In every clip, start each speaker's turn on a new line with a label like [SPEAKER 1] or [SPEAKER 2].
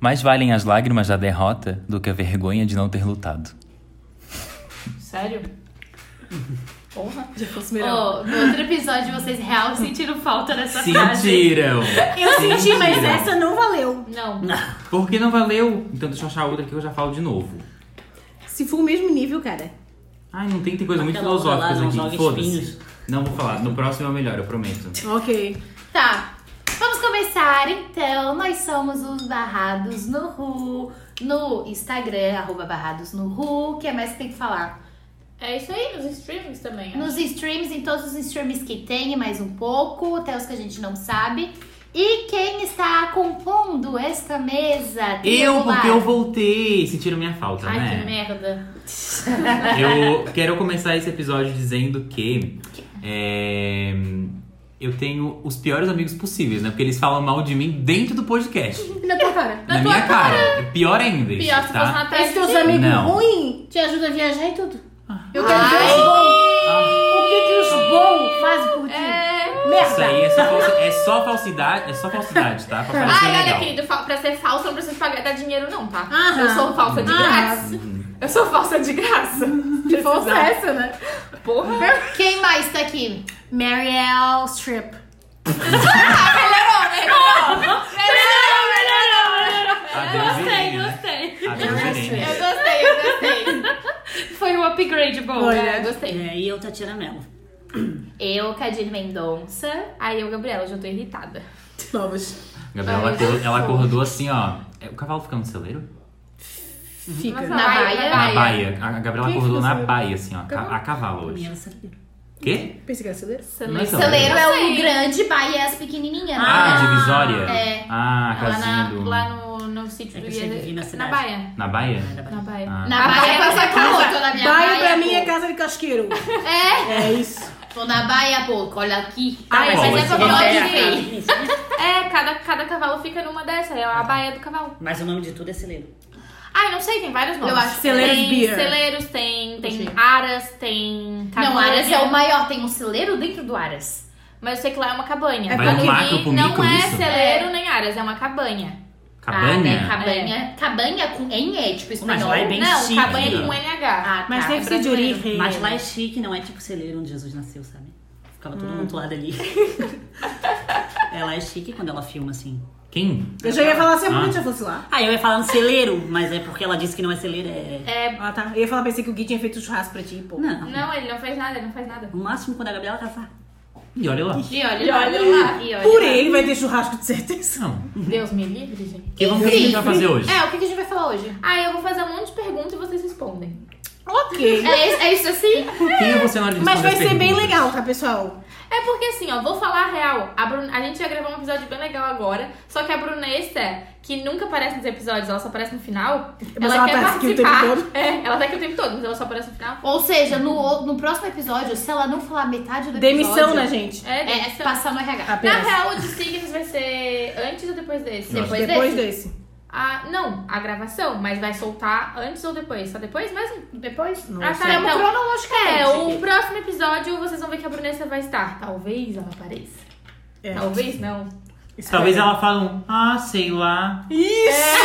[SPEAKER 1] Mais valem as lágrimas da derrota do que a vergonha de não ter lutado.
[SPEAKER 2] Sério?
[SPEAKER 3] Porra, já fosse melhor.
[SPEAKER 2] Oh, no outro episódio vocês real sentiram falta dessa frase.
[SPEAKER 4] Sentiram!
[SPEAKER 5] Eu senti, mas
[SPEAKER 4] Mentira.
[SPEAKER 5] essa não valeu.
[SPEAKER 2] Não.
[SPEAKER 4] Porque não valeu? Então deixa eu achar outra que eu já falo de novo.
[SPEAKER 5] Se for o mesmo nível, cara.
[SPEAKER 4] Ai, não tem, tem coisa muito
[SPEAKER 6] Aquela outra lá,
[SPEAKER 4] filosóficas
[SPEAKER 6] não joga
[SPEAKER 4] aqui. Foda-se.
[SPEAKER 6] espinhos.
[SPEAKER 4] Não vou falar. No próximo é o melhor, eu prometo.
[SPEAKER 5] Ok.
[SPEAKER 2] Tá. Vamos começar então. Nós somos os Barrados no Ru. No Instagram, arroba Barrados no Ru. O que mais que tem que falar?
[SPEAKER 3] É isso aí, nos streamings também.
[SPEAKER 2] Nos streams, em todos os streams que tem, e mais um pouco, até os que a gente não sabe. E quem está compondo esta mesa?
[SPEAKER 4] Eu,
[SPEAKER 2] triangular?
[SPEAKER 4] porque eu voltei. Sentiram minha falta,
[SPEAKER 3] Ai, que
[SPEAKER 4] né?
[SPEAKER 3] merda.
[SPEAKER 4] Eu quero começar esse episódio dizendo que. é, eu tenho os piores amigos possíveis, né? Porque eles falam mal de mim dentro do podcast.
[SPEAKER 5] Uhum. Na tua cara.
[SPEAKER 4] Na, minha cara. É pior ainda. isso,
[SPEAKER 3] Pior se fosse
[SPEAKER 4] tá?
[SPEAKER 3] na testa.
[SPEAKER 5] Esses teus amigos
[SPEAKER 4] Não.
[SPEAKER 5] ruins
[SPEAKER 2] Te ajuda a viajar e tudo.
[SPEAKER 5] Eu quero ver os bons.
[SPEAKER 4] Ah.
[SPEAKER 5] O que que os bons fazem por ti?
[SPEAKER 2] É.
[SPEAKER 5] Merda.
[SPEAKER 4] Isso aí é só, falsi- é só falsidade. É só falsidade, tá? Pra parecer
[SPEAKER 3] Ai, olha,
[SPEAKER 4] legal.
[SPEAKER 3] querido, fa- pra ser falsa não precisa pagar, dar dinheiro não, tá?
[SPEAKER 5] Aham.
[SPEAKER 3] Eu sou falsa de
[SPEAKER 5] Aham.
[SPEAKER 3] graça. Eu sou falsa de graça.
[SPEAKER 5] Que força é essa, né?
[SPEAKER 3] Porra.
[SPEAKER 2] Quem mais tá aqui?
[SPEAKER 5] Marielle Strip.
[SPEAKER 4] Adeus, Irene, né?
[SPEAKER 3] Gostei,
[SPEAKER 4] Adeus, Irene.
[SPEAKER 3] eu gostei, eu gostei. Foi um upgrade bom.
[SPEAKER 5] Foi,
[SPEAKER 3] né?
[SPEAKER 5] né?
[SPEAKER 3] Eu gostei.
[SPEAKER 6] É, e eu, Tatiana Mello.
[SPEAKER 2] Eu, Cadir Mendonça.
[SPEAKER 3] Aí eu, Gabriela, já tô irritada.
[SPEAKER 5] Novas.
[SPEAKER 4] Gabriela, ela, acor- ela acordou assim, ó. É, O cavalo fica no celeiro?
[SPEAKER 5] Fica.
[SPEAKER 3] Mas-
[SPEAKER 2] Na
[SPEAKER 3] Ai,
[SPEAKER 2] baia.
[SPEAKER 3] na
[SPEAKER 4] Na baia. A Gabriela
[SPEAKER 5] Quem
[SPEAKER 4] acordou
[SPEAKER 5] fica no
[SPEAKER 4] na
[SPEAKER 5] celeiro?
[SPEAKER 4] baia, assim, ó. ca- A cavalo hoje.
[SPEAKER 6] Minha sabia.
[SPEAKER 4] Quê?
[SPEAKER 5] Pensei que era celeiro.
[SPEAKER 4] Não é
[SPEAKER 2] Celeiro
[SPEAKER 4] celeiro.
[SPEAKER 2] é o grande, Bahia é as pequenininhas. né?
[SPEAKER 4] Ah, divisória?
[SPEAKER 2] É.
[SPEAKER 4] Ah, a
[SPEAKER 3] Lá,
[SPEAKER 4] casinha
[SPEAKER 3] na,
[SPEAKER 4] do.
[SPEAKER 3] lá no, no sítio
[SPEAKER 6] É que
[SPEAKER 3] do
[SPEAKER 6] eu sempre vi na
[SPEAKER 3] Ia- Na
[SPEAKER 6] cidade.
[SPEAKER 3] Baia.
[SPEAKER 4] Na baia?
[SPEAKER 3] Na Baia.
[SPEAKER 4] Ah.
[SPEAKER 2] Na
[SPEAKER 3] A é
[SPEAKER 2] Bahia
[SPEAKER 3] Baia
[SPEAKER 2] com essa
[SPEAKER 3] passa
[SPEAKER 2] calma,
[SPEAKER 3] calça.
[SPEAKER 2] tô na minha
[SPEAKER 5] Baia pra mim
[SPEAKER 2] minha
[SPEAKER 5] é casa de casqueiro.
[SPEAKER 2] É,
[SPEAKER 5] É isso.
[SPEAKER 2] tô na Bahia, pouco, olha aqui.
[SPEAKER 6] Ah,
[SPEAKER 4] Tá
[SPEAKER 3] Ai,
[SPEAKER 4] Bom,
[SPEAKER 3] mas é
[SPEAKER 4] Ah, esse-
[SPEAKER 3] pra falar
[SPEAKER 2] é.
[SPEAKER 3] de gay.
[SPEAKER 6] É.
[SPEAKER 3] É, cada, cada cavalo fica numa dessa. É a Baia do cavalo.
[SPEAKER 6] Mas o nome de tudo é celeiro.
[SPEAKER 3] Ai, não sei, tem vários nomes.
[SPEAKER 2] Eu acho que
[SPEAKER 5] Celeiros
[SPEAKER 3] tem
[SPEAKER 5] beer.
[SPEAKER 3] celeiros, tem, tem
[SPEAKER 2] Sim.
[SPEAKER 3] aras, tem
[SPEAKER 2] Não,
[SPEAKER 3] cabanha.
[SPEAKER 2] Aras é o maior, tem um celeiro dentro do Aras.
[SPEAKER 3] Mas eu sei que lá é uma cabanha.
[SPEAKER 5] É
[SPEAKER 4] Vai
[SPEAKER 3] Aqui
[SPEAKER 4] no um macro pro
[SPEAKER 3] não
[SPEAKER 4] micro
[SPEAKER 3] é
[SPEAKER 4] isso?
[SPEAKER 3] celeiro nem aras, é uma cabanha.
[SPEAKER 4] Cabanha?
[SPEAKER 2] Ah, né? Cabanha. Cabanha com N é, tipo
[SPEAKER 6] Mas
[SPEAKER 2] espanhol.
[SPEAKER 6] lá é bem
[SPEAKER 3] não,
[SPEAKER 6] chique.
[SPEAKER 3] cabanha
[SPEAKER 4] né?
[SPEAKER 3] com NH.
[SPEAKER 2] Ah,
[SPEAKER 5] Mas
[SPEAKER 2] tá,
[SPEAKER 5] tem que ser de
[SPEAKER 3] brasileiro.
[SPEAKER 5] origem.
[SPEAKER 6] Mas lá é chique, não é tipo celeiro onde Jesus nasceu, sabe? Ficava todo amontoado ali. ela é chique quando ela filma assim.
[SPEAKER 4] Quem?
[SPEAKER 5] Eu já ia falar se a
[SPEAKER 4] Ah.
[SPEAKER 5] Bruna já fosse lá.
[SPEAKER 6] Ah, eu ia falar no celeiro, mas é porque ela disse que não é celeiro, é.
[SPEAKER 3] É,
[SPEAKER 5] Ah, tá. Eu ia falar, pensei que o Gui tinha feito um churrasco pra ti, pô.
[SPEAKER 6] Não.
[SPEAKER 3] não, ele não faz nada, ele não faz nada.
[SPEAKER 6] O máximo quando a Gabriela casar.
[SPEAKER 4] E olha lá.
[SPEAKER 2] E olha,
[SPEAKER 3] E
[SPEAKER 2] olha
[SPEAKER 3] olha
[SPEAKER 2] lá.
[SPEAKER 3] lá.
[SPEAKER 2] E olha
[SPEAKER 5] Por
[SPEAKER 2] lá.
[SPEAKER 5] ele vai ter churrasco de certeza.
[SPEAKER 4] Não.
[SPEAKER 3] Deus me livre, gente.
[SPEAKER 4] Que vamos ver o que a gente vai fazer hoje.
[SPEAKER 2] É, o que que a gente vai falar hoje?
[SPEAKER 3] Ah, eu vou fazer um monte de perguntas e vocês respondem.
[SPEAKER 5] Ok.
[SPEAKER 3] É, isso- é isso assim?
[SPEAKER 4] Quem é você na hora de
[SPEAKER 5] Mas
[SPEAKER 4] responder
[SPEAKER 5] vai
[SPEAKER 4] as
[SPEAKER 5] ser bem
[SPEAKER 4] perguntas?
[SPEAKER 5] legal, tá, pessoal?
[SPEAKER 3] É porque assim, ó, vou falar a real. A, Bruna, a gente ia gravar um episódio bem legal agora, só que a Brunessa, que nunca aparece nos episódios, ela só aparece no final.
[SPEAKER 5] Mas ela
[SPEAKER 3] quer
[SPEAKER 5] aparece aqui o tempo
[SPEAKER 3] participar.
[SPEAKER 5] todo.
[SPEAKER 3] É, ela tá aqui o tempo todo, mas ela só aparece no final.
[SPEAKER 2] Ou seja, no, ou- no próximo episódio, se ela não falar metade do
[SPEAKER 5] Demissão,
[SPEAKER 2] episódio...
[SPEAKER 5] né, gente?
[SPEAKER 3] É,
[SPEAKER 2] É,
[SPEAKER 3] essa-
[SPEAKER 2] passar no RH.
[SPEAKER 3] Na
[SPEAKER 5] Apenas.
[SPEAKER 3] real, o de signos vai ser antes ou depois desse?
[SPEAKER 4] Nossa.
[SPEAKER 2] Depois
[SPEAKER 5] Depois
[SPEAKER 2] desse?
[SPEAKER 5] desse.
[SPEAKER 3] Ah, não, a gravação, mas vai soltar antes ou depois? Só depois mesmo?
[SPEAKER 2] Depois?
[SPEAKER 5] Não
[SPEAKER 3] Ah, tá,
[SPEAKER 2] Tá, então,
[SPEAKER 3] então. É,
[SPEAKER 2] cronologicamente.
[SPEAKER 3] o próximo episódio vocês vão ver que a Brunessa vai estar. Talvez ela apareça.
[SPEAKER 5] É.
[SPEAKER 3] Talvez não.
[SPEAKER 4] Talvez ela fale um, ah, sei lá. É.
[SPEAKER 5] Isso!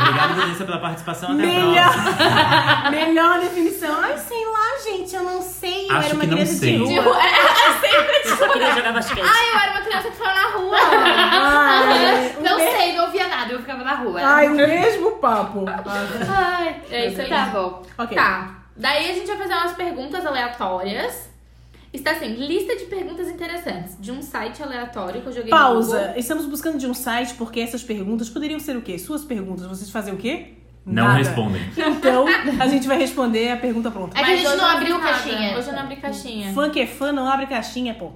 [SPEAKER 4] Obrigado, Vanessa, pela participação. Até a
[SPEAKER 5] Melhor,
[SPEAKER 4] próxima.
[SPEAKER 5] melhor definição. Ai, sei lá, gente, eu não sei. Eu
[SPEAKER 4] Acho
[SPEAKER 5] era uma
[SPEAKER 4] que não
[SPEAKER 5] criança
[SPEAKER 4] sei.
[SPEAKER 5] de
[SPEAKER 3] Tipo,
[SPEAKER 5] rua.
[SPEAKER 3] é,
[SPEAKER 6] Eu só queria jogar basquete.
[SPEAKER 3] ai, eu era uma criança que foi na rua.
[SPEAKER 5] Ai, o
[SPEAKER 2] Não
[SPEAKER 5] me-
[SPEAKER 2] sei, não ouvia nada, eu ficava na rua.
[SPEAKER 5] É. Ai, o mesmo papo. Ah,
[SPEAKER 3] Ai, é isso aí.
[SPEAKER 2] Tá bom.
[SPEAKER 5] Ok.
[SPEAKER 3] Tá. Daí a gente vai fazer umas perguntas aleatórias. Está assim, lista de perguntas interessantes de um site aleatório que eu joguei no Google.
[SPEAKER 5] Pausa. Estamos buscando de um site porque essas perguntas poderiam ser o quê? Suas perguntas. Vocês fazem o quê?
[SPEAKER 4] Não
[SPEAKER 5] Nada.
[SPEAKER 4] respondem.
[SPEAKER 5] Então, a gente vai responder a pergunta pronta.
[SPEAKER 2] É que a
[SPEAKER 3] Mas
[SPEAKER 2] gente
[SPEAKER 3] hoje
[SPEAKER 2] não
[SPEAKER 3] eu
[SPEAKER 2] abriu
[SPEAKER 3] abri nada.
[SPEAKER 2] caixinha.
[SPEAKER 3] Hoje eu não abri caixinha.
[SPEAKER 5] Fã que é fã não abre caixinha, pô.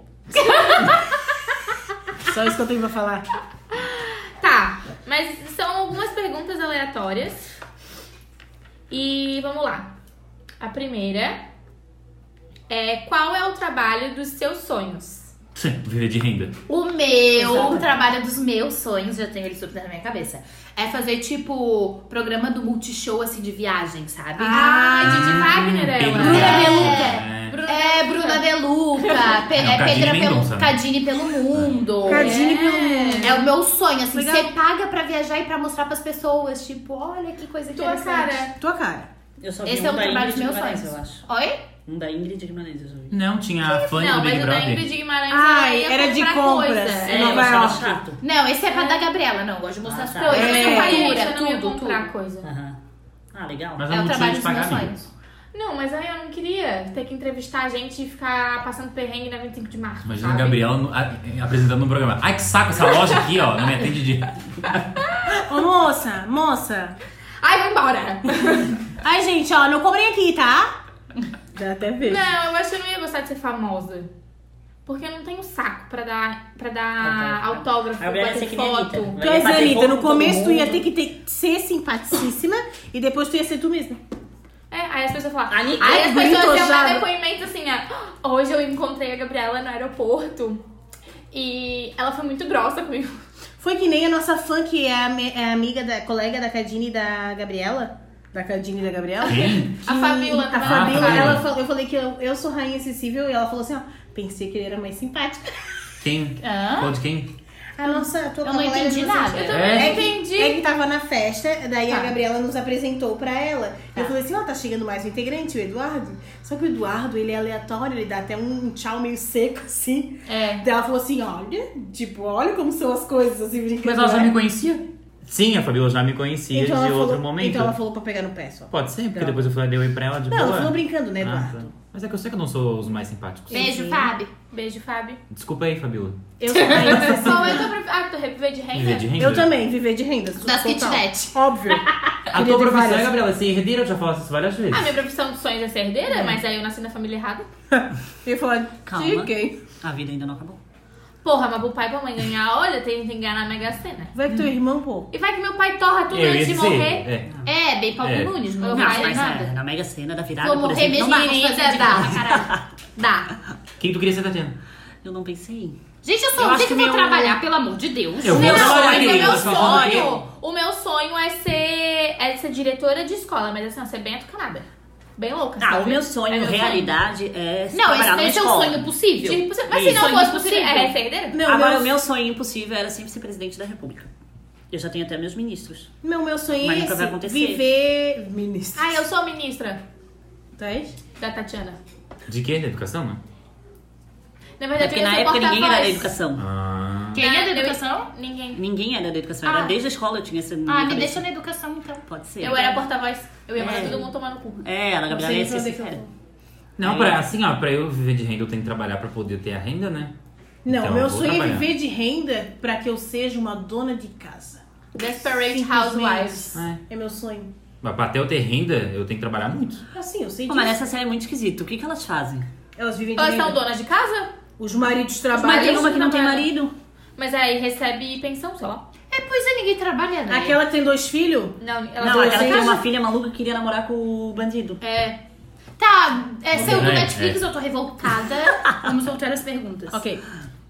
[SPEAKER 5] Só isso que eu tenho pra falar.
[SPEAKER 3] Tá, mas são algumas perguntas aleatórias. E vamos lá. A primeira é qual é o trabalho dos seus sonhos?
[SPEAKER 4] Viver de renda.
[SPEAKER 2] O meu, o trabalho um dos meus sonhos, já tenho ele super na minha cabeça. É fazer, tipo, programa do Multishow, assim, de viagem, sabe?
[SPEAKER 3] Ah, Didi Wagner,
[SPEAKER 5] é,
[SPEAKER 3] ela.
[SPEAKER 2] Bruna
[SPEAKER 4] Pedro.
[SPEAKER 2] Beluca.
[SPEAKER 4] É.
[SPEAKER 3] Bruna
[SPEAKER 2] É, Bruna Beluca, Pe é
[SPEAKER 4] Cadine
[SPEAKER 2] Pedra
[SPEAKER 4] Mendonça,
[SPEAKER 2] pelo,
[SPEAKER 4] né?
[SPEAKER 2] Cadine pelo mundo.
[SPEAKER 5] Cadine
[SPEAKER 3] É.
[SPEAKER 5] pelo mundo.
[SPEAKER 2] É o meu sonho, assim,
[SPEAKER 3] Legal.
[SPEAKER 2] você paga pra viajar e pra mostrar pras pessoas, tipo, olha que coisa
[SPEAKER 3] Tua
[SPEAKER 2] interessante.
[SPEAKER 3] cara.
[SPEAKER 5] Tua cara.
[SPEAKER 6] Eu só vi
[SPEAKER 2] Esse
[SPEAKER 6] um
[SPEAKER 2] é um
[SPEAKER 6] da
[SPEAKER 2] trabalho dos
[SPEAKER 6] Ingrid
[SPEAKER 2] meus
[SPEAKER 6] Guimarães,
[SPEAKER 2] sonhos.
[SPEAKER 6] eu acho.
[SPEAKER 2] Oi?
[SPEAKER 6] Um da Ingrid Guimarães, eu já vi.
[SPEAKER 4] Não, tinha a fã
[SPEAKER 3] Não,
[SPEAKER 4] do Big
[SPEAKER 3] mas o da
[SPEAKER 4] Brother.
[SPEAKER 3] Ingrid Guimarães ela
[SPEAKER 5] Ai,
[SPEAKER 3] ia
[SPEAKER 5] era de
[SPEAKER 3] comprar
[SPEAKER 5] compras.
[SPEAKER 3] coisa.
[SPEAKER 5] em
[SPEAKER 6] É,
[SPEAKER 5] Nova
[SPEAKER 6] eu achava
[SPEAKER 5] York.
[SPEAKER 6] chato.
[SPEAKER 2] Não, esse é pra da Gabriela, não. eu Gosto de mostrar as
[SPEAKER 6] tá.
[SPEAKER 2] coisas,
[SPEAKER 3] Eu
[SPEAKER 5] É.
[SPEAKER 3] não faria
[SPEAKER 2] cultura,
[SPEAKER 3] isso, eu não ia
[SPEAKER 2] tudo,
[SPEAKER 3] comprar
[SPEAKER 2] tudo.
[SPEAKER 3] coisa.
[SPEAKER 6] Aham. Ah, legal.
[SPEAKER 4] Mas
[SPEAKER 2] É
[SPEAKER 4] ela
[SPEAKER 2] o
[SPEAKER 4] não
[SPEAKER 2] trabalho
[SPEAKER 4] tinha de
[SPEAKER 2] dos
[SPEAKER 4] pagar
[SPEAKER 2] meus
[SPEAKER 4] amigo.
[SPEAKER 2] sonhos.
[SPEAKER 3] Não, mas aí eu não queria ter que entrevistar a gente e ficar passando perrengue na 25 de março.
[SPEAKER 4] Imagina o
[SPEAKER 3] sabe?
[SPEAKER 4] Gabriel no- a- apresentando um programa. Ai, que saco essa loja aqui, ó. Não me atende de.
[SPEAKER 5] Ô, moça, moça.
[SPEAKER 3] Ai, vambora!
[SPEAKER 5] Ai, gente, ó, não cobrem aqui, tá? Já até vejo.
[SPEAKER 3] Não, eu acho que eu não ia gostar de ser famosa. Porque eu não tenho saco pra dar, pra dar autógrafo,
[SPEAKER 6] Aí o Gabriel ia ser
[SPEAKER 3] bater
[SPEAKER 6] que nem a Anitta.
[SPEAKER 3] foto.
[SPEAKER 5] Tu és
[SPEAKER 6] Vai bater
[SPEAKER 5] Anitta,
[SPEAKER 6] foto
[SPEAKER 5] é no
[SPEAKER 6] em
[SPEAKER 5] começo
[SPEAKER 6] todo
[SPEAKER 5] tu ia
[SPEAKER 6] mundo.
[SPEAKER 5] ter que ter- ser simpaticíssima e depois tu ia ser tu mesma.
[SPEAKER 3] É, aí as pessoas falam.
[SPEAKER 6] Anitta,
[SPEAKER 3] aí as
[SPEAKER 5] bonito,
[SPEAKER 3] pessoas iam dar
[SPEAKER 5] ousada.
[SPEAKER 3] depoimento assim, ó. Hoje eu encontrei a Gabriela no aeroporto e ela foi muito grossa comigo.
[SPEAKER 5] Foi que nem a nossa fã, que é, a me- é a amiga da colega da Cadine e da Gabriela. Da Cadine e da Gabriela.
[SPEAKER 4] Quem?
[SPEAKER 3] A Fabiola
[SPEAKER 5] A
[SPEAKER 3] também.
[SPEAKER 5] Fabiola,
[SPEAKER 4] Ah,
[SPEAKER 5] ela
[SPEAKER 4] tá.
[SPEAKER 5] falou, eu falei que eu, eu sou rainha acessível e ela falou assim, ó, pensei que ele era mais simpático.
[SPEAKER 4] Quem?
[SPEAKER 2] Hã?
[SPEAKER 4] Qual de quem?
[SPEAKER 5] A nossa, a tua
[SPEAKER 2] Eu não
[SPEAKER 5] colega
[SPEAKER 2] entendi
[SPEAKER 5] de vocês-
[SPEAKER 2] nada.
[SPEAKER 3] Eu
[SPEAKER 2] É.
[SPEAKER 3] também não
[SPEAKER 4] É.
[SPEAKER 3] entendi.
[SPEAKER 5] É que tava na festa, daí a
[SPEAKER 2] Tá.
[SPEAKER 5] Gabriela nos apresentou pra ela.
[SPEAKER 2] Tá.
[SPEAKER 5] Eu falei assim, ó, tá chegando mais um integrante, o Eduardo. Só que o Eduardo, ele é aleatório, ele dá até um tchau meio seco, assim.
[SPEAKER 2] É.
[SPEAKER 5] Daí ela falou assim, olha, tipo, olha como são as coisas, assim, brincando.
[SPEAKER 4] Mas ela já
[SPEAKER 5] né?
[SPEAKER 4] me conhecia? Sim, a Fabiola já me conhecia
[SPEAKER 5] Então ela
[SPEAKER 4] de outro
[SPEAKER 5] falou-
[SPEAKER 4] momento.
[SPEAKER 5] Então ela falou pra pegar no pé, só.
[SPEAKER 4] Pode ser, porque
[SPEAKER 5] Não.
[SPEAKER 4] depois eu falei, dei oi pra ela de
[SPEAKER 5] Não,
[SPEAKER 4] boa.
[SPEAKER 5] ela falou brincando,
[SPEAKER 4] Ah,
[SPEAKER 5] né, Eduardo?
[SPEAKER 4] tá. Mas é que eu sei que eu não sou os mais simpáticos.
[SPEAKER 2] Beijo, Fábio.
[SPEAKER 3] Beijo, Fábio.
[SPEAKER 4] Desculpa aí, Fabiola.
[SPEAKER 5] Eu sou rainha acessível.
[SPEAKER 3] Qual é o teu preferido? Ah, tu reviver de renda?
[SPEAKER 4] Viver de renda.
[SPEAKER 5] Eu também, viver de renda.
[SPEAKER 2] Das
[SPEAKER 5] total.
[SPEAKER 2] kitnet.
[SPEAKER 5] Óbvio.
[SPEAKER 4] A
[SPEAKER 5] Queria
[SPEAKER 4] tua
[SPEAKER 5] ter
[SPEAKER 4] profissão é,
[SPEAKER 5] várias.
[SPEAKER 4] Gabriela, ser herdeira, eu já falo isso várias vezes.
[SPEAKER 3] Ah, minha profissão de sonhos é ser herdeira, mas aí eu nasci na família errada.
[SPEAKER 5] Eu ia falar,
[SPEAKER 6] Calma.
[SPEAKER 5] de quem?
[SPEAKER 6] A vida ainda não acabou.
[SPEAKER 3] Porra, mas pro pai e pra mãe ganhar, olha, tem que ganhar na Mega Sena.
[SPEAKER 5] Vai que teu irmão, pô.
[SPEAKER 3] E vai que meu pai torra tudo
[SPEAKER 4] eu ia
[SPEAKER 3] antes de
[SPEAKER 4] dizer,
[SPEAKER 3] morrer.
[SPEAKER 4] é.
[SPEAKER 2] É, bem Paulo
[SPEAKER 4] É.
[SPEAKER 2] Nunes,
[SPEAKER 3] Não,
[SPEAKER 2] não
[SPEAKER 6] Não,
[SPEAKER 2] vai
[SPEAKER 6] mas
[SPEAKER 2] nada.
[SPEAKER 6] é, na mega cena da virada,
[SPEAKER 2] Vou
[SPEAKER 6] por
[SPEAKER 2] morrer
[SPEAKER 6] exemplo,
[SPEAKER 2] mesmo,
[SPEAKER 6] não dá.
[SPEAKER 2] gente, fazer a
[SPEAKER 3] tá.
[SPEAKER 2] dá. Dá.
[SPEAKER 4] Quem tu queria ser, Tatiana?
[SPEAKER 6] Eu não pensei.
[SPEAKER 2] Gente, eu
[SPEAKER 6] Eu
[SPEAKER 3] um
[SPEAKER 2] sou o
[SPEAKER 6] acho
[SPEAKER 2] que
[SPEAKER 6] que
[SPEAKER 2] eu vou
[SPEAKER 6] meu-
[SPEAKER 2] trabalhar, pelo amor de Deus.
[SPEAKER 4] Eu vou
[SPEAKER 3] Não,
[SPEAKER 4] trabalhar,
[SPEAKER 3] mas o
[SPEAKER 4] querida,
[SPEAKER 3] meu
[SPEAKER 4] você tá falando
[SPEAKER 3] sonho, o meu sonho é ser, é ser diretora de escola, mas assim, ó, ser bem atucanada. Bem
[SPEAKER 2] Tá
[SPEAKER 3] louca.
[SPEAKER 6] Ah,
[SPEAKER 3] sabe?
[SPEAKER 6] o meu sonho,
[SPEAKER 3] É meu
[SPEAKER 6] realidade, é se
[SPEAKER 2] Não,
[SPEAKER 6] trabalhar
[SPEAKER 2] esse,
[SPEAKER 6] numa
[SPEAKER 2] esse é um
[SPEAKER 6] escola.
[SPEAKER 2] sonho possível.
[SPEAKER 3] Tipo, se- mas se
[SPEAKER 2] Isso.
[SPEAKER 3] não
[SPEAKER 2] Sonho
[SPEAKER 3] fosse possível, é ser
[SPEAKER 2] impossível.
[SPEAKER 3] herdeira?
[SPEAKER 5] Não,
[SPEAKER 6] Agora,
[SPEAKER 5] meu-
[SPEAKER 6] o meu sonho impossível era sempre ser presidente da república. Eu já tenho até meus ministros.
[SPEAKER 5] Meu, meu sonho
[SPEAKER 6] Mas
[SPEAKER 5] é
[SPEAKER 6] nunca vai
[SPEAKER 5] esse,
[SPEAKER 6] acontecer.
[SPEAKER 5] viver... Ministro.
[SPEAKER 3] Ah, eu sou ministra
[SPEAKER 5] Tá aí?
[SPEAKER 3] da Tatiana.
[SPEAKER 4] De quê? Da educação, né?
[SPEAKER 3] Na verdade,
[SPEAKER 6] É Porque
[SPEAKER 3] eu ia
[SPEAKER 6] na
[SPEAKER 3] ser
[SPEAKER 6] época ninguém era da
[SPEAKER 3] porta-voz.
[SPEAKER 6] educação.
[SPEAKER 4] Ah.
[SPEAKER 2] Quem é da
[SPEAKER 3] Hum. Eu-
[SPEAKER 2] educação?
[SPEAKER 3] Ninguém.
[SPEAKER 6] Ninguém era da educação.
[SPEAKER 2] Ah.
[SPEAKER 6] Era desde a escola eu tinha esse
[SPEAKER 2] Ah, me deixa na educação então.
[SPEAKER 6] Pode ser.
[SPEAKER 3] Eu era porta-voz. Eu ia mandar
[SPEAKER 6] É.
[SPEAKER 3] todo mundo tomar no cu.
[SPEAKER 6] É, ela, Gabriela, ia ser
[SPEAKER 5] Não sei pra onde é
[SPEAKER 6] sincera.
[SPEAKER 5] que eu
[SPEAKER 4] Não, pra, assim, ó, pra eu viver de renda, eu tenho que trabalhar pra poder ter a renda, né?
[SPEAKER 5] Não,
[SPEAKER 4] Então,
[SPEAKER 5] meu
[SPEAKER 4] eu vou
[SPEAKER 5] sonho é
[SPEAKER 4] trabalhar.
[SPEAKER 5] viver de renda pra que eu seja uma dona de casa.
[SPEAKER 3] Desperate
[SPEAKER 5] Simplesmente.
[SPEAKER 3] Housewives.
[SPEAKER 4] É.
[SPEAKER 5] É meu sonho.
[SPEAKER 4] Mas pra até eu ter renda, eu tenho que trabalhar muito.
[SPEAKER 5] Assim, eu sei
[SPEAKER 6] Pô,
[SPEAKER 5] disso.
[SPEAKER 6] mas essa série é muito esquisita. O que, que elas fazem?
[SPEAKER 5] Elas vivem de
[SPEAKER 3] Elas
[SPEAKER 5] renda.
[SPEAKER 3] são donas de casa,
[SPEAKER 5] Os maridos
[SPEAKER 6] Mas
[SPEAKER 5] trabalham.
[SPEAKER 6] tem uma que não tem
[SPEAKER 3] trabalham.
[SPEAKER 6] marido.
[SPEAKER 3] mas aí recebe pensão, sei lá.
[SPEAKER 2] É, pois é, ninguém trabalha, né?
[SPEAKER 5] Aquela que tem dois filhos?
[SPEAKER 3] Não, elas
[SPEAKER 6] Não,
[SPEAKER 3] donas
[SPEAKER 6] aquela
[SPEAKER 3] de
[SPEAKER 6] que tem
[SPEAKER 3] casa.
[SPEAKER 6] uma filha maluca que queria namorar com o bandido.
[SPEAKER 2] É.
[SPEAKER 3] Ah.
[SPEAKER 2] Tá, é, saiu do
[SPEAKER 4] É,
[SPEAKER 2] Netflix, eu tô revoltada. Vamos soltar as perguntas.
[SPEAKER 5] Ok.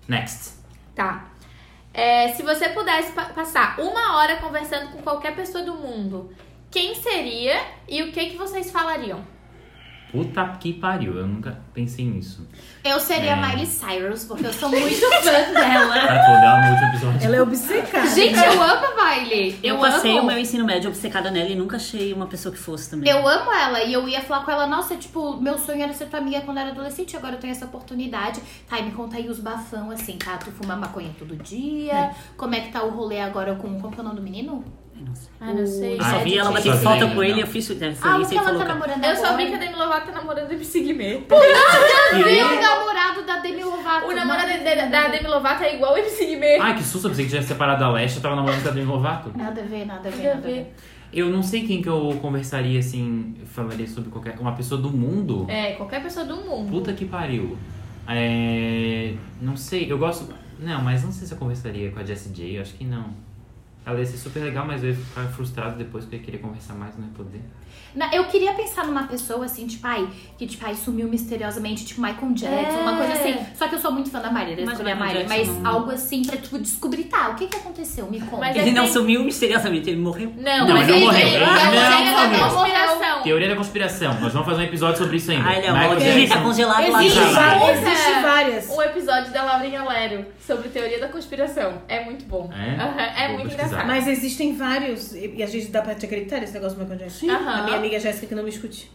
[SPEAKER 4] Next.
[SPEAKER 3] Tá. É, se você pudesse pa- passar uma hora conversando com qualquer pessoa do mundo, quem seria e o que que vocês falariam?
[SPEAKER 4] Puta que pariu, eu nunca pensei nisso.
[SPEAKER 2] Eu seria
[SPEAKER 4] É.
[SPEAKER 2] a Miley Cyrus, porque eu sou muito fã dela.
[SPEAKER 4] Ah, vou dar no último episódio.
[SPEAKER 5] Ela é obcecada.
[SPEAKER 2] Gente, eu amo a Miley.
[SPEAKER 6] Eu,
[SPEAKER 2] Eu,
[SPEAKER 6] passei
[SPEAKER 2] amo.
[SPEAKER 6] o meu ensino médio obcecada nela e nunca achei uma pessoa que fosse também.
[SPEAKER 2] Eu amo ela e eu ia falar com ela, nossa, tipo, meu sonho era ser tua amiga quando eu era adolescente, agora eu tenho essa oportunidade. Tá, e me conta aí os bafão, assim, tá? Tu fuma maconha todo dia, como é que tá o rolê agora com, como que é o nome do menino?
[SPEAKER 6] Eu não sei.
[SPEAKER 3] Ah, não sei.
[SPEAKER 6] Eu só
[SPEAKER 4] Ah,
[SPEAKER 6] vi ela
[SPEAKER 4] gente,
[SPEAKER 6] bater
[SPEAKER 4] só
[SPEAKER 6] falta
[SPEAKER 4] vi,
[SPEAKER 6] com ele e
[SPEAKER 4] não.
[SPEAKER 6] eu fiz deve ser
[SPEAKER 2] ah, o
[SPEAKER 6] isso aí,
[SPEAKER 2] que ela
[SPEAKER 6] foi
[SPEAKER 2] tá
[SPEAKER 6] louca.
[SPEAKER 2] namorando
[SPEAKER 3] Eu
[SPEAKER 2] agora.
[SPEAKER 3] só vi que a Demi Lovato tá namorando e me seguir
[SPEAKER 2] Vê o um namorado da Demi Lovato.
[SPEAKER 3] O namorado da- da, da Demi Lovato é igual o MC Guimê.
[SPEAKER 4] Ai, que susto, eu pensei que tinha separado a Leste, eu tava namorando com a Demi Lovato.
[SPEAKER 2] Nada a ver, nada a ver,
[SPEAKER 3] Nada a
[SPEAKER 2] nada a
[SPEAKER 3] ver.
[SPEAKER 2] ver.
[SPEAKER 4] Eu não sei quem que eu conversaria, assim, falaria sobre qualquer... Uma pessoa do mundo?
[SPEAKER 3] É, qualquer pessoa do mundo.
[SPEAKER 4] Puta que pariu. É... Não sei, eu gosto... Não, mas não sei se eu conversaria com a Jessie J, eu acho que não. Ela ia ser super legal, mas eu ia ficar frustrado depois porque eu queria conversar mais, não ia poder.
[SPEAKER 2] Na- eu queria pensar numa pessoa assim, tipo, ai, que tipo, ai, sumiu misteriosamente, tipo Michael Jackson,
[SPEAKER 3] É.
[SPEAKER 2] uma coisa assim. Só que eu sou muito fã da Marília, eu
[SPEAKER 6] Mas
[SPEAKER 2] escolhi a
[SPEAKER 6] Michael
[SPEAKER 2] Marília, mas
[SPEAKER 6] Jackson não-
[SPEAKER 2] algo assim pra tipo descobrir, tá, o que que aconteceu? Me conta.
[SPEAKER 3] Mas
[SPEAKER 6] Ele não
[SPEAKER 3] tem-
[SPEAKER 6] sumiu misteriosamente, ele morreu.
[SPEAKER 3] Não,
[SPEAKER 4] Não,
[SPEAKER 3] mas
[SPEAKER 4] ele não
[SPEAKER 3] ele
[SPEAKER 4] morreu.
[SPEAKER 3] ele-
[SPEAKER 4] Ele
[SPEAKER 3] é o
[SPEAKER 4] não
[SPEAKER 3] gênio
[SPEAKER 4] morreu.
[SPEAKER 3] da conspiração.
[SPEAKER 4] Teoria da conspiração. Nós vamos fazer um episódio sobre isso ainda.
[SPEAKER 6] Ah, ele é
[SPEAKER 4] Michael
[SPEAKER 6] ótimo. Ele tá
[SPEAKER 4] Jackson.
[SPEAKER 6] congelado
[SPEAKER 5] Existe,
[SPEAKER 6] lá atrás.
[SPEAKER 4] Exato.
[SPEAKER 5] va-
[SPEAKER 3] Exato.
[SPEAKER 5] existe várias.
[SPEAKER 3] Um episódio da Laura Galério sobre teoria da conspiração. É muito bom.
[SPEAKER 4] É?
[SPEAKER 3] Aham,
[SPEAKER 4] Vou
[SPEAKER 3] é muito
[SPEAKER 4] pesquisar.
[SPEAKER 3] engraçado.
[SPEAKER 5] Mas existem vários. E e às vezes dá pra te acreditar nesse negócio do Michael Jackson.
[SPEAKER 3] Aham.
[SPEAKER 5] A minha amiga Jéssica que não me escute.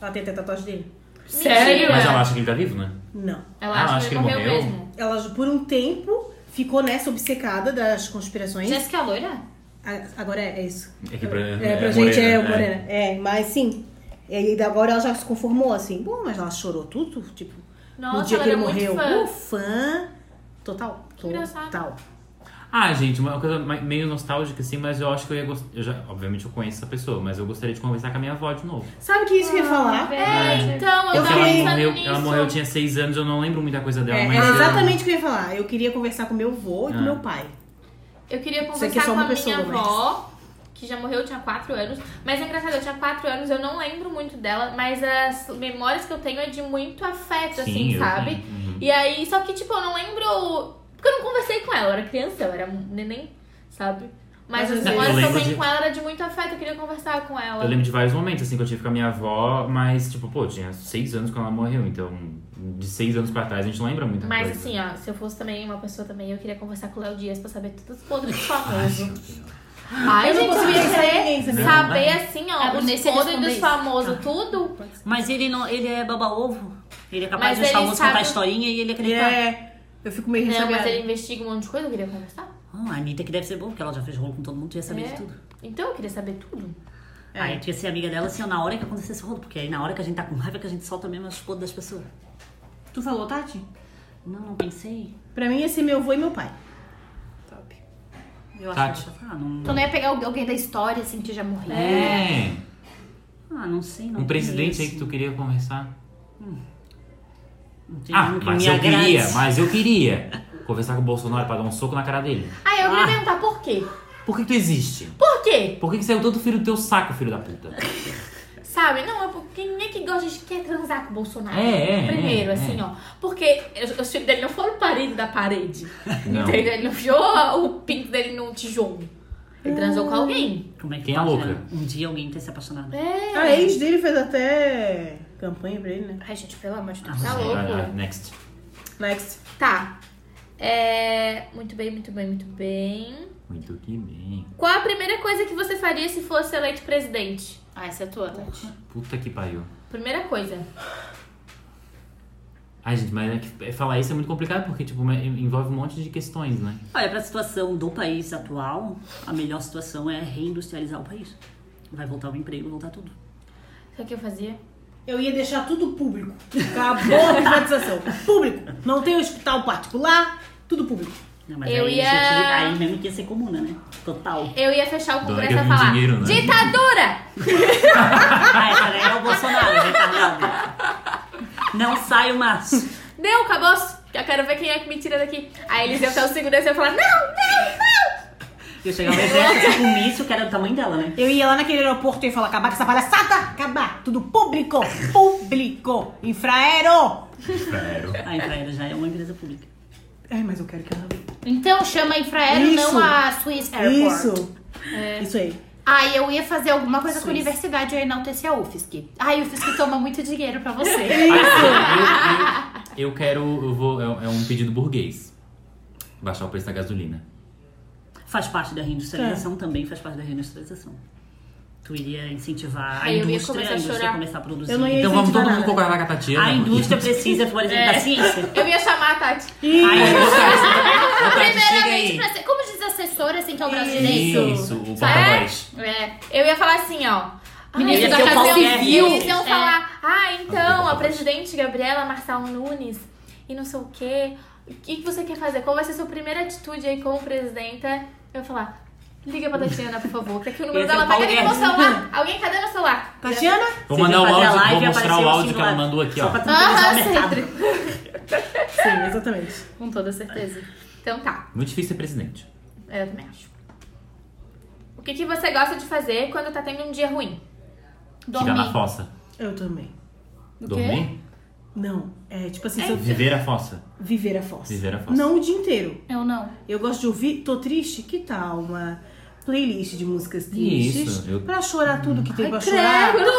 [SPEAKER 5] Ela tem até tatuagem dele?
[SPEAKER 3] Sério?
[SPEAKER 4] Mas ela acha que ele tá vivo, né?
[SPEAKER 5] Não.
[SPEAKER 3] Ela
[SPEAKER 4] Ah,
[SPEAKER 3] acha
[SPEAKER 4] acho
[SPEAKER 3] que ele
[SPEAKER 4] que
[SPEAKER 3] morreu,
[SPEAKER 4] ele morreu.
[SPEAKER 3] mesmo.
[SPEAKER 5] Ela por um tempo ficou nessa obcecada das conspirações.
[SPEAKER 2] Jéssica é loira?
[SPEAKER 5] A- Agora é, é isso.
[SPEAKER 4] É que pra,
[SPEAKER 5] É, pra
[SPEAKER 4] é
[SPEAKER 5] gente é o
[SPEAKER 4] morena,
[SPEAKER 5] Morena. É. mas sim. E daí agora ela já se conformou, assim. Bom, mas ela chorou tudo, tipo, no
[SPEAKER 3] Nossa,
[SPEAKER 5] dia
[SPEAKER 3] ela
[SPEAKER 5] que ele
[SPEAKER 3] era muito fã.
[SPEAKER 5] morreu. Um fã total.
[SPEAKER 3] engraçado.
[SPEAKER 5] Total.
[SPEAKER 4] Ah, gente, uma coisa ma- meio nostálgica assim, mas eu acho que eu ia gostar. Eu já, obviamente eu conheço essa pessoa, mas eu gostaria de conversar com a minha avó de novo.
[SPEAKER 5] Sabe que isso que eu ia falar?
[SPEAKER 3] É, então, eu,
[SPEAKER 5] Eu
[SPEAKER 4] Porque
[SPEAKER 3] tava
[SPEAKER 4] ela
[SPEAKER 5] fiquei-
[SPEAKER 3] pensando
[SPEAKER 4] morreu,
[SPEAKER 3] nisso.
[SPEAKER 4] ela morreu, eu tinha seis anos, eu não lembro muita coisa dela,
[SPEAKER 5] É,
[SPEAKER 4] mas.
[SPEAKER 5] era
[SPEAKER 4] eu-
[SPEAKER 5] exatamente o que eu ia falar. Eu queria conversar com meu avô e com
[SPEAKER 4] Ah.
[SPEAKER 5] meu pai.
[SPEAKER 3] Eu queria
[SPEAKER 5] Isso aqui é
[SPEAKER 3] conversar
[SPEAKER 5] só
[SPEAKER 3] com
[SPEAKER 5] uma
[SPEAKER 3] a minha
[SPEAKER 5] pessoa, mas-
[SPEAKER 3] avó, que já morreu, eu tinha 4 anos. Mas é engraçado, eu tinha 4 anos, eu não lembro muito dela, mas as memórias que eu tenho é de muito afeto, assim,
[SPEAKER 4] eu-
[SPEAKER 3] sabe?
[SPEAKER 4] uhum.
[SPEAKER 3] E aí, só que, tipo, eu não lembro. Porque eu não conversei com ela, eu era criança, eu era um neném, sabe? Mas
[SPEAKER 5] Mas assim,
[SPEAKER 3] as
[SPEAKER 5] eu
[SPEAKER 3] memórias que eu
[SPEAKER 4] lembro
[SPEAKER 3] tenho
[SPEAKER 4] de-
[SPEAKER 3] com ela era de muito afeto, eu queria conversar com ela.
[SPEAKER 4] Eu lembro de vários momentos, assim, que eu tive com a minha avó, mas, tipo, pô, tinha seis anos quando ela morreu, então, de seis anos pra trás, a gente não lembra muita
[SPEAKER 3] Mas
[SPEAKER 4] coisa.
[SPEAKER 3] assim, ó, se eu fosse também uma pessoa também, eu queria conversar com o Léo Dias pra saber todos os podres do
[SPEAKER 4] Ai,
[SPEAKER 3] famoso.
[SPEAKER 4] meu Deus.
[SPEAKER 3] Ai,
[SPEAKER 5] Eu não
[SPEAKER 3] gente, eu
[SPEAKER 5] consigo
[SPEAKER 3] ia
[SPEAKER 5] pensar em ninguém,
[SPEAKER 3] querer
[SPEAKER 5] sabe?
[SPEAKER 3] saber
[SPEAKER 4] Não, né?
[SPEAKER 3] assim,
[SPEAKER 2] Ah,
[SPEAKER 3] ó, os
[SPEAKER 2] nesse ele
[SPEAKER 3] podres dos
[SPEAKER 2] respondeu
[SPEAKER 3] famosos, tudo.
[SPEAKER 6] Mas ele não, ele é baba-ovo. Ele é capaz
[SPEAKER 3] Mas
[SPEAKER 6] de deixar
[SPEAKER 3] ele
[SPEAKER 6] o outro
[SPEAKER 3] sabe-
[SPEAKER 6] contar a historinha e ele
[SPEAKER 5] Ele
[SPEAKER 6] acreditar.
[SPEAKER 5] é. Eu fico meio
[SPEAKER 3] Não, mas
[SPEAKER 5] ressabiada.
[SPEAKER 3] ele investiga um monte de coisa, eu queria conversar.
[SPEAKER 6] Ah, a Anitta que deve ser boa, porque ela já fez rolo com todo mundo, tu ia saber
[SPEAKER 3] É.
[SPEAKER 6] de tudo.
[SPEAKER 3] Então eu queria saber tudo.
[SPEAKER 5] É.
[SPEAKER 6] Aí tu ia ser amiga dela assim, ó, na hora que acontecer esse rolo, porque aí na hora que a gente tá com raiva que a gente solta mesmo as podres das pessoas.
[SPEAKER 5] Tu falou, Tati?
[SPEAKER 6] Não, não pensei.
[SPEAKER 5] Pra mim ia ser meu avô e meu pai. Top.
[SPEAKER 6] Eu
[SPEAKER 4] Tati.
[SPEAKER 6] acho que eu ia falar, ah, não.
[SPEAKER 2] Então não ia pegar algu- alguém da história, assim, que já morreu.
[SPEAKER 4] É.
[SPEAKER 6] Ah, não sei, não.
[SPEAKER 4] Um presidente aí
[SPEAKER 6] conheço.
[SPEAKER 4] que tu queria conversar.
[SPEAKER 6] Não tem
[SPEAKER 4] Ah,
[SPEAKER 6] nenhum que
[SPEAKER 4] mas
[SPEAKER 6] me
[SPEAKER 4] eu
[SPEAKER 6] agrade.
[SPEAKER 4] queria, mas eu queria conversar com o Bolsonaro pra dar um soco na cara dele.
[SPEAKER 3] Ah, eu queria
[SPEAKER 6] Ah.
[SPEAKER 3] perguntar por quê?
[SPEAKER 4] Por que que tu existe?
[SPEAKER 3] Por quê?
[SPEAKER 4] Por que, que saiu todo filho do teu saco, filho da puta?
[SPEAKER 3] Sabe? Não, é porque quem é que gosta de quer transar com o Bolsonaro?
[SPEAKER 4] É, é,
[SPEAKER 3] Primeiro,
[SPEAKER 4] é,
[SPEAKER 3] assim,
[SPEAKER 4] é.
[SPEAKER 3] ó. Porque os os filhos dele não foram parede da parede.
[SPEAKER 4] Não.
[SPEAKER 3] Entendeu? Ele não enfiou o pinto dele no tijolo. Ele transou com alguém.
[SPEAKER 6] Como é que
[SPEAKER 4] Quem é
[SPEAKER 6] pode,
[SPEAKER 4] louca?
[SPEAKER 6] né? Um dia alguém ter se apaixonado.
[SPEAKER 3] É.
[SPEAKER 5] A ex dele fez até campanha pra ele, né?
[SPEAKER 2] Ai, gente, pelo amor de Deus.
[SPEAKER 4] Vai,
[SPEAKER 3] Tá
[SPEAKER 4] Ah, vai, vai,
[SPEAKER 3] louco.
[SPEAKER 4] Next.
[SPEAKER 5] Next.
[SPEAKER 3] Tá. É. Muito bem, muito bem, muito bem.
[SPEAKER 4] Muito que bem.
[SPEAKER 3] Qual a primeira coisa que você faria se fosse eleito presidente?
[SPEAKER 2] Ah, essa é tua, Tati.
[SPEAKER 4] Puta que pariu.
[SPEAKER 3] Primeira coisa.
[SPEAKER 4] Ai, gente, mas é que falar isso é muito complicado porque, tipo, envolve um monte de questões, né?
[SPEAKER 6] Olha, para a situação do país atual, a melhor situação é reindustrializar o país. Vai voltar o emprego, voltar tudo.
[SPEAKER 3] Sabe o que eu fazia?
[SPEAKER 5] Eu ia deixar tudo público. Acabou a privatização. Público. Não tem hospital particular, tudo público.
[SPEAKER 6] Não, né? mas
[SPEAKER 3] Eu
[SPEAKER 6] aí,
[SPEAKER 3] ia-
[SPEAKER 6] gente, aí mesmo que ia ser comuna, né? Total.
[SPEAKER 3] Eu ia fechar o
[SPEAKER 4] Dona
[SPEAKER 3] congresso
[SPEAKER 4] quer vir
[SPEAKER 3] e falar:
[SPEAKER 4] dinheiro, né?
[SPEAKER 3] Ditadura!
[SPEAKER 6] Ah, essa daí é o Bolsonaro, retardado. Não sai o Márcio.
[SPEAKER 3] Deu, acabou. Eu quero ver quem é que me tira daqui. Aí eles iam até o segurança e eu falar: Não, não, não!
[SPEAKER 6] Eu chegava no exército assim, com um míssil que era do tamanho dela, né?
[SPEAKER 5] Eu ia lá naquele aeroporto e ia falar: acabar com essa palhaçada, acabar. Tudo público. Público. Infraero.
[SPEAKER 4] Claro.
[SPEAKER 6] A Infraero já é uma empresa pública.
[SPEAKER 5] Ai, mas eu quero que ela.
[SPEAKER 2] Então chama a Infraero,
[SPEAKER 5] Isso.
[SPEAKER 2] não a Swiss Airport.
[SPEAKER 5] Isso. Isso aí.
[SPEAKER 2] Aí eu ia fazer alguma coisa com
[SPEAKER 6] Swiss.
[SPEAKER 2] a universidade e eu enaltecer a UFSC. Ai, a UFSC toma muito dinheiro pra você.
[SPEAKER 4] Isso! Eu, eu, eu quero. Eu vou, é, é um pedido burguês. Baixar o preço da gasolina.
[SPEAKER 6] Faz parte da
[SPEAKER 5] É.
[SPEAKER 6] reindustrialização, também faz parte da reindustrialização. Tu iria incentivar a
[SPEAKER 3] Aí eu ia
[SPEAKER 6] indústria,
[SPEAKER 3] começar
[SPEAKER 6] a
[SPEAKER 3] a
[SPEAKER 6] indústria
[SPEAKER 3] chorar.
[SPEAKER 6] começar a produzir.
[SPEAKER 5] Eu não ia
[SPEAKER 4] Então vamos todo
[SPEAKER 5] incentivar
[SPEAKER 4] mundo
[SPEAKER 5] nada.
[SPEAKER 4] concordar com a Tatiana.
[SPEAKER 6] A
[SPEAKER 4] porque-
[SPEAKER 6] indústria precisa, por exemplo,
[SPEAKER 3] É.
[SPEAKER 6] da ciência.
[SPEAKER 3] Eu ia chamar a Tati.
[SPEAKER 6] A
[SPEAKER 4] É,
[SPEAKER 6] indústria...
[SPEAKER 4] Ô, Tati, chega
[SPEAKER 2] Primeiramente,
[SPEAKER 4] aí.
[SPEAKER 2] pra ser, como diz assessora, assim, que é o brasileiro.
[SPEAKER 4] Isso, o
[SPEAKER 3] Sabe?
[SPEAKER 4] porta-voz.
[SPEAKER 3] É. Eu ia falar assim, ó.
[SPEAKER 2] Ministro
[SPEAKER 3] Ai,
[SPEAKER 6] da
[SPEAKER 3] eles iam-
[SPEAKER 6] Casa Civil.
[SPEAKER 3] Eles iam
[SPEAKER 2] É.
[SPEAKER 3] falar, ah, então, a
[SPEAKER 4] Obrigado.
[SPEAKER 3] presidente Gabriela Marçal Nunes e não sei o quê. O que que você quer fazer? Qual vai ser a sua primeira atitude aí como presidenta? Eu ia falar, liga pra Tatiana, por favor. Tá aqui o número
[SPEAKER 6] Esse é o
[SPEAKER 3] dela. Tá
[SPEAKER 6] Paulo
[SPEAKER 3] cadê meu
[SPEAKER 6] Guedes.
[SPEAKER 3] celular? Alguém, cadê meu celular?
[SPEAKER 5] Tatiana?
[SPEAKER 4] Vou
[SPEAKER 6] Vocês
[SPEAKER 4] mandar o
[SPEAKER 6] iam fazer a
[SPEAKER 4] áudio,
[SPEAKER 6] live
[SPEAKER 4] vou
[SPEAKER 6] e
[SPEAKER 4] mostrar
[SPEAKER 6] apareceu
[SPEAKER 4] o
[SPEAKER 6] o
[SPEAKER 4] áudio que ela
[SPEAKER 6] singular.
[SPEAKER 4] mandou aqui,
[SPEAKER 6] Só
[SPEAKER 4] ó.
[SPEAKER 6] pra
[SPEAKER 2] Aham,
[SPEAKER 6] tranquilizar o mercado.
[SPEAKER 2] sempre.
[SPEAKER 5] Sim, exatamente.
[SPEAKER 2] Com toda certeza.
[SPEAKER 3] Então tá,
[SPEAKER 4] Muito difícil ser presidente.
[SPEAKER 3] eu também acho. O que, que você gosta de fazer quando tá tendo um dia ruim?
[SPEAKER 4] Ficar na fossa.
[SPEAKER 5] Eu também.
[SPEAKER 2] O quê?
[SPEAKER 4] Dormir?
[SPEAKER 5] Não, é tipo assim, se eu
[SPEAKER 4] Viver a fossa.
[SPEAKER 5] viver a fossa.
[SPEAKER 4] Viver a fossa.
[SPEAKER 5] Não o dia inteiro.
[SPEAKER 2] Eu não.
[SPEAKER 5] Eu gosto de ouvir, tô triste, que tal uma playlist de músicas tristes
[SPEAKER 4] Isso, eu-
[SPEAKER 5] pra chorar tudo que tem pra chorar.
[SPEAKER 3] Credo!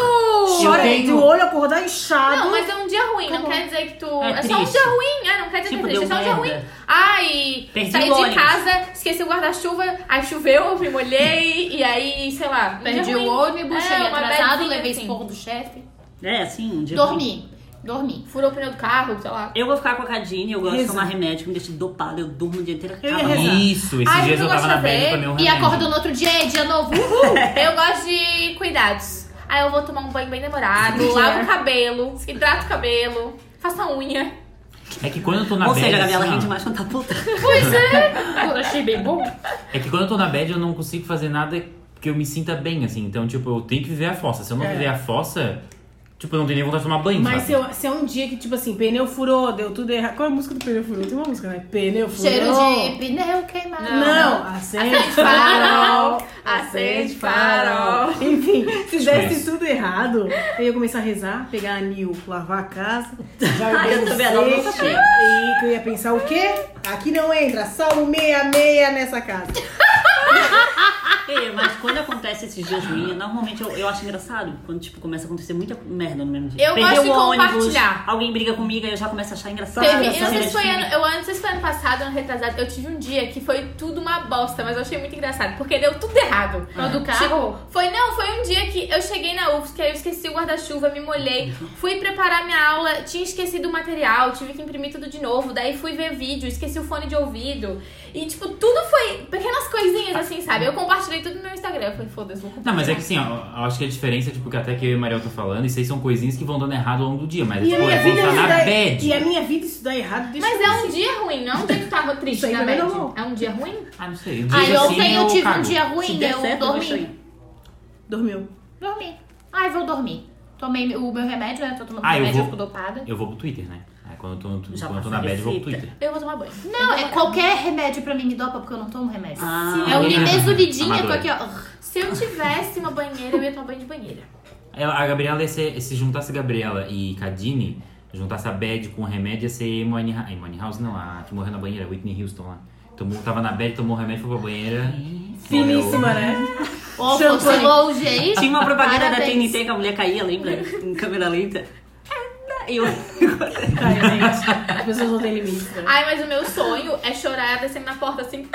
[SPEAKER 5] Chora
[SPEAKER 6] Eu
[SPEAKER 5] entre
[SPEAKER 6] tenho-
[SPEAKER 5] o olho acordar inchado.
[SPEAKER 3] Não, mas é um dia ruim, não
[SPEAKER 5] Acabou.
[SPEAKER 3] quer dizer que tu.
[SPEAKER 6] É
[SPEAKER 3] É, só um
[SPEAKER 6] triste.
[SPEAKER 3] dia ruim, é, não quer dizer
[SPEAKER 6] Tipo,
[SPEAKER 3] que é triste, é só um
[SPEAKER 6] deu
[SPEAKER 3] dia
[SPEAKER 6] merda.
[SPEAKER 3] ruim. Ai,
[SPEAKER 6] Perdi
[SPEAKER 3] saí
[SPEAKER 6] o
[SPEAKER 3] de
[SPEAKER 6] ônibus.
[SPEAKER 3] casa, esqueci o guarda-chuva, aí choveu, me molhei, e aí, sei lá, um dia
[SPEAKER 2] Perdi
[SPEAKER 3] ruim.
[SPEAKER 2] o ônibus,
[SPEAKER 3] É,
[SPEAKER 2] cheguei
[SPEAKER 3] uma
[SPEAKER 2] atrasado,
[SPEAKER 3] badzinha,
[SPEAKER 2] levei
[SPEAKER 3] assim.
[SPEAKER 2] esporro do chefe.
[SPEAKER 6] É, assim, um dia.
[SPEAKER 2] Dormi. Dormi.
[SPEAKER 3] Furou o pneu do carro, sei lá.
[SPEAKER 6] Eu vou ficar com a Cadine, eu gosto de
[SPEAKER 5] Reza.
[SPEAKER 6] tomar remédio, que me deixa dopada, eu durmo o dia inteiro.
[SPEAKER 5] Eu ia
[SPEAKER 6] acaba.
[SPEAKER 5] rezar.
[SPEAKER 4] Isso, esses
[SPEAKER 3] Ai,
[SPEAKER 4] dias
[SPEAKER 3] eu
[SPEAKER 4] eu tava
[SPEAKER 3] gosto
[SPEAKER 4] na
[SPEAKER 3] de
[SPEAKER 4] bad
[SPEAKER 3] ver.
[SPEAKER 4] pra meu
[SPEAKER 2] E
[SPEAKER 4] remédio.
[SPEAKER 2] acordo no outro dia, é dia novo. Uhul!
[SPEAKER 3] Eu gosto de cuidados. Aí eu vou tomar um banho bem demorado, lavo
[SPEAKER 6] é.
[SPEAKER 3] o cabelo, hidrato o cabelo, faço a unha.
[SPEAKER 4] É que quando eu tô na
[SPEAKER 6] Ou
[SPEAKER 4] bad.
[SPEAKER 6] seja, a Gabriela
[SPEAKER 4] assim, ó,
[SPEAKER 6] rende mais quando tá puta.
[SPEAKER 2] Eu achei bem bom.
[SPEAKER 4] É que quando eu tô na bad, eu não consigo fazer nada que eu me sinta bem, assim. Então, tipo, eu tenho que viver a fossa. Se eu não viver a fossa, tipo, eu não tenho nem vontade de tomar banho,
[SPEAKER 5] Mas
[SPEAKER 4] sabe?
[SPEAKER 5] se, eu- se é um dia que, tipo assim, pneu furou, deu tudo errado. Qual é a música do pneu furou? Tem uma música, né? Pneu furou.
[SPEAKER 2] Cheiro de pneu queimado.
[SPEAKER 5] Não, acende
[SPEAKER 3] farol,
[SPEAKER 5] farol.
[SPEAKER 3] acende farol.
[SPEAKER 5] Enfim, se
[SPEAKER 4] Tipo
[SPEAKER 5] desse
[SPEAKER 4] isso.
[SPEAKER 5] tudo errado, eu ia começar a rezar, pegar anil, lavar a casa,
[SPEAKER 6] Ah,
[SPEAKER 5] já
[SPEAKER 6] eu
[SPEAKER 5] ia
[SPEAKER 6] também adoro essa parte.
[SPEAKER 5] E que eu ia pensar o quê? Aqui não entra, salmo meia-meia nessa casa.
[SPEAKER 6] Ei, mas quando acontece esses dias ruins, normalmente eu, eu acho engraçado. Quando, tipo, começa a acontecer muita merda no mesmo dia.
[SPEAKER 3] Eu gosto de compartilhar.
[SPEAKER 6] Alguém briga comigo, aí eu já começo a achar engraçado. né?
[SPEAKER 3] Teve, eu
[SPEAKER 6] essa
[SPEAKER 3] não sei
[SPEAKER 6] cena
[SPEAKER 3] se
[SPEAKER 6] de
[SPEAKER 3] foi
[SPEAKER 6] filme.
[SPEAKER 3] ano, eu, não sei se foi ano passado, ano retrasado, eu tive um dia que foi tudo uma bosta, mas eu achei muito engraçado, porque deu tudo errado.
[SPEAKER 2] Não, do
[SPEAKER 3] Tipo,
[SPEAKER 2] carro?
[SPEAKER 3] foi, não, foi um dia que eu cheguei na UFSC, aí eu esqueci o guarda-chuva, me molhei, fui preparar minha aula, tinha esquecido o material, tive que imprimir tudo de novo, daí fui ver vídeo, esqueci o fone de ouvido. E, tipo, tudo foi pequenas coisinhas assim, sabe? Eu compartilhei tudo no meu Instagram, eu falei, foda-se, vou
[SPEAKER 4] Não, mas é que assim, ó, eu acho que a diferença, tipo, que até que eu e o Mariel tô falando, isso aí são coisinhas que vão dando errado ao longo do dia, mas
[SPEAKER 5] E a
[SPEAKER 4] tipo,
[SPEAKER 5] minha
[SPEAKER 4] é quando
[SPEAKER 5] vida
[SPEAKER 4] tá na
[SPEAKER 5] isso daí-
[SPEAKER 4] bad.
[SPEAKER 5] E a minha vida isso dá errado, deixa
[SPEAKER 3] Mas
[SPEAKER 5] eu
[SPEAKER 3] é
[SPEAKER 5] ver
[SPEAKER 3] um
[SPEAKER 5] se-
[SPEAKER 3] dia ruim, não é um dia que tu tava triste,
[SPEAKER 5] Isso aí
[SPEAKER 3] na
[SPEAKER 5] também
[SPEAKER 3] verdade.
[SPEAKER 5] não é bom.
[SPEAKER 3] É um dia ruim?
[SPEAKER 4] Ah, não sei. Dias
[SPEAKER 2] Aí
[SPEAKER 4] assim,
[SPEAKER 2] ontem eu tive
[SPEAKER 4] cago.
[SPEAKER 2] um dia
[SPEAKER 6] Se
[SPEAKER 2] ruim,
[SPEAKER 6] der
[SPEAKER 2] eu
[SPEAKER 6] certo, eu vou
[SPEAKER 2] dormi.
[SPEAKER 6] chorar.
[SPEAKER 5] Dormiu.
[SPEAKER 2] Dormi. Ai, vou dormir. Tomei o meu remédio, né? Tô tomando
[SPEAKER 4] Ah, eu
[SPEAKER 2] remédio, eu
[SPEAKER 4] vou-
[SPEAKER 2] fico dopada.
[SPEAKER 4] Eu vou pro Twitter, né? Aí quando eu tô, no-
[SPEAKER 6] Já
[SPEAKER 4] quando eu tô
[SPEAKER 6] passa
[SPEAKER 4] na
[SPEAKER 6] a
[SPEAKER 4] bad, eu vou pro
[SPEAKER 6] receita.
[SPEAKER 4] Twitter.
[SPEAKER 3] Eu vou tomar banho.
[SPEAKER 2] Não, é qualquer remédio pra mim me dopa, porque eu não tomo remédio.
[SPEAKER 6] Ah,
[SPEAKER 2] é o
[SPEAKER 4] menina.
[SPEAKER 2] linezolidinha, eu tô
[SPEAKER 4] Amadora.
[SPEAKER 2] aqui, ó.
[SPEAKER 3] Se eu tivesse uma banheira, eu ia tomar banho de banheira.
[SPEAKER 4] É, A Gabriela ia ser, se juntasse Gabriela e Cadine, juntasse a Bad com o remédio, ia ser Money House. House não, a que morreu na banheira, Whitney Houston lá. Tomou, tava na Bad, tomou o remédio, foi pra banheira. morreu.
[SPEAKER 5] Finíssima, né?
[SPEAKER 2] Ó,
[SPEAKER 5] Champanhe.
[SPEAKER 2] foi longe aí.
[SPEAKER 6] Tinha uma propaganda da
[SPEAKER 2] Parabéns.
[SPEAKER 6] TNT que a mulher caía, lembra? Em câmera lenta. E eu...
[SPEAKER 5] Ai, gente, as pessoas não têm limite. né?
[SPEAKER 3] Ai, mas o meu sonho é chorar descendo na porta assim.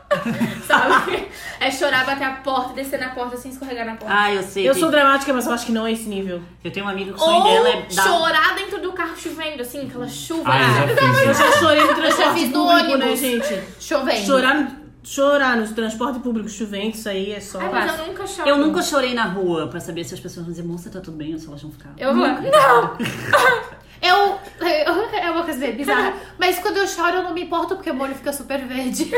[SPEAKER 3] Sabe? É chorar, bater a porta, descer na porta assim, escorregar na porta.
[SPEAKER 6] Ah, eu sei.
[SPEAKER 5] Eu
[SPEAKER 6] tem-
[SPEAKER 5] sou dramática, mas eu acho que não é esse nível.
[SPEAKER 6] Eu tenho uma amiga que o sonho
[SPEAKER 3] Ou
[SPEAKER 6] dela é dar...
[SPEAKER 3] chorar dentro do carro chovendo, assim, aquela chuva.
[SPEAKER 4] Ah, eu já
[SPEAKER 5] Eu
[SPEAKER 4] fiz.
[SPEAKER 5] já chorei no
[SPEAKER 2] já
[SPEAKER 5] transporte
[SPEAKER 2] fiz no
[SPEAKER 5] público, né,
[SPEAKER 2] ônibus.
[SPEAKER 5] gente?
[SPEAKER 2] Chovendo.
[SPEAKER 5] Chorar, no- chorar no transporte público chovendo, isso aí é só.
[SPEAKER 3] Ai, mas eu nunca choro.
[SPEAKER 6] Eu nunca chorei na rua pra saber se as pessoas vão dizer, moça, tá tudo bem ou se elas vão ficar.
[SPEAKER 3] Eu vou. Não!
[SPEAKER 2] Eu, eu- É uma coisa bem bizarra. Mas quando eu choro, eu não me importo porque o molho fica super verde.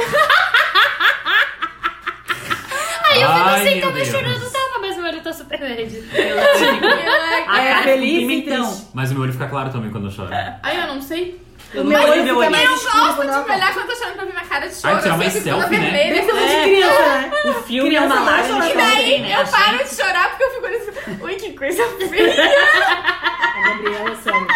[SPEAKER 2] Aí eu fico
[SPEAKER 4] Ai,
[SPEAKER 2] assim,
[SPEAKER 4] meu
[SPEAKER 2] tava
[SPEAKER 4] Deus.
[SPEAKER 2] chorando, tava, mas o molho tá super verde.
[SPEAKER 6] A
[SPEAKER 5] É,
[SPEAKER 6] cara
[SPEAKER 5] feliz
[SPEAKER 6] fica pimentão.
[SPEAKER 5] e triste.
[SPEAKER 4] Mas o meu olho fica claro também quando eu choro. Ai,
[SPEAKER 3] Aí eu não sei.
[SPEAKER 5] O meu
[SPEAKER 6] Mas
[SPEAKER 5] olho
[SPEAKER 6] o meu
[SPEAKER 5] fica
[SPEAKER 6] olho-
[SPEAKER 5] mais
[SPEAKER 6] Eu
[SPEAKER 5] escuro
[SPEAKER 3] Gosto
[SPEAKER 5] quando
[SPEAKER 3] de
[SPEAKER 5] ela fala.
[SPEAKER 3] olhar quando eu tô chorando pra ver minha cara de choro.
[SPEAKER 4] Ai, tirar
[SPEAKER 3] assim,
[SPEAKER 4] mais
[SPEAKER 3] fico toda
[SPEAKER 4] selfie, né?
[SPEAKER 3] vermelha, assim,
[SPEAKER 5] Coisa de
[SPEAKER 6] É.
[SPEAKER 5] criança, né?
[SPEAKER 6] O filme é
[SPEAKER 5] Criança
[SPEAKER 6] uma
[SPEAKER 5] não vai
[SPEAKER 6] lágrima.
[SPEAKER 5] chorar
[SPEAKER 3] E
[SPEAKER 6] de
[SPEAKER 5] sozinha,
[SPEAKER 3] daí
[SPEAKER 6] alguém, né?
[SPEAKER 3] eu
[SPEAKER 6] Achei-
[SPEAKER 3] paro de chorar porque eu fico nesse. Ui, que coisa feia.
[SPEAKER 5] A Gabriela, sério.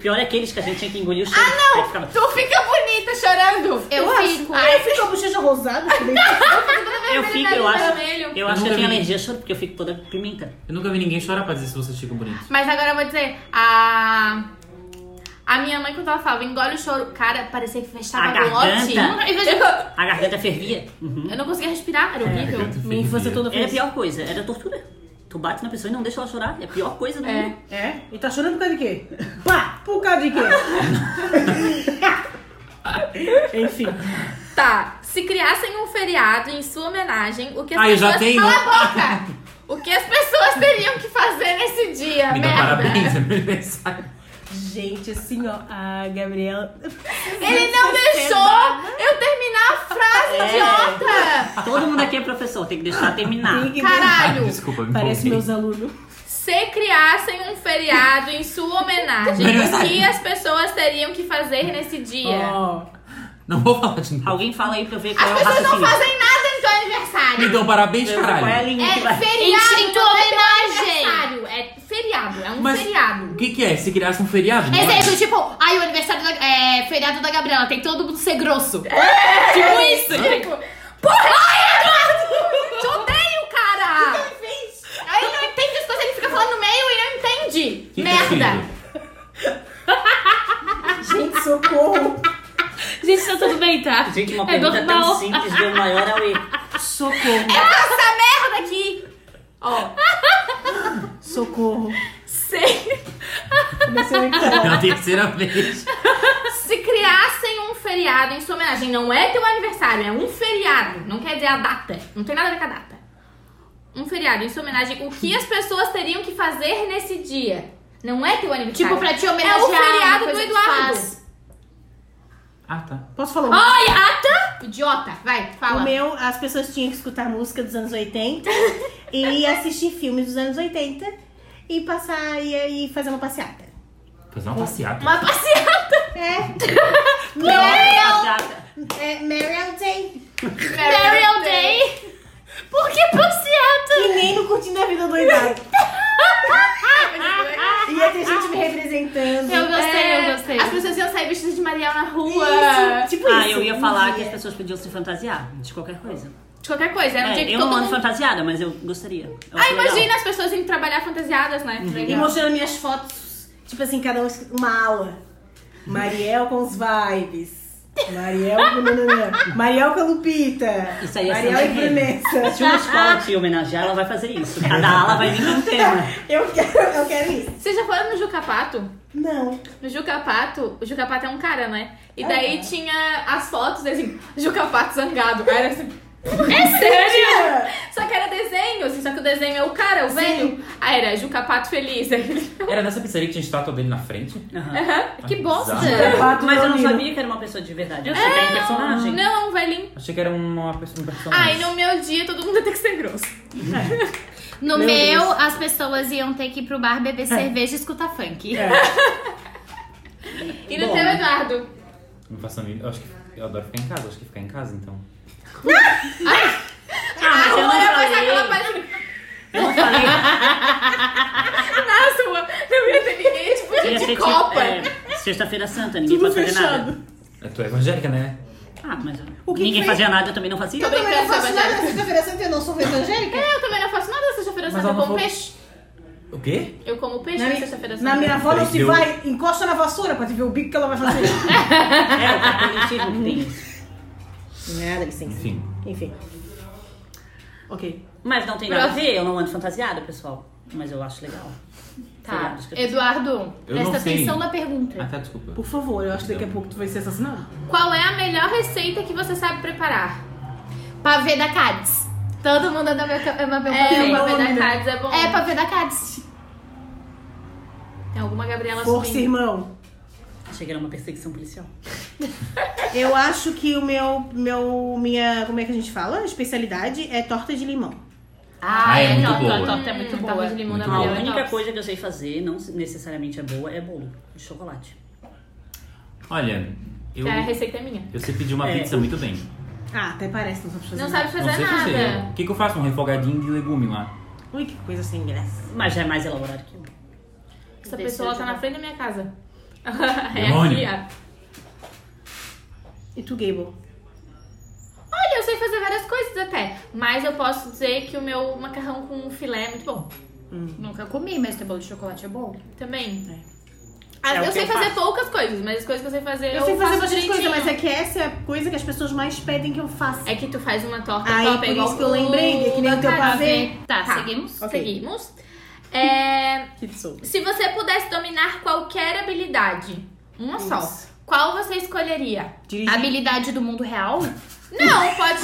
[SPEAKER 6] Pior é aqueles que a gente tinha que engolir o cheiro. Ah, não! Ficava...
[SPEAKER 3] Tu fica bonita chorando.
[SPEAKER 2] Eu, fico.
[SPEAKER 5] Ai, eu fico com a bochecha rosada. que nem-
[SPEAKER 6] Eu
[SPEAKER 3] é vermelho,
[SPEAKER 6] fico, eu
[SPEAKER 3] nariz
[SPEAKER 6] acho.
[SPEAKER 3] vermelho.
[SPEAKER 6] Eu acho que
[SPEAKER 4] nunca
[SPEAKER 6] eu tenho
[SPEAKER 4] vi.
[SPEAKER 6] alergia a choro, porque eu fico toda pimenta.
[SPEAKER 4] Eu nunca vi ninguém chorar pra dizer se vocês ficam bonitos.
[SPEAKER 3] Mas agora eu vou dizer, a. A minha mãe, quando ela falava, engole o choro, cara, parecia que fechava
[SPEAKER 6] A
[SPEAKER 3] a glote.
[SPEAKER 6] garganta.
[SPEAKER 3] Eu,
[SPEAKER 6] A garganta fervia. Uhum.
[SPEAKER 3] eu não conseguia respirar, era horrível.
[SPEAKER 4] É, Garganta
[SPEAKER 5] Minha infância
[SPEAKER 4] fervia.
[SPEAKER 5] é toda
[SPEAKER 6] Era
[SPEAKER 5] feliz.
[SPEAKER 6] a É pior coisa, era tortura. Tu bate na pessoa e não deixa ela chorar. É a pior coisa do
[SPEAKER 3] É.
[SPEAKER 6] mundo.
[SPEAKER 5] É? E tá chorando por causa de quê? Pá! Por causa de quê? Enfim.
[SPEAKER 3] Tá, se criassem um feriado em sua homenagem, o que as
[SPEAKER 4] Ah, eu
[SPEAKER 3] pessoas...
[SPEAKER 4] já tenho.
[SPEAKER 3] Cala a boca! O que as pessoas teriam que fazer nesse dia,
[SPEAKER 4] Me dá
[SPEAKER 3] merda?
[SPEAKER 4] parabéns, é meu aniversário.
[SPEAKER 5] Gente, assim, ó, a Gabriela.
[SPEAKER 3] Ele não deixou eu terminar a frase,
[SPEAKER 4] É.
[SPEAKER 3] idiota!
[SPEAKER 6] Todo mundo aqui é professor, tem que deixar terminar.
[SPEAKER 4] Ai,
[SPEAKER 3] Caralho!
[SPEAKER 4] Ah, desculpa, me
[SPEAKER 5] Parece
[SPEAKER 4] empolguei.
[SPEAKER 5] meus alunos.
[SPEAKER 3] Se criassem um feriado em sua homenagem, o que as pessoas teriam que fazer nesse dia?
[SPEAKER 5] Ó.
[SPEAKER 4] Não vou falar de novo.
[SPEAKER 6] Alguém fala aí pra eu ver qual
[SPEAKER 3] As
[SPEAKER 6] é o
[SPEAKER 3] pessoas não
[SPEAKER 6] raciocínio.
[SPEAKER 3] fazem nada no seu aniversário.
[SPEAKER 4] Me dão parabéns,
[SPEAKER 6] Qual é a
[SPEAKER 4] caralho.
[SPEAKER 6] linha que
[SPEAKER 3] É
[SPEAKER 6] vai?
[SPEAKER 3] feriado,
[SPEAKER 2] Em tua
[SPEAKER 3] não é
[SPEAKER 2] homenagem.
[SPEAKER 3] aniversário. É feriado, é um
[SPEAKER 4] Mas
[SPEAKER 3] feriado.
[SPEAKER 4] o que, que é? Se criasse um feriado? não é?
[SPEAKER 2] Exemplo, tipo, ai, o aniversário da. É, feriado da Gabriela, tem todo mundo ser grosso. Tipo isso.
[SPEAKER 3] Tipo, porra, Eduardo! Te odeio, cara!
[SPEAKER 2] Aí ele não entende as coisas, ele fica falando no meio e não entende.
[SPEAKER 4] Que é,
[SPEAKER 2] Merda.
[SPEAKER 4] perfil?
[SPEAKER 5] Gente, socorro.
[SPEAKER 7] Gente, tá tudo bem, tá?
[SPEAKER 6] Gente, uma
[SPEAKER 7] é
[SPEAKER 6] pergunta tão
[SPEAKER 7] normal.
[SPEAKER 6] simples deu maior ao E. Socorro.
[SPEAKER 3] Essa merda aqui! Ó,
[SPEAKER 5] Socorro.
[SPEAKER 3] se,
[SPEAKER 5] Comecei a me
[SPEAKER 4] É a terceira vez.
[SPEAKER 3] se criassem um feriado em sua homenagem, não é teu aniversário, é um feriado. Não quer dizer a data. Não tem nada a ver com a data. Um feriado em sua homenagem, o que as pessoas teriam que fazer nesse dia? Não é teu aniversário.
[SPEAKER 2] Tipo, pra te homenagear.
[SPEAKER 3] É o feriado do
[SPEAKER 2] uma coisa que tu
[SPEAKER 3] Eduardo.
[SPEAKER 2] faz.
[SPEAKER 4] Ah, tá.
[SPEAKER 5] Posso falar uma
[SPEAKER 3] Ai, ata! Idiota, vai,
[SPEAKER 5] O
[SPEAKER 3] fala.
[SPEAKER 5] meu, as pessoas tinham que escutar música dos anos 80 e assistir filmes dos anos 80 e passar e, e fazer uma passeata.
[SPEAKER 4] Fazer uma passeata.
[SPEAKER 2] Uma passeada.
[SPEAKER 5] É,
[SPEAKER 6] Batata.
[SPEAKER 5] é Mariel Day.
[SPEAKER 2] Burial Day. Por que passeada?
[SPEAKER 5] E nem no Curtindo a Vida Doidado. Ia ter gente me representando. É
[SPEAKER 2] Eu gostei,
[SPEAKER 3] É,
[SPEAKER 2] eu gostei.
[SPEAKER 3] As pessoas iam sair vestidas de Mariel na rua.
[SPEAKER 5] Isso, tipo
[SPEAKER 6] Ah,
[SPEAKER 5] isso.
[SPEAKER 6] eu ia falar
[SPEAKER 5] Um
[SPEAKER 6] que as
[SPEAKER 5] dia.
[SPEAKER 6] pessoas podiam se fantasiar de qualquer coisa.
[SPEAKER 3] De qualquer coisa. Era um dia
[SPEAKER 6] É,
[SPEAKER 3] que
[SPEAKER 6] eu
[SPEAKER 3] todo
[SPEAKER 6] não ando
[SPEAKER 3] mundo.
[SPEAKER 6] fantasiada, mas eu gostaria. Eu acho
[SPEAKER 3] Ah,
[SPEAKER 6] legal.
[SPEAKER 3] imagina as pessoas indo trabalhar fantasiadas, né?
[SPEAKER 5] E
[SPEAKER 3] Legal.
[SPEAKER 5] mostrando minhas fotos, tipo assim, cada um escrito- uma aula. Mariel com os vibes. Mariel com nananã. Mariel com a Lupita.
[SPEAKER 6] Isso aí é
[SPEAKER 5] Mariel e
[SPEAKER 6] Sandra Henrique.
[SPEAKER 5] Brunessa.
[SPEAKER 6] Se uma escola te homenagear, ela vai fazer isso. Cada ala vai vir com um tema.
[SPEAKER 5] Eu quero, eu quero isso.
[SPEAKER 3] Vocês já foram no Jucapato?
[SPEAKER 5] Não.
[SPEAKER 3] No Jucapato, o Jucapato é um cara, né? E daí tinha as fotos, assim, Jucapato zangado. Aí Era assim. É sério? Só que era desenho, assim, só que o desenho é o cara, o velho. Aí era Jucapato feliz. Aí ele-
[SPEAKER 4] Era nessa pizzaria que tinha estátua dele na frente?
[SPEAKER 6] Aham.
[SPEAKER 3] Aham, que bosta!
[SPEAKER 5] É,
[SPEAKER 4] bizarro.
[SPEAKER 6] Mas eu não
[SPEAKER 5] Domino.
[SPEAKER 6] sabia que era uma pessoa de verdade. Eu achei que era um personagem.
[SPEAKER 3] Não, é um velhinho.
[SPEAKER 4] Achei que era uma pessoa, um personagem.
[SPEAKER 3] Aí no meu dia todo mundo ia ter que ser grosso.
[SPEAKER 2] No
[SPEAKER 5] Meu
[SPEAKER 2] meu,
[SPEAKER 5] Deus.
[SPEAKER 2] as pessoas iam ter que ir pro bar beber cerveja e escutar funk.
[SPEAKER 5] É.
[SPEAKER 3] E no
[SPEAKER 6] Bom.
[SPEAKER 3] teu, Eduardo?
[SPEAKER 4] Não faço a mínima- eu acho que eu adoro ficar em casa, acho que ficar em casa então.
[SPEAKER 6] Ah, mas eu não
[SPEAKER 3] Agora vai sair aquela assim,
[SPEAKER 6] falei.
[SPEAKER 3] página.
[SPEAKER 6] Não falei.
[SPEAKER 3] na "Ah, sua. Não ia ter ninguém, tipo,
[SPEAKER 6] Ia
[SPEAKER 3] de
[SPEAKER 6] ser tipo,
[SPEAKER 3] copa.
[SPEAKER 6] é, Sexta-feira Santa, ninguém
[SPEAKER 5] Tudo
[SPEAKER 6] pode fazer
[SPEAKER 5] fechado.
[SPEAKER 6] nada.
[SPEAKER 4] É, Tu é evangélica, né?
[SPEAKER 6] Ah, mas
[SPEAKER 5] O que
[SPEAKER 6] ninguém
[SPEAKER 5] que foi?
[SPEAKER 6] fazia nada, eu também não fazia.
[SPEAKER 5] Eu também não
[SPEAKER 3] Brincando,
[SPEAKER 5] faço nada na sexta-feira santa, eu não sou
[SPEAKER 6] É,
[SPEAKER 5] evangélica.
[SPEAKER 3] Eu também não faço nada sexta-feira
[SPEAKER 4] Mas
[SPEAKER 3] santa. Eu
[SPEAKER 4] ela não falou-
[SPEAKER 3] como peixe.
[SPEAKER 4] O quê?
[SPEAKER 3] Eu como peixe
[SPEAKER 5] Na,
[SPEAKER 3] na
[SPEAKER 5] minha-
[SPEAKER 3] sexta-feira
[SPEAKER 5] na
[SPEAKER 3] santa.
[SPEAKER 5] minha avó não se
[SPEAKER 4] Deu.
[SPEAKER 5] vai, encosta na vassoura pra te ver o bico que ela vai fazer.
[SPEAKER 6] É, o catolicismo que tem isso.
[SPEAKER 5] Nada, licença.
[SPEAKER 4] Enfim.
[SPEAKER 5] Enfim. Ok.
[SPEAKER 6] Mas não tem nada a ver, eu não ando fantasiada, pessoal. Mas eu acho legal.
[SPEAKER 2] Tá.
[SPEAKER 6] Feriados que eu-
[SPEAKER 2] Eduardo,
[SPEAKER 4] Eu
[SPEAKER 2] presta
[SPEAKER 4] não sei.
[SPEAKER 2] atenção na pergunta.
[SPEAKER 4] Ah, tá, desculpa.
[SPEAKER 5] Por favor, eu acho que daqui a pouco tu vai ser assassinado.
[SPEAKER 3] Qual é a melhor receita que você sabe preparar?
[SPEAKER 2] Pavê da Cádiz. Todo mundo anda meu, ama meu
[SPEAKER 3] É, o pavê
[SPEAKER 2] pavê.
[SPEAKER 5] nome,
[SPEAKER 3] da
[SPEAKER 5] né?
[SPEAKER 3] Cádiz é bom.
[SPEAKER 2] É, pavê da Cádiz.
[SPEAKER 3] Tem alguma Gabriela
[SPEAKER 5] Força,
[SPEAKER 3] subindo.
[SPEAKER 5] irmão.
[SPEAKER 6] Achei que era uma perseguição policial.
[SPEAKER 5] Eu acho que o meu, meu, minha, como é que a gente fala? Especialidade é torta de limão.
[SPEAKER 4] Ah, é muito
[SPEAKER 2] top,
[SPEAKER 4] boa.
[SPEAKER 2] top, top, é muito
[SPEAKER 3] Hum,
[SPEAKER 2] boa.
[SPEAKER 3] tava de limão
[SPEAKER 4] Muito
[SPEAKER 3] na
[SPEAKER 6] A
[SPEAKER 4] boa.
[SPEAKER 3] Gabriela, é
[SPEAKER 6] única
[SPEAKER 3] top.
[SPEAKER 6] coisa que eu sei fazer, não necessariamente é boa, é bolo de chocolate.
[SPEAKER 4] Olha, eu,
[SPEAKER 3] A receita é minha.
[SPEAKER 4] eu sei pedir uma
[SPEAKER 6] É.
[SPEAKER 4] pizza muito bem.
[SPEAKER 5] Ah, até parece, não sabe fazer
[SPEAKER 3] Não
[SPEAKER 5] nada.
[SPEAKER 3] sabe
[SPEAKER 4] não
[SPEAKER 3] fazer
[SPEAKER 4] sei
[SPEAKER 3] nada.
[SPEAKER 4] fazer. O que, que eu faço? Um refogadinho de legume lá.
[SPEAKER 5] Ui, que coisa sem graça.
[SPEAKER 6] Mas já é mais elaborado que eu.
[SPEAKER 3] Essa
[SPEAKER 2] Deixa
[SPEAKER 3] pessoa
[SPEAKER 2] eu
[SPEAKER 3] tá
[SPEAKER 2] jogar.
[SPEAKER 3] na frente da minha casa.
[SPEAKER 4] Demônio.
[SPEAKER 3] É aqui, ó.
[SPEAKER 5] E tu, Gable?
[SPEAKER 3] Olha, eu sei fazer várias coisas até. Mas eu posso dizer que o meu macarrão com filé é muito bom.
[SPEAKER 2] Nunca comi, mas teu bolo de chocolate é bom.
[SPEAKER 3] Também.
[SPEAKER 5] É.
[SPEAKER 3] Ah,
[SPEAKER 6] É o
[SPEAKER 3] eu
[SPEAKER 6] que
[SPEAKER 3] sei
[SPEAKER 6] eu
[SPEAKER 3] fazer poucas coisas, mas as coisas que eu sei fazer
[SPEAKER 5] Eu,
[SPEAKER 3] eu,
[SPEAKER 5] sei fazer
[SPEAKER 3] faço
[SPEAKER 5] bastante coisa,
[SPEAKER 3] direitinho.
[SPEAKER 5] mas é que essa é a coisa que as pessoas mais pedem que eu faça.
[SPEAKER 3] É que tu faz uma torta
[SPEAKER 5] Aí,
[SPEAKER 3] top,
[SPEAKER 5] por
[SPEAKER 3] é igual
[SPEAKER 5] isso que eu lembrei, é que nem o teu pavê.
[SPEAKER 2] Tá, seguimos?
[SPEAKER 5] Ok.
[SPEAKER 3] Seguimos. É,
[SPEAKER 5] Que absurdo.
[SPEAKER 3] se você pudesse dominar qualquer habilidade, uma só, qual você escolheria?
[SPEAKER 5] Dirigir.
[SPEAKER 2] Habilidade do mundo real?
[SPEAKER 3] Não, pode.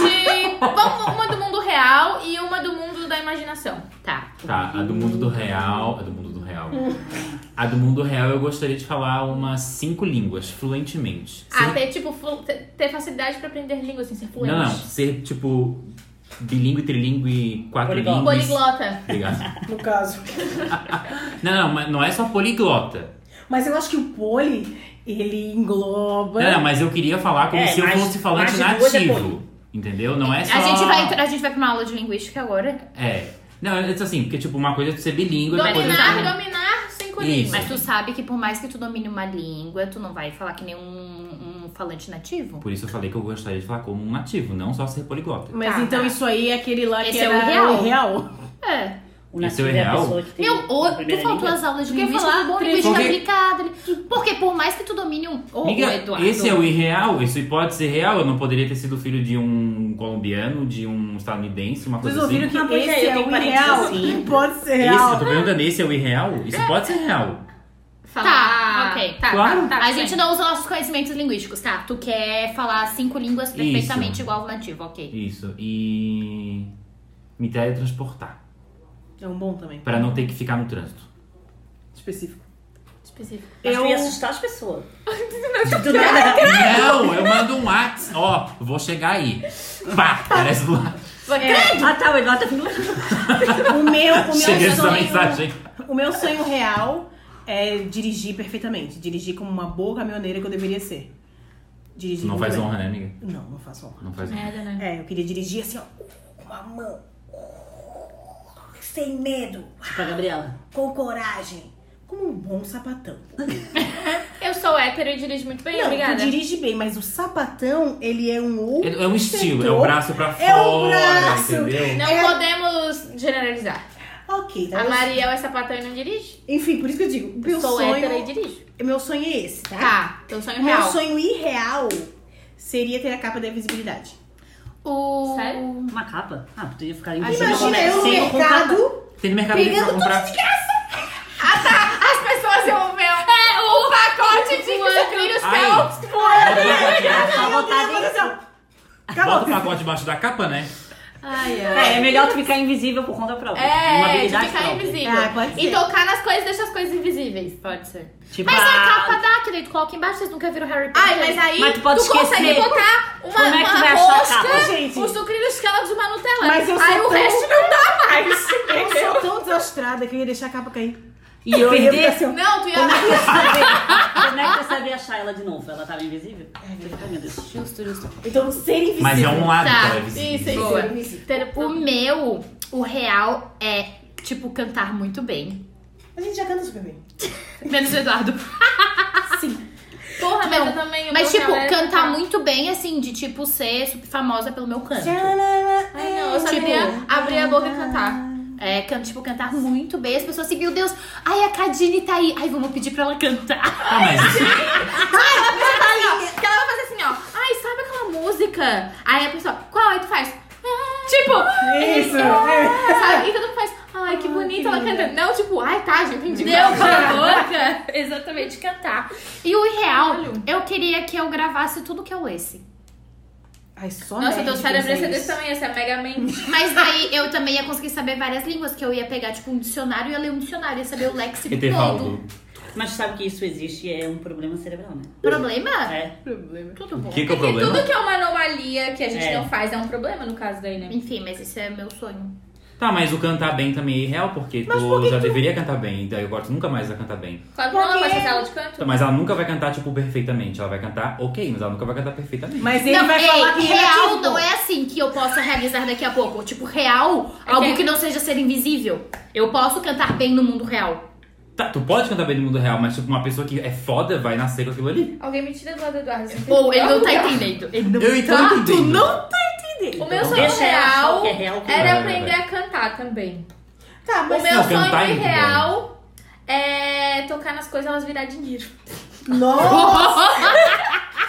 [SPEAKER 3] Vamos uma do mundo real e uma do mundo da imaginação.
[SPEAKER 2] Tá.
[SPEAKER 4] Tá, a do mundo do real. A do mundo do real. A do mundo real eu gostaria de falar umas cinco línguas, fluentemente.
[SPEAKER 3] Ah,
[SPEAKER 4] Ser-
[SPEAKER 3] ter, tipo, flu- ter ter facilidade pra aprender língua, assim, ser fluente.
[SPEAKER 4] não, não. Ser tipo bilíngue, trilingue, quatro
[SPEAKER 6] Poliglota.
[SPEAKER 4] línguas.
[SPEAKER 3] Poliglota.
[SPEAKER 4] Obrigado.
[SPEAKER 5] No caso.
[SPEAKER 4] Não, não, mas não é só poliglota.
[SPEAKER 5] Mas eu acho que o poli, ele engloba.
[SPEAKER 4] Não, não, mas eu queria falar como
[SPEAKER 6] É,
[SPEAKER 4] se eu
[SPEAKER 6] mais-
[SPEAKER 4] fosse falante
[SPEAKER 6] mais de duas é
[SPEAKER 4] nativo. Entendeu? Não é só...
[SPEAKER 2] A gente, vai, entrar- a gente vai pra uma aula de linguística agora.
[SPEAKER 4] É. Não, é assim, porque tipo, uma coisa é tu ser bilíngue, outra coisa é
[SPEAKER 3] Dominar,
[SPEAKER 4] tu-
[SPEAKER 3] dominar cinco línguas.
[SPEAKER 2] Mas tu sabe que por mais que tu domine uma língua, tu não vai falar que nem um, um falante nativo?
[SPEAKER 4] Por isso eu falei que eu gostaria de falar como um nativo, não só ser poliglota.
[SPEAKER 5] Mas
[SPEAKER 2] Tá.
[SPEAKER 5] então isso aí é aquele lá
[SPEAKER 2] Esse
[SPEAKER 5] que
[SPEAKER 2] é o
[SPEAKER 5] era
[SPEAKER 2] real.
[SPEAKER 5] real.
[SPEAKER 2] É.
[SPEAKER 6] O
[SPEAKER 4] Isso
[SPEAKER 6] nativo
[SPEAKER 4] é
[SPEAKER 6] é, a
[SPEAKER 4] real?
[SPEAKER 6] pessoa que tem.
[SPEAKER 2] Meu, ô,
[SPEAKER 6] a
[SPEAKER 2] tu
[SPEAKER 6] primeira
[SPEAKER 2] faltou
[SPEAKER 6] língua.
[SPEAKER 2] as aulas de
[SPEAKER 3] Quer
[SPEAKER 2] linguística,
[SPEAKER 3] falar?
[SPEAKER 2] do bom, linguística
[SPEAKER 4] Porque-
[SPEAKER 2] aplicada. li- Porque por mais que tu domine um... Ô, ô,
[SPEAKER 4] Amiga,
[SPEAKER 2] Eduardo.
[SPEAKER 4] esse é o irreal, isso pode ser real. Eu não poderia ter sido filho de um colombiano, de um estadunidense, uma
[SPEAKER 5] Vocês
[SPEAKER 4] coisa
[SPEAKER 5] ouviram
[SPEAKER 4] assim.
[SPEAKER 5] que
[SPEAKER 6] Ah, pois é,
[SPEAKER 5] esse
[SPEAKER 6] eu
[SPEAKER 5] é
[SPEAKER 6] tenho
[SPEAKER 5] o
[SPEAKER 6] parentes
[SPEAKER 5] real?
[SPEAKER 6] assim.
[SPEAKER 5] Que pode ser
[SPEAKER 4] Esse, eu
[SPEAKER 5] real.
[SPEAKER 4] tô perguntando, esse é o irreal? Isso pode ser real.
[SPEAKER 3] Ah,
[SPEAKER 2] Tá, ok. Tá,
[SPEAKER 4] Claro.
[SPEAKER 2] tá, tá, a gente não usa nossos conhecimentos linguísticos, tá? Tu quer falar cinco línguas perfeitamente
[SPEAKER 4] Isso.
[SPEAKER 2] igual ao nativo, ok.
[SPEAKER 4] Isso. E me teletransportar.
[SPEAKER 5] É um bom também.
[SPEAKER 4] Pra não ter que ficar no trânsito.
[SPEAKER 5] Específico.
[SPEAKER 3] Específico.
[SPEAKER 6] Mas tu
[SPEAKER 5] Eu-
[SPEAKER 6] ia assustar as pessoas. Do nada.
[SPEAKER 4] Não, eu mando um WhatsApp. Ó, vou chegar aí. Pá, parece lá.
[SPEAKER 6] É. Ah, tá, o Eduardo tá vindo.
[SPEAKER 5] O meu, é o
[SPEAKER 4] Chega
[SPEAKER 5] meu
[SPEAKER 4] essa
[SPEAKER 5] sonho,
[SPEAKER 4] mensagem.
[SPEAKER 5] o meu sonho real é dirigir perfeitamente. Dirigir como uma boa caminhoneira que eu deveria ser. Dirigir
[SPEAKER 4] Não
[SPEAKER 5] muito
[SPEAKER 4] faz
[SPEAKER 5] bem.
[SPEAKER 4] honra, né, amiga?
[SPEAKER 5] Não, não faço honra.
[SPEAKER 4] Não faz honra.
[SPEAKER 3] Merda, né?
[SPEAKER 5] É, eu queria dirigir assim, ó, com a mão. Sem medo,
[SPEAKER 6] Tipo a Gabriela.
[SPEAKER 5] com coragem. Como um bom sapatão.
[SPEAKER 3] Eu sou hétero e dirijo muito bem,
[SPEAKER 5] não,
[SPEAKER 3] obrigada.
[SPEAKER 5] tu dirige bem, mas o sapatão, ele é um outro.
[SPEAKER 4] É é um estilo, é o
[SPEAKER 5] setor.
[SPEAKER 4] braço pra fora,
[SPEAKER 5] É o braço.
[SPEAKER 4] entendeu?
[SPEAKER 3] Não
[SPEAKER 5] É.
[SPEAKER 3] podemos generalizar.
[SPEAKER 4] é-
[SPEAKER 5] Ok, tá?
[SPEAKER 3] A Mariel é sapatão e não dirige?
[SPEAKER 5] Enfim, por isso que eu digo, meu
[SPEAKER 3] sou hétera e
[SPEAKER 5] sonho.
[SPEAKER 3] dirijo.
[SPEAKER 5] Meu sonho é esse, tá?
[SPEAKER 3] Tá, teu sonho
[SPEAKER 5] Meu
[SPEAKER 3] real.
[SPEAKER 5] sonho irreal seria ter a capa da invisibilidade.
[SPEAKER 2] O...
[SPEAKER 3] Sério?
[SPEAKER 6] Uma capa? Ah, tu ia ficar
[SPEAKER 4] é
[SPEAKER 5] Imagina eu no
[SPEAKER 6] sem comprar-
[SPEAKER 5] mercado.
[SPEAKER 4] Tem no mercado um livre pra
[SPEAKER 5] Pegando
[SPEAKER 4] comprar.
[SPEAKER 3] As pessoas iam ver é, o pacote de é sucrilhos
[SPEAKER 4] Ai.
[SPEAKER 3] Phelps.
[SPEAKER 5] Tá
[SPEAKER 6] Só Ah, tá, botar
[SPEAKER 5] Meu Deus do
[SPEAKER 6] dentro.
[SPEAKER 5] céu.
[SPEAKER 4] Bota o
[SPEAKER 5] Acabou.
[SPEAKER 4] pacote debaixo da capa, né?
[SPEAKER 3] Ai,
[SPEAKER 6] É, é melhor tu ficar invisível por conta própria. Uma
[SPEAKER 3] É, de
[SPEAKER 6] habilidade
[SPEAKER 3] ficar
[SPEAKER 6] própria.
[SPEAKER 3] invisível.
[SPEAKER 5] Ah, pode
[SPEAKER 3] e
[SPEAKER 5] ser.
[SPEAKER 3] tocar nas coisas deixa as coisas invisíveis. Pode ser.
[SPEAKER 6] Tipo,
[SPEAKER 2] Mas é a
[SPEAKER 6] ah,
[SPEAKER 2] capa da que daí tu coloca embaixo, vocês nunca viram Harry
[SPEAKER 4] Ah,
[SPEAKER 2] Potter.
[SPEAKER 3] Ai, mas aí
[SPEAKER 6] Mas tu pode
[SPEAKER 3] consegue
[SPEAKER 6] esquecer.
[SPEAKER 3] botar uma,
[SPEAKER 6] Como é que tu
[SPEAKER 3] uma
[SPEAKER 6] vai achar a
[SPEAKER 3] rosca,
[SPEAKER 6] capa,
[SPEAKER 5] gente?
[SPEAKER 3] os sucrilhos Kellogg's e uma Nutella.
[SPEAKER 5] Mas eu sou
[SPEAKER 3] aí o
[SPEAKER 5] tão-
[SPEAKER 3] resto não dá mais.
[SPEAKER 5] Eu sou tão desastrada que eu ia deixar a capa cair.
[SPEAKER 6] E eu
[SPEAKER 5] ia ficar
[SPEAKER 6] perder.
[SPEAKER 5] assim, ó.
[SPEAKER 3] Não, tu ia...
[SPEAKER 6] Como é que tu sabia achar ela de novo? Ela tava invisível? Ai, meu Deus.
[SPEAKER 2] Justo, justo.
[SPEAKER 5] Então, ser invisível.
[SPEAKER 4] Mas é um lado
[SPEAKER 2] Tá,
[SPEAKER 4] que ela é visível.
[SPEAKER 3] Isso, isso.
[SPEAKER 2] Boa.
[SPEAKER 3] Ter-
[SPEAKER 2] O meu, o real é, tipo, cantar muito bem.
[SPEAKER 5] A gente já canta super bem.
[SPEAKER 2] Menos o Eduardo.
[SPEAKER 3] Porra, mas
[SPEAKER 2] Não,
[SPEAKER 3] eu também... o
[SPEAKER 2] Mas,
[SPEAKER 3] meu
[SPEAKER 2] tipo,
[SPEAKER 3] real é
[SPEAKER 2] cantar muito bem, assim, de, tipo, ser super famosa pelo meu canto.
[SPEAKER 3] Ai, não,
[SPEAKER 5] é,
[SPEAKER 3] eu só
[SPEAKER 5] tipo,
[SPEAKER 3] queria abrir a boca e cantar.
[SPEAKER 2] É, can, tipo, cantar muito bem. As pessoas assim, meu Deus, ai, a Cadine tá aí. Ai, vamos pedir pra ela cantar.
[SPEAKER 4] Ah, mas isso
[SPEAKER 3] Porque ela vai fazer assim, ó. Ai, sabe aquela música? Aí a pessoa, qual? Aí tu faz. "Ah", Tipo,
[SPEAKER 5] É Isso.
[SPEAKER 3] sabe? E todo mundo faz. Ai, que bonita ela cantando. Não, tipo, ai, tá, já entendi.
[SPEAKER 2] Deu pra
[SPEAKER 3] boca. Exatamente, cantar.
[SPEAKER 2] E o irreal,
[SPEAKER 3] Olha.
[SPEAKER 2] eu queria que eu gravasse tudo que eu lesse.
[SPEAKER 5] Ai, só
[SPEAKER 3] Nossa,
[SPEAKER 5] merda
[SPEAKER 3] teu
[SPEAKER 5] de
[SPEAKER 3] cérebro ia
[SPEAKER 5] pensar
[SPEAKER 3] ser desse
[SPEAKER 5] isso.
[SPEAKER 3] tamanho, ia ser é mega mente.
[SPEAKER 2] Mas daí eu também ia conseguir saber várias línguas, que eu ia pegar, tipo, um dicionário e ia ler um dicionário, ia saber o léxico todo.
[SPEAKER 4] Etevaldo,
[SPEAKER 6] Mas tu sabe que isso existe e é um problema cerebral, né?
[SPEAKER 2] Problema?
[SPEAKER 6] É.
[SPEAKER 2] Tudo
[SPEAKER 4] o
[SPEAKER 2] bom.
[SPEAKER 4] que, que é o
[SPEAKER 3] Porque
[SPEAKER 4] problema?
[SPEAKER 3] tudo que é uma anomalia que a gente
[SPEAKER 6] É.
[SPEAKER 3] não faz é um problema no caso daí, né?
[SPEAKER 2] Enfim, mas esse é meu sonho.
[SPEAKER 4] Tá, mas o cantar bem também é irreal, porque tu já deveria cantar bem, daí eu gosto nunca mais vai cantar bem.
[SPEAKER 3] Claro que ela
[SPEAKER 5] Porque-
[SPEAKER 3] vai fazer aula de canto.
[SPEAKER 4] Então, Mas ela nunca vai cantar, tipo, perfeitamente. Ela vai cantar ok, mas ela nunca vai cantar perfeitamente.
[SPEAKER 5] Mas ele
[SPEAKER 2] não,
[SPEAKER 5] vai
[SPEAKER 2] ei,
[SPEAKER 5] falar que ele tipo.
[SPEAKER 2] real
[SPEAKER 5] ativou.
[SPEAKER 2] não é assim que eu possa realizar daqui a pouco. Tipo, real,
[SPEAKER 3] É
[SPEAKER 2] algo
[SPEAKER 3] que-
[SPEAKER 2] que não seja ser invisível. Eu posso cantar bem no mundo real.
[SPEAKER 4] Tá, tu pode cantar bem no mundo real, mas tipo, uma pessoa que é foda vai nascer com aquilo ali.
[SPEAKER 3] Alguém me tira do lado do Eduardo. assim, você
[SPEAKER 2] Ou ele não tá
[SPEAKER 3] entendeu?
[SPEAKER 2] entendendo. Ele não
[SPEAKER 4] Eu entendo.
[SPEAKER 2] tá.
[SPEAKER 4] Tu
[SPEAKER 5] não
[SPEAKER 4] tá.
[SPEAKER 3] O meu
[SPEAKER 4] Então,
[SPEAKER 3] sonho
[SPEAKER 6] deixa ela achar
[SPEAKER 3] real
[SPEAKER 6] o que é real, que
[SPEAKER 3] era
[SPEAKER 4] vai, vai,
[SPEAKER 3] aprender
[SPEAKER 4] vai.
[SPEAKER 3] a cantar também.
[SPEAKER 5] Tá,
[SPEAKER 3] O
[SPEAKER 5] mas
[SPEAKER 3] meu
[SPEAKER 4] não, cantar é
[SPEAKER 3] sonho
[SPEAKER 4] muito bom.
[SPEAKER 3] real é tocar nas coisas e elas virar dinheiro.
[SPEAKER 5] Nossa!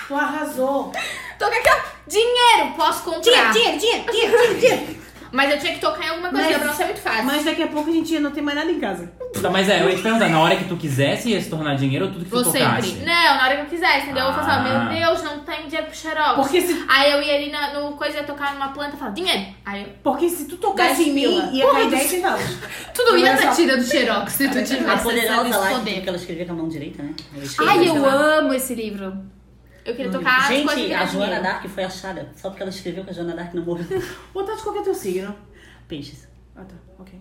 [SPEAKER 5] tu arrasou.
[SPEAKER 3] Tocar aquela. Dinheiro! Posso comprar.
[SPEAKER 5] dinheiro, dinheiro, dinheiro, dinheiro.
[SPEAKER 3] Mas eu tinha que tocar em alguma coisa,
[SPEAKER 5] Mas-
[SPEAKER 3] pra não ser muito fácil.
[SPEAKER 5] Mas daqui a pouco a gente ia não ter mais nada em casa.
[SPEAKER 4] Tá, mas é, eu ia te perguntar, na hora que tu quisesse ia se tornar dinheiro ou tudo que tu
[SPEAKER 2] Vou
[SPEAKER 4] tocasse?
[SPEAKER 2] sempre.
[SPEAKER 3] Não, na hora que eu quisesse, entendeu? Eu falava,
[SPEAKER 4] Ah.
[SPEAKER 3] meu Deus, não tem dinheiro pro xerox.
[SPEAKER 5] Porque se,
[SPEAKER 3] Aí eu ia ali na, no coisa, ia tocar numa planta e falava, dinheiro. Aí eu,
[SPEAKER 5] porque se tu tocasse
[SPEAKER 3] Dez
[SPEAKER 5] em mim,
[SPEAKER 3] pila.
[SPEAKER 5] ia cair 10 centavos.
[SPEAKER 2] Tu não ia
[SPEAKER 5] Olha
[SPEAKER 2] tá
[SPEAKER 5] só.
[SPEAKER 2] tirando xerox se tu tivesse
[SPEAKER 6] é A poderosa
[SPEAKER 2] sabe,
[SPEAKER 6] lá,
[SPEAKER 2] esconder.
[SPEAKER 6] que ela escrevia com a mão direita, né? Ela escrevia,
[SPEAKER 2] Ai,
[SPEAKER 6] sei
[SPEAKER 2] eu
[SPEAKER 6] lá.
[SPEAKER 2] amo esse livro.
[SPEAKER 3] eu queria tocar as coisas e
[SPEAKER 6] Gente,
[SPEAKER 3] virar
[SPEAKER 6] a Joana
[SPEAKER 3] dinheiro.
[SPEAKER 6] Dark foi achada só porque ela escreveu que a Joana Dark não morreu.
[SPEAKER 5] Ô, Tati, qual que é teu signo?
[SPEAKER 6] Peixes.
[SPEAKER 5] Ah, tá. Ok.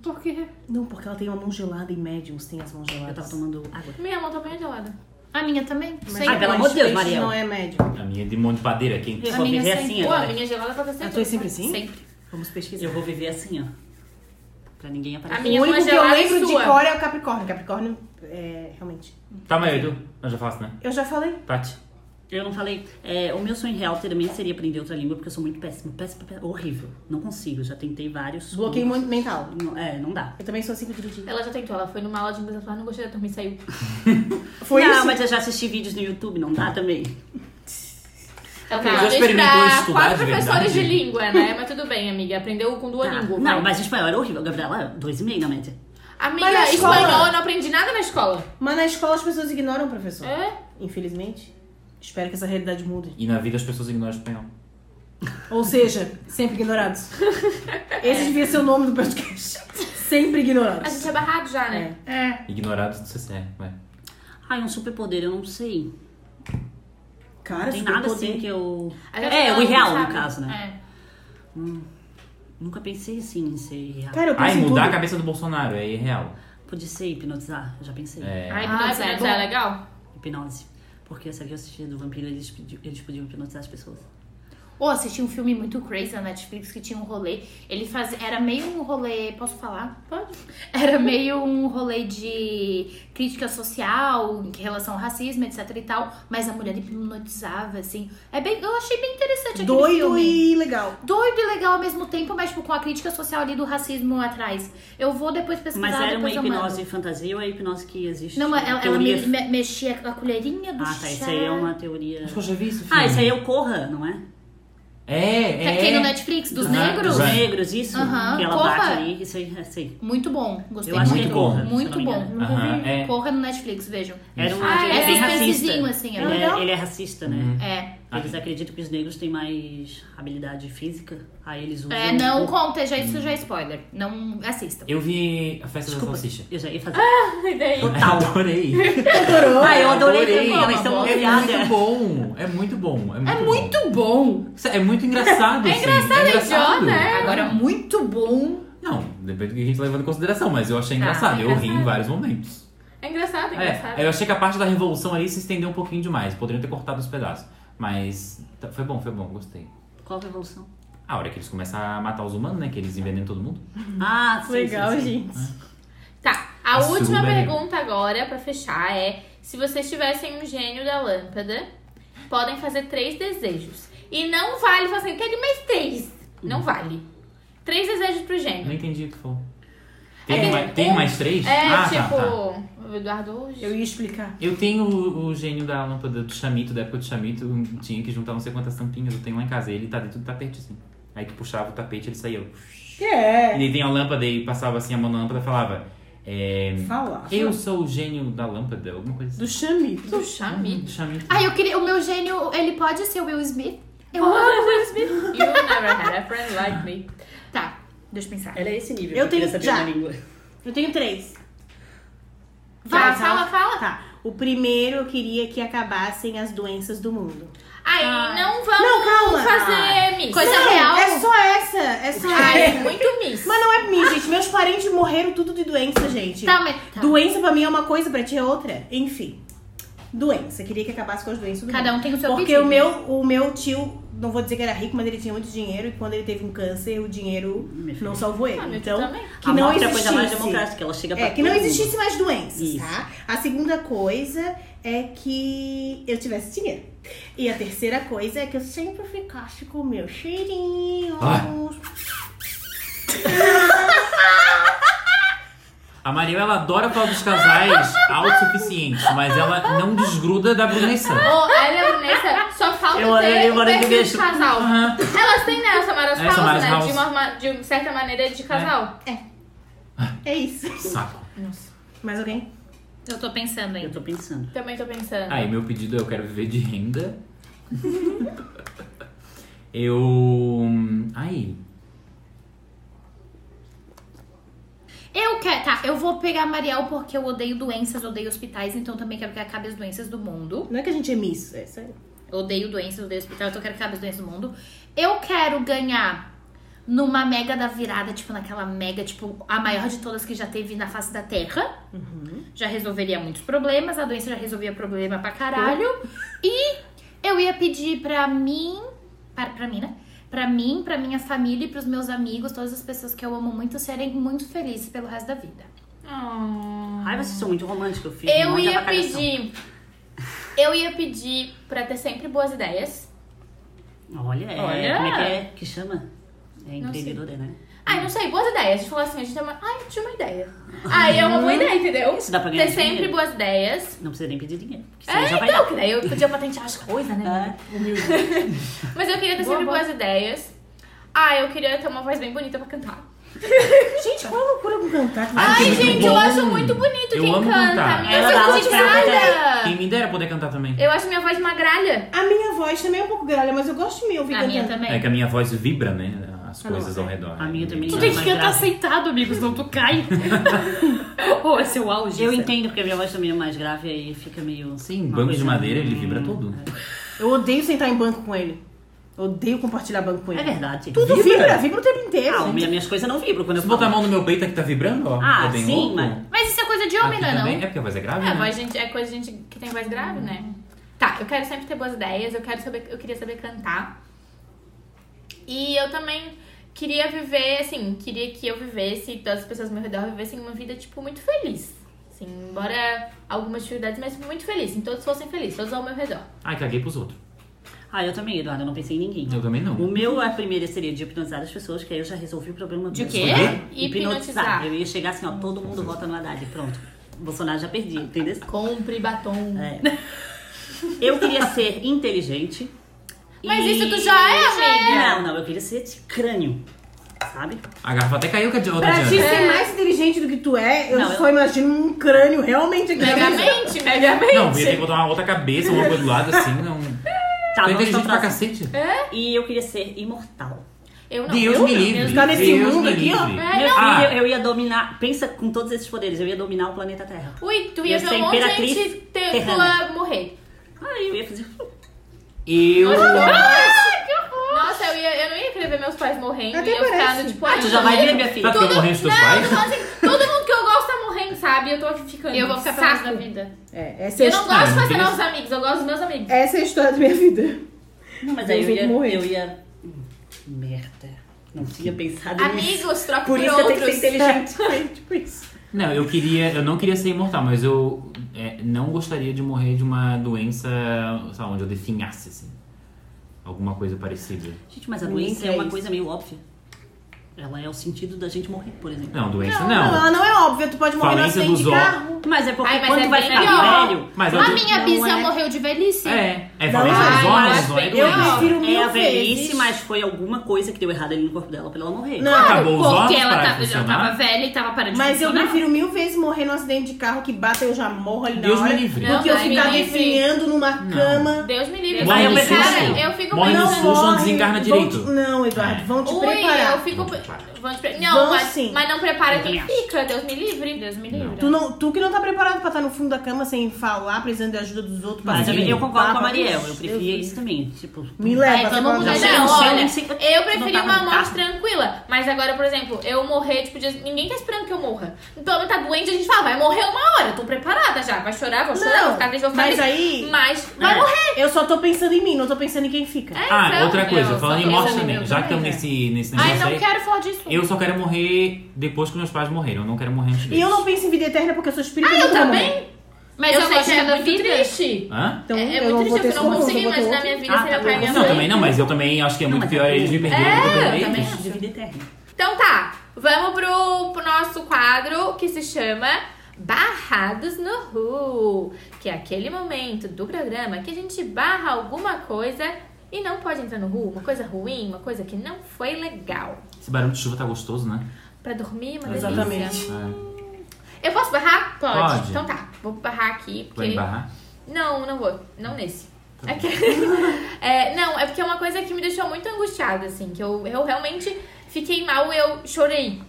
[SPEAKER 2] Por quê?
[SPEAKER 5] Não, porque ela tem uma mão gelada e médiums tem as mãos
[SPEAKER 6] Eu tava
[SPEAKER 5] geladas.
[SPEAKER 6] tomando água.
[SPEAKER 3] Minha mão tá bem gelada.
[SPEAKER 2] A minha também. Sem
[SPEAKER 6] Ah, pelo amor de Deus, Mariel.
[SPEAKER 5] Não é médico.
[SPEAKER 4] A minha é de monte de padeira, é quente.
[SPEAKER 6] Eu
[SPEAKER 2] A
[SPEAKER 6] vou
[SPEAKER 2] minha
[SPEAKER 6] viver
[SPEAKER 2] sempre.
[SPEAKER 6] assim
[SPEAKER 3] Pô, a
[SPEAKER 6] agora.
[SPEAKER 3] minha gelada pra você. né?
[SPEAKER 5] A tua é sempre assim?
[SPEAKER 3] Sempre.
[SPEAKER 5] Vamos pesquisar.
[SPEAKER 6] Eu vou viver assim, ó. Pra ninguém
[SPEAKER 3] A
[SPEAKER 6] aparecer.
[SPEAKER 3] minha
[SPEAKER 5] o
[SPEAKER 3] é uma
[SPEAKER 5] único que eu
[SPEAKER 3] gelada
[SPEAKER 5] lembro de
[SPEAKER 3] sua.
[SPEAKER 5] cor é o Capricórnio. Capricórnio é realmente.
[SPEAKER 4] Tá, mas eu, Edu? eu já faço, né?
[SPEAKER 5] Eu já falei.
[SPEAKER 4] Tati.
[SPEAKER 6] Eu não falei. é, o meu sonho real também seria aprender outra língua, porque eu sou muito péssima. Péssima, péssima horrível. Não consigo. Já tentei vários.
[SPEAKER 5] Bloqueio
[SPEAKER 6] cursos.
[SPEAKER 5] mental.
[SPEAKER 6] Não- É, não dá.
[SPEAKER 5] Eu também sou assim com direitinho.
[SPEAKER 3] Ela já tentou, ela foi numa aula de inglês, ela não gostei da turma e saiu.
[SPEAKER 5] Foi
[SPEAKER 6] não,
[SPEAKER 5] isso.
[SPEAKER 6] mas eu já assisti vídeos no YouTube, não dá também.
[SPEAKER 3] Ela
[SPEAKER 4] Já
[SPEAKER 3] fez aulas
[SPEAKER 4] experimentou
[SPEAKER 3] Tá pra
[SPEAKER 4] estudar
[SPEAKER 3] quatro
[SPEAKER 4] de verdade?
[SPEAKER 3] professores de língua, né? Mas tudo bem, amiga. Aprendeu com Duolingo.
[SPEAKER 6] Tá. Não,
[SPEAKER 3] vai.
[SPEAKER 6] mas espanhol era horrível. Gabriela, dois e meio na média.
[SPEAKER 3] Amiga,
[SPEAKER 5] Mas na escola-
[SPEAKER 3] espanhol, eu não aprendi nada na escola.
[SPEAKER 5] Mas na escola as pessoas ignoram o professor.
[SPEAKER 3] É?
[SPEAKER 5] Infelizmente. Espero que essa realidade mude.
[SPEAKER 4] E na vida as pessoas ignoram o espanhol.
[SPEAKER 5] Ou seja, sempre ignorados. Esse devia ser o nome do podcast. Sempre ignorados.
[SPEAKER 3] A gente é barrado já, né?
[SPEAKER 5] É.
[SPEAKER 4] Ignorados é, do CCE, vai.
[SPEAKER 6] Ai, um superpoder, eu não sei.
[SPEAKER 5] Cara,
[SPEAKER 6] Não tem
[SPEAKER 5] super
[SPEAKER 6] nada
[SPEAKER 5] poder.
[SPEAKER 6] assim que eu.
[SPEAKER 3] A gente
[SPEAKER 6] É,
[SPEAKER 3] "Ah,
[SPEAKER 2] tá
[SPEAKER 3] não
[SPEAKER 6] o irreal,
[SPEAKER 3] sabe.
[SPEAKER 6] no caso, né?
[SPEAKER 3] É.
[SPEAKER 6] Nunca pensei assim em ser irreal.
[SPEAKER 5] Cara, eu penso
[SPEAKER 4] Ai,
[SPEAKER 5] em
[SPEAKER 4] mudar a
[SPEAKER 5] tudo.
[SPEAKER 4] cabeça do Bolsonaro, é irreal.
[SPEAKER 6] Podia ser hipnotizar, eu já pensei.
[SPEAKER 4] É.
[SPEAKER 3] Ai,
[SPEAKER 2] Ah,
[SPEAKER 3] hipnotizar,
[SPEAKER 2] é
[SPEAKER 3] hipnotizar é
[SPEAKER 2] bom.
[SPEAKER 3] legal?
[SPEAKER 6] Hipnose. Porque essa que eu assisti do vampiro, eles, pedi- eles podiam hipnotizar as pessoas.
[SPEAKER 2] Ou assisti um filme muito crazy na Netflix que tinha um rolê. Ele fazia. Era meio um rolê. Posso falar? Pode. Era meio um rolê de crítica social em relação ao racismo, etc e tal. Mas a mulher hipnotizava, assim. É bem, eu achei bem interessante aquele
[SPEAKER 5] Doido
[SPEAKER 2] filme.
[SPEAKER 5] e legal.
[SPEAKER 2] Doido e legal ao mesmo tempo, mas tipo, com a crítica social ali do racismo atrás. Eu vou depois pesquisar.
[SPEAKER 6] Mas era uma
[SPEAKER 2] depois eu mando.
[SPEAKER 6] hipnose fantasia ou é a hipnose que existe?
[SPEAKER 2] Não, mas ela, ela
[SPEAKER 6] Teoria-
[SPEAKER 2] me- me- mexia com a colherinha do
[SPEAKER 6] Ah,
[SPEAKER 2] chá.
[SPEAKER 6] tá. Isso aí é uma teoria.
[SPEAKER 4] Acho que eu já vi isso, filho.
[SPEAKER 6] Ah, isso aí é o Corra, não é?
[SPEAKER 4] É,
[SPEAKER 2] Tá
[SPEAKER 4] é.
[SPEAKER 2] aqui no
[SPEAKER 4] é.
[SPEAKER 2] Netflix, dos
[SPEAKER 4] Ah,
[SPEAKER 6] Dos
[SPEAKER 2] negros?
[SPEAKER 4] Corra.
[SPEAKER 6] negros, isso?
[SPEAKER 2] Aham,
[SPEAKER 6] Que ela
[SPEAKER 2] Corra.
[SPEAKER 6] bate ali, isso aí, é, sei.
[SPEAKER 2] Muito bom. Gostei
[SPEAKER 6] Eu acho
[SPEAKER 4] muito
[SPEAKER 6] que é
[SPEAKER 4] bom.
[SPEAKER 6] Corra. se eu não
[SPEAKER 2] Muito
[SPEAKER 6] me
[SPEAKER 2] bom.
[SPEAKER 6] engano.
[SPEAKER 4] Nunca Aham, vi. é.
[SPEAKER 2] Corra no Netflix, vejam.
[SPEAKER 6] Era um
[SPEAKER 3] Ah,
[SPEAKER 6] ele
[SPEAKER 3] é
[SPEAKER 6] é bem
[SPEAKER 2] suspensezinho,
[SPEAKER 6] racista.
[SPEAKER 2] assim, é
[SPEAKER 6] ele,
[SPEAKER 2] legal.
[SPEAKER 6] é, ele é racista, né?
[SPEAKER 4] Uhum.
[SPEAKER 2] É.
[SPEAKER 6] Eles acreditam que os negros têm mais habilidade física, aí eles usam.
[SPEAKER 2] É,
[SPEAKER 6] o
[SPEAKER 2] não
[SPEAKER 6] corpo.
[SPEAKER 2] conta, já, isso já é spoiler. Não assistam.
[SPEAKER 4] Eu vi a festa da salsicha.
[SPEAKER 6] Eu já ia fazer.
[SPEAKER 4] Total. Adorei.
[SPEAKER 5] Adorou.
[SPEAKER 6] Ah, eu adorei
[SPEAKER 4] Adorei.
[SPEAKER 6] também, elas são
[SPEAKER 4] É muito
[SPEAKER 6] obrigada.
[SPEAKER 4] bom, é muito bom. É muito,
[SPEAKER 2] É muito bom!
[SPEAKER 4] bom. É muito engraçado. É engraçado, é engraçado.
[SPEAKER 3] idiota, é.
[SPEAKER 2] Agora, muito bom.
[SPEAKER 4] Não, depende do que a gente leva em consideração, mas eu achei engraçado.
[SPEAKER 3] é
[SPEAKER 4] eu ri em vários momentos.
[SPEAKER 3] É engraçado, é engraçado.
[SPEAKER 4] É, eu achei que a parte da revolução ali se estendeu um pouquinho demais. Poderiam ter cortado os pedaços. Mas tá- foi bom, foi bom, gostei.
[SPEAKER 6] Qual a revolução?
[SPEAKER 4] A hora que eles começam a matar os humanos, né? Que eles envenenam todo mundo.
[SPEAKER 6] Ah, sim,
[SPEAKER 5] Legal,
[SPEAKER 6] sim, sim.
[SPEAKER 5] gente.
[SPEAKER 3] Tá, a
[SPEAKER 4] Assume
[SPEAKER 3] última
[SPEAKER 4] a regra.
[SPEAKER 3] pergunta agora, pra fechar, é: se vocês tivessem um gênio da lâmpada, podem fazer três desejos. E não vale falar assim, eu quero mais três. Não vale. Três desejos pro
[SPEAKER 4] Não
[SPEAKER 3] gênio.
[SPEAKER 4] entendi o que foi.
[SPEAKER 3] É
[SPEAKER 4] Tem,
[SPEAKER 3] que-
[SPEAKER 4] mais, tem
[SPEAKER 3] um-
[SPEAKER 4] mais três?
[SPEAKER 3] É,
[SPEAKER 4] ah, tá,
[SPEAKER 3] tipo,
[SPEAKER 4] tá.
[SPEAKER 3] o Eduardo hoje.
[SPEAKER 5] Eu ia explicar.
[SPEAKER 4] Eu tenho o, o gênio da lâmpada do Chamito, da época do Chamito, um, tinha que juntar não sei quantas tampinhas, eu tenho lá em casa. Ele tá dentro do tapete, assim. Aí tu puxava o tapete, ele saía. E
[SPEAKER 5] Que é?
[SPEAKER 4] daí tem a lâmpada e passava assim a mão na lâmpada e falava. É,
[SPEAKER 5] Falar.
[SPEAKER 4] eu sou o gênio da lâmpada, alguma coisa assim.
[SPEAKER 5] Do chamito.
[SPEAKER 3] Tu chame.
[SPEAKER 4] Do Chamito.
[SPEAKER 2] Ah, eu queria. O meu gênio, ele pode ser o Will Smith? Eu amo.
[SPEAKER 3] You never had a friend like me.
[SPEAKER 2] Tá, deixa eu pensar.
[SPEAKER 6] Ela é esse nível.
[SPEAKER 5] Eu
[SPEAKER 6] que
[SPEAKER 5] tenho-
[SPEAKER 6] queria saber
[SPEAKER 5] já.
[SPEAKER 6] uma língua.
[SPEAKER 5] Eu tenho três.
[SPEAKER 3] Vai,
[SPEAKER 5] Tá,
[SPEAKER 3] fala, fala.
[SPEAKER 5] Tá. O primeiro eu queria que acabassem as doenças do mundo.
[SPEAKER 3] Aí não vamos
[SPEAKER 5] Não, calma.
[SPEAKER 3] fazer miss.
[SPEAKER 2] Ah, é. Coisa
[SPEAKER 5] Não,
[SPEAKER 2] real.
[SPEAKER 5] É só essa. É só
[SPEAKER 3] Ai,
[SPEAKER 5] essa.
[SPEAKER 3] muito miss.
[SPEAKER 5] Mas não é pra mim, gente. Meus parentes morreram tudo de doença, gente.
[SPEAKER 2] Tá, mas. tá.
[SPEAKER 5] Doença pra mim é uma coisa, pra ti é outra. Enfim. Doença. Queria que acabasse com as doenças do
[SPEAKER 2] Cada
[SPEAKER 5] mundo.
[SPEAKER 2] um tem o seu
[SPEAKER 5] Porque
[SPEAKER 2] pedido.
[SPEAKER 5] o meu, o meu tio, não vou dizer que era rico, mas ele tinha muito dinheiro. E quando ele teve um câncer, o dinheiro não salvou ele.
[SPEAKER 3] Ah, meu tio
[SPEAKER 5] então,
[SPEAKER 3] também.
[SPEAKER 5] que
[SPEAKER 6] a
[SPEAKER 5] não
[SPEAKER 6] morte é a
[SPEAKER 5] existisse.
[SPEAKER 6] coisa mais democrática, ela chega pra
[SPEAKER 5] É, que não
[SPEAKER 6] todo mundo.
[SPEAKER 5] existisse mais doenças,
[SPEAKER 6] Isso.
[SPEAKER 5] tá? A segunda coisa é que eu tivesse dinheiro. E a terceira coisa é que eu sempre ficasse com o meu cheirinho.
[SPEAKER 4] Ah. A Maria, ela adora falar dos casais autossuficientes, mas ela não desgruda da Brunessa.
[SPEAKER 3] Ô, ela Vanessa, só falta
[SPEAKER 6] Eu olhei,
[SPEAKER 3] ter
[SPEAKER 6] eu olhei
[SPEAKER 3] um
[SPEAKER 6] que
[SPEAKER 3] perfil de
[SPEAKER 6] deixa-
[SPEAKER 3] casal.
[SPEAKER 4] Aham.
[SPEAKER 3] Elas têm, né, a Samara's
[SPEAKER 4] É,
[SPEAKER 3] House,
[SPEAKER 4] Samara's
[SPEAKER 3] né?
[SPEAKER 4] House.
[SPEAKER 3] De, uma, ma- de certa maneira, de casal.
[SPEAKER 5] É isso.
[SPEAKER 4] Saco.
[SPEAKER 5] Mais alguém?
[SPEAKER 6] É.
[SPEAKER 2] Eu tô pensando
[SPEAKER 6] Eu
[SPEAKER 2] ainda.
[SPEAKER 6] tô pensando.
[SPEAKER 3] Também tô pensando.
[SPEAKER 4] Aí, meu pedido é eu quero viver de renda. eu. Ai.
[SPEAKER 2] Eu quero. Tá, eu vou pegar a Mariel porque eu odeio doenças, odeio hospitais, então eu também quero que acabe as doenças do mundo.
[SPEAKER 5] Não é que a gente é miss, é sério.
[SPEAKER 2] Eu odeio doenças, odeio hospitais, então eu quero que acabe as doenças do mundo. Eu quero ganhar numa mega da virada, tipo, naquela mega, tipo, a maior de todas que já teve na face da Terra.
[SPEAKER 6] Uhum.
[SPEAKER 2] Já resolveria muitos problemas, a doença já resolvia problema pra caralho. E eu ia pedir pra mim, para pra mim, né? Pra mim, pra minha família e pros meus amigos, todas as pessoas que eu amo muito, serem muito felizes pelo resto da vida.
[SPEAKER 6] Ai, vocês são muito românticos, eu fiz
[SPEAKER 3] Eu
[SPEAKER 6] muita
[SPEAKER 3] ia
[SPEAKER 6] avacalhação.
[SPEAKER 3] pedir. Eu ia pedir pra ter sempre boas ideias.
[SPEAKER 6] Olha, é,
[SPEAKER 3] Olha.
[SPEAKER 6] como é que é que chama? É
[SPEAKER 3] Não sei.
[SPEAKER 6] empreendedora, né?
[SPEAKER 3] Ai, não sei, boas ideias. A gente falou assim, a gente tem uma. Ai, tinha uma ideia. Aí é uma boa ideia, entendeu?
[SPEAKER 6] Isso dá pra ganhar
[SPEAKER 3] Ter sempre
[SPEAKER 6] dinheiro.
[SPEAKER 3] boas ideias.
[SPEAKER 6] Não precisa nem pedir dinheiro. porque isso aí
[SPEAKER 3] É,
[SPEAKER 6] já vai
[SPEAKER 3] então,
[SPEAKER 6] dar.
[SPEAKER 3] que daí eu podia patentear as coisas, né?
[SPEAKER 6] Ah,
[SPEAKER 3] Mas eu queria ter sempre boas ideias. Ah, eu queria ter uma voz bem bonita pra cantar.
[SPEAKER 5] Gente, qual a loucura com cantar? que
[SPEAKER 3] Ai,
[SPEAKER 5] vocês-
[SPEAKER 3] gente, eu acho muito bonito
[SPEAKER 4] Eu
[SPEAKER 3] quem
[SPEAKER 4] amo
[SPEAKER 3] canta.
[SPEAKER 4] cantar.
[SPEAKER 3] Minha
[SPEAKER 6] Ela dá aula
[SPEAKER 3] voz é
[SPEAKER 6] de
[SPEAKER 4] Quem
[SPEAKER 3] magralha.
[SPEAKER 4] me dera poder cantar também.
[SPEAKER 3] Eu acho minha voz magralha.
[SPEAKER 5] A minha voz também é um pouco gralha, mas eu gosto de me ouvir
[SPEAKER 2] A minha
[SPEAKER 5] cantando.
[SPEAKER 2] também.
[SPEAKER 4] É que a minha voz vibra, né? As coisas ao redor.
[SPEAKER 6] é.
[SPEAKER 4] É,
[SPEAKER 6] A minha também.
[SPEAKER 7] Tu
[SPEAKER 6] Não,
[SPEAKER 7] tem que
[SPEAKER 6] mas
[SPEAKER 7] cantar
[SPEAKER 6] grave.
[SPEAKER 7] sentado, amigos, senão tu cai. Ou esse é o auge.
[SPEAKER 6] Eu
[SPEAKER 7] sabe?
[SPEAKER 6] entendo, porque a minha voz também é mais grave, aí fica meio...
[SPEAKER 4] Sim,
[SPEAKER 6] uma
[SPEAKER 4] banco de
[SPEAKER 6] coisa-
[SPEAKER 4] madeira, ele vibra todo.
[SPEAKER 5] Eu odeio sentar em banco com ele. Eu odeio compartilhar banco com ele.
[SPEAKER 6] É verdade.
[SPEAKER 5] Tudo
[SPEAKER 4] Vibra?
[SPEAKER 5] vibra, vibra, o tempo inteiro.
[SPEAKER 6] Ah, minha- minhas coisas não vibram quando eu
[SPEAKER 4] Se botar a
[SPEAKER 6] falo.
[SPEAKER 4] mão no meu peito aqui tá vibrando, ó.
[SPEAKER 6] Ah,
[SPEAKER 4] eu tenho
[SPEAKER 6] sim,
[SPEAKER 4] louco.
[SPEAKER 6] mas-
[SPEAKER 2] Mas isso é coisa de homem,
[SPEAKER 4] Aqui
[SPEAKER 2] não é
[SPEAKER 4] também-
[SPEAKER 2] não?
[SPEAKER 4] É porque a voz é grave,
[SPEAKER 3] É,
[SPEAKER 4] né?
[SPEAKER 3] voz, gente, é coisa de gente que tem voz grave, né? Tá, eu quero sempre ter boas ideias, eu quero saber, eu queria saber cantar. E eu também queria viver, assim, queria que eu vivesse e todas as pessoas ao meu redor vivessem uma vida, tipo, muito feliz. Assim, embora algumas dificuldades, mas muito feliz. Assim, todos fossem felizes, todos ao meu redor.
[SPEAKER 4] Ai, caguei pros outros.
[SPEAKER 6] Ah, eu também, Eduardo, eu não pensei em ninguém.
[SPEAKER 4] Eu também não.
[SPEAKER 6] O meu, a primeira seria de hipnotizar as pessoas, que aí eu já resolvi o problema do
[SPEAKER 3] De
[SPEAKER 6] Bolsonaro.
[SPEAKER 3] quê?
[SPEAKER 6] Hipnotizar.
[SPEAKER 3] Hipnotizar.
[SPEAKER 6] Eu ia chegar assim, ó, todo mundo vota no Haddad, pronto. Bolsonaro já perdi, entendeu?
[SPEAKER 3] Compre batom.
[SPEAKER 6] É. Eu queria ser inteligente.
[SPEAKER 3] Mas
[SPEAKER 6] e-
[SPEAKER 3] isso tu já é, amiga.
[SPEAKER 6] Não, não, eu queria ser de crânio, sabe?
[SPEAKER 4] A garrafa até caiu com a de outra
[SPEAKER 5] Pra ti
[SPEAKER 4] adiante.
[SPEAKER 5] ser mais inteligente do que tu é, eu
[SPEAKER 6] Não, eu-
[SPEAKER 5] só imagino um crânio realmente aqui. na mesa.
[SPEAKER 3] Megamente, megamente.
[SPEAKER 4] Não, ia ter que botar uma outra cabeça, uma coisa do lado, assim, não.
[SPEAKER 6] Tá,
[SPEAKER 4] tem
[SPEAKER 6] vamos
[SPEAKER 4] gente
[SPEAKER 6] pra
[SPEAKER 4] pra
[SPEAKER 6] próxima.
[SPEAKER 4] cacete.
[SPEAKER 6] E eu queria ser imortal.
[SPEAKER 3] Eu não.
[SPEAKER 4] Deus
[SPEAKER 3] eu
[SPEAKER 4] me
[SPEAKER 3] não.
[SPEAKER 4] livre.
[SPEAKER 5] Ficar nesse
[SPEAKER 4] Deus
[SPEAKER 5] mundo
[SPEAKER 4] me
[SPEAKER 5] aqui, ó.
[SPEAKER 4] livre.
[SPEAKER 6] Meu
[SPEAKER 4] Ah.
[SPEAKER 6] filho, É, eu ia dominar. Pensa com todos esses poderes, eu ia dominar o planeta Terra.
[SPEAKER 3] Ui, tu ia
[SPEAKER 6] Eu
[SPEAKER 3] ver
[SPEAKER 6] sou
[SPEAKER 3] um monte de
[SPEAKER 6] imperatriz
[SPEAKER 3] gente ter-
[SPEAKER 6] terrana.
[SPEAKER 3] tua morrer.
[SPEAKER 6] Aí eu ia fazer.
[SPEAKER 4] Eu.
[SPEAKER 3] Nossa, eu, ia, eu não ia querer ver meus pais morrendo. Eu
[SPEAKER 5] Até
[SPEAKER 3] ia ficar
[SPEAKER 5] parece.
[SPEAKER 3] no tipo,
[SPEAKER 6] Ah,
[SPEAKER 3] ai,
[SPEAKER 6] tu já vai ver, minha
[SPEAKER 4] Tá
[SPEAKER 6] filha.
[SPEAKER 4] tu quer morrer dos teus
[SPEAKER 3] Não,
[SPEAKER 4] pais?
[SPEAKER 3] não, assim, todo mundo que eu gosto tá morrendo, sabe? Eu tô aqui ficando.
[SPEAKER 2] Eu vou ficar
[SPEAKER 3] Saco.
[SPEAKER 2] pelo resto da vida.
[SPEAKER 5] É, essa é, a
[SPEAKER 3] Eu não
[SPEAKER 5] histó-
[SPEAKER 3] gosto de fazer
[SPEAKER 4] Não,
[SPEAKER 3] novos amigos, eu gosto dos meus amigos.
[SPEAKER 5] essa é a história da minha vida.
[SPEAKER 6] Não, mas aí
[SPEAKER 5] Deus
[SPEAKER 6] eu ia.
[SPEAKER 5] me morrer.
[SPEAKER 6] Eu ia... Hum, Merda. Não tinha pensado nisso.
[SPEAKER 3] Amigos, troca
[SPEAKER 6] Por
[SPEAKER 3] por,
[SPEAKER 6] isso eu tenho que
[SPEAKER 3] outros.
[SPEAKER 6] ser inteligente.
[SPEAKER 5] É tipo isso.
[SPEAKER 4] Não, eu queria. Eu não queria ser imortal, mas eu é, não gostaria de morrer de uma doença, sei lá, onde eu definhasse, assim. Alguma coisa parecida.
[SPEAKER 6] Gente, mas a
[SPEAKER 5] Ninguém
[SPEAKER 6] doença é
[SPEAKER 5] quer
[SPEAKER 6] uma
[SPEAKER 5] isso.
[SPEAKER 6] coisa meio óbvia. Ela é o sentido da gente morrer, por exemplo.
[SPEAKER 4] Não, doença
[SPEAKER 5] Não,
[SPEAKER 4] não.
[SPEAKER 5] ela não é óbvia, tu pode morrer no
[SPEAKER 4] Falência
[SPEAKER 5] acidente de
[SPEAKER 4] dos
[SPEAKER 5] carro.
[SPEAKER 6] Mas é porque
[SPEAKER 3] Ai, mas
[SPEAKER 6] quando
[SPEAKER 3] é
[SPEAKER 6] vai
[SPEAKER 3] bem
[SPEAKER 6] ficar
[SPEAKER 3] pior.
[SPEAKER 6] velho.
[SPEAKER 4] Mas eu
[SPEAKER 2] A
[SPEAKER 4] tô-
[SPEAKER 2] minha
[SPEAKER 6] Não
[SPEAKER 2] bisa
[SPEAKER 6] é.
[SPEAKER 2] morreu de velhice.
[SPEAKER 4] É, é
[SPEAKER 5] Não,
[SPEAKER 4] falência dos
[SPEAKER 5] eu
[SPEAKER 4] homens,
[SPEAKER 3] acho
[SPEAKER 4] não é
[SPEAKER 3] bem-
[SPEAKER 4] doença.
[SPEAKER 5] Eu prefiro mil
[SPEAKER 6] É a velhice,
[SPEAKER 5] vezes.
[SPEAKER 6] mas foi alguma coisa que deu errado ali no corpo dela pra ela morrer.
[SPEAKER 5] Não,
[SPEAKER 4] Acabou Tá os
[SPEAKER 2] Porque
[SPEAKER 4] órgãos
[SPEAKER 2] ela
[SPEAKER 4] para de
[SPEAKER 3] tá,
[SPEAKER 2] tava, já
[SPEAKER 4] funcionar.
[SPEAKER 2] tava velha e tava parando de
[SPEAKER 5] Mas eu
[SPEAKER 2] funcionar.
[SPEAKER 5] prefiro mil vezes morrer num acidente de carro que bata e eu já morro ali na
[SPEAKER 4] Deus me
[SPEAKER 5] hora.
[SPEAKER 4] livre.
[SPEAKER 5] Do que
[SPEAKER 3] Não,
[SPEAKER 5] eu
[SPEAKER 3] Deus me
[SPEAKER 5] ficar
[SPEAKER 3] livre.
[SPEAKER 5] definhando numa cama.
[SPEAKER 3] Deus me livre.
[SPEAKER 4] Morre
[SPEAKER 3] eu,
[SPEAKER 6] no
[SPEAKER 3] cara,
[SPEAKER 4] susto.
[SPEAKER 3] eu fico
[SPEAKER 4] Morre no
[SPEAKER 3] pensando.
[SPEAKER 4] susto. não desencarna
[SPEAKER 5] vão
[SPEAKER 4] direito.
[SPEAKER 5] te- não, Eduardo, vão te
[SPEAKER 3] Ui,
[SPEAKER 5] preparar.
[SPEAKER 3] eu fico. Vão te pre-
[SPEAKER 5] Vão
[SPEAKER 3] Não, mas,
[SPEAKER 5] sim.
[SPEAKER 3] mas não prepara quem
[SPEAKER 6] Eu também
[SPEAKER 3] fica. Deus me livre. Deus me livre.
[SPEAKER 5] Tu, não, tu que não tá preparado pra estar no fundo da cama sem falar, precisando de ajuda dos outros.
[SPEAKER 6] Mas eu,
[SPEAKER 5] passando
[SPEAKER 6] eu concordo
[SPEAKER 5] papo.
[SPEAKER 6] com a Mariel, Ah, eu
[SPEAKER 5] Deus
[SPEAKER 6] preferia
[SPEAKER 5] livre.
[SPEAKER 6] isso também. Tipo,
[SPEAKER 5] Me
[SPEAKER 2] Ai,
[SPEAKER 5] leva,
[SPEAKER 2] então
[SPEAKER 5] você pode-
[SPEAKER 2] vamos
[SPEAKER 6] Já
[SPEAKER 2] mudar.
[SPEAKER 6] chega no
[SPEAKER 3] Não,
[SPEAKER 6] céu,
[SPEAKER 3] olha,
[SPEAKER 6] não sei-
[SPEAKER 3] eu
[SPEAKER 6] não
[SPEAKER 3] preferia
[SPEAKER 6] tá
[SPEAKER 3] uma
[SPEAKER 6] no
[SPEAKER 3] morte
[SPEAKER 6] carro.
[SPEAKER 3] tranquila. Mas agora, por exemplo, eu morrer, tipo, de- ninguém tá esperando que eu morra. Então, eu tá doente, a gente fala, vai morrer uma hora. Eu tô preparada já. Vai chorar, vou chorar,
[SPEAKER 5] Não,
[SPEAKER 3] vou ficar triste, vou ficar
[SPEAKER 5] mas
[SPEAKER 3] triste.
[SPEAKER 5] aí-
[SPEAKER 3] Mas
[SPEAKER 4] É,
[SPEAKER 3] vai morrer.
[SPEAKER 5] Eu só tô pensando em mim, não tô pensando em quem fica.
[SPEAKER 4] Ah,
[SPEAKER 3] Então,
[SPEAKER 4] outra coisa,
[SPEAKER 3] eu
[SPEAKER 4] falando
[SPEAKER 3] só
[SPEAKER 4] em
[SPEAKER 3] tô
[SPEAKER 4] morte
[SPEAKER 3] pensando
[SPEAKER 4] também,
[SPEAKER 3] em
[SPEAKER 4] já
[SPEAKER 3] mim
[SPEAKER 4] que estamos
[SPEAKER 5] também.
[SPEAKER 4] nesse, nesse
[SPEAKER 2] Ai,
[SPEAKER 4] negócio
[SPEAKER 2] não
[SPEAKER 4] aí,
[SPEAKER 2] quero falar disso.
[SPEAKER 4] eu só quero morrer depois que meus pais morreram, eu não quero morrer antes deles.
[SPEAKER 5] E eu não penso em vida eterna porque eu sou espírito. Ah, eu
[SPEAKER 3] também. Mas eu,
[SPEAKER 2] Eu
[SPEAKER 3] sei
[SPEAKER 2] gosto
[SPEAKER 3] que é
[SPEAKER 2] da
[SPEAKER 3] muito
[SPEAKER 2] vida.
[SPEAKER 3] triste.
[SPEAKER 4] Hã?
[SPEAKER 5] Então,
[SPEAKER 3] é, é
[SPEAKER 5] eu não
[SPEAKER 3] muito
[SPEAKER 5] vou
[SPEAKER 3] triste,
[SPEAKER 5] ter
[SPEAKER 3] eu não
[SPEAKER 5] só um,
[SPEAKER 3] consigo
[SPEAKER 5] eu vou ter
[SPEAKER 3] imaginar
[SPEAKER 5] outro.
[SPEAKER 3] minha vida
[SPEAKER 6] Ah,
[SPEAKER 3] sem
[SPEAKER 6] tá
[SPEAKER 3] meu pai e minha
[SPEAKER 6] bom.
[SPEAKER 4] Não,
[SPEAKER 3] mãe.
[SPEAKER 4] também não, mas eu também acho que é
[SPEAKER 6] Não,
[SPEAKER 4] muito
[SPEAKER 6] mas
[SPEAKER 4] pior
[SPEAKER 6] é
[SPEAKER 4] eles me
[SPEAKER 6] tudo.
[SPEAKER 4] perderem
[SPEAKER 3] É,
[SPEAKER 4] do
[SPEAKER 3] eu
[SPEAKER 4] que
[SPEAKER 3] também
[SPEAKER 4] eles.
[SPEAKER 3] acho.
[SPEAKER 6] de vida eterna.
[SPEAKER 3] Então tá, vamos pro, pro nosso quadro que se chama Barrados no Ru, que é aquele momento do programa que a gente barra alguma coisa e não pode entrar no Ru, uma coisa ruim, uma coisa que não foi legal.
[SPEAKER 4] Esse barulho de chuva tá gostoso, né?
[SPEAKER 3] Pra dormir, uma delícia.
[SPEAKER 5] Exatamente.
[SPEAKER 4] É.
[SPEAKER 3] Eu posso barrar? Pode.
[SPEAKER 4] Pode.
[SPEAKER 3] Então tá, vou barrar aqui. Porque...
[SPEAKER 4] Vai Tá embarrar?
[SPEAKER 3] Não, não vou. Não nesse. É que- É, não, é porque é uma coisa que me deixou muito angustiada, assim, que eu, eu realmente fiquei mal, eu chorei.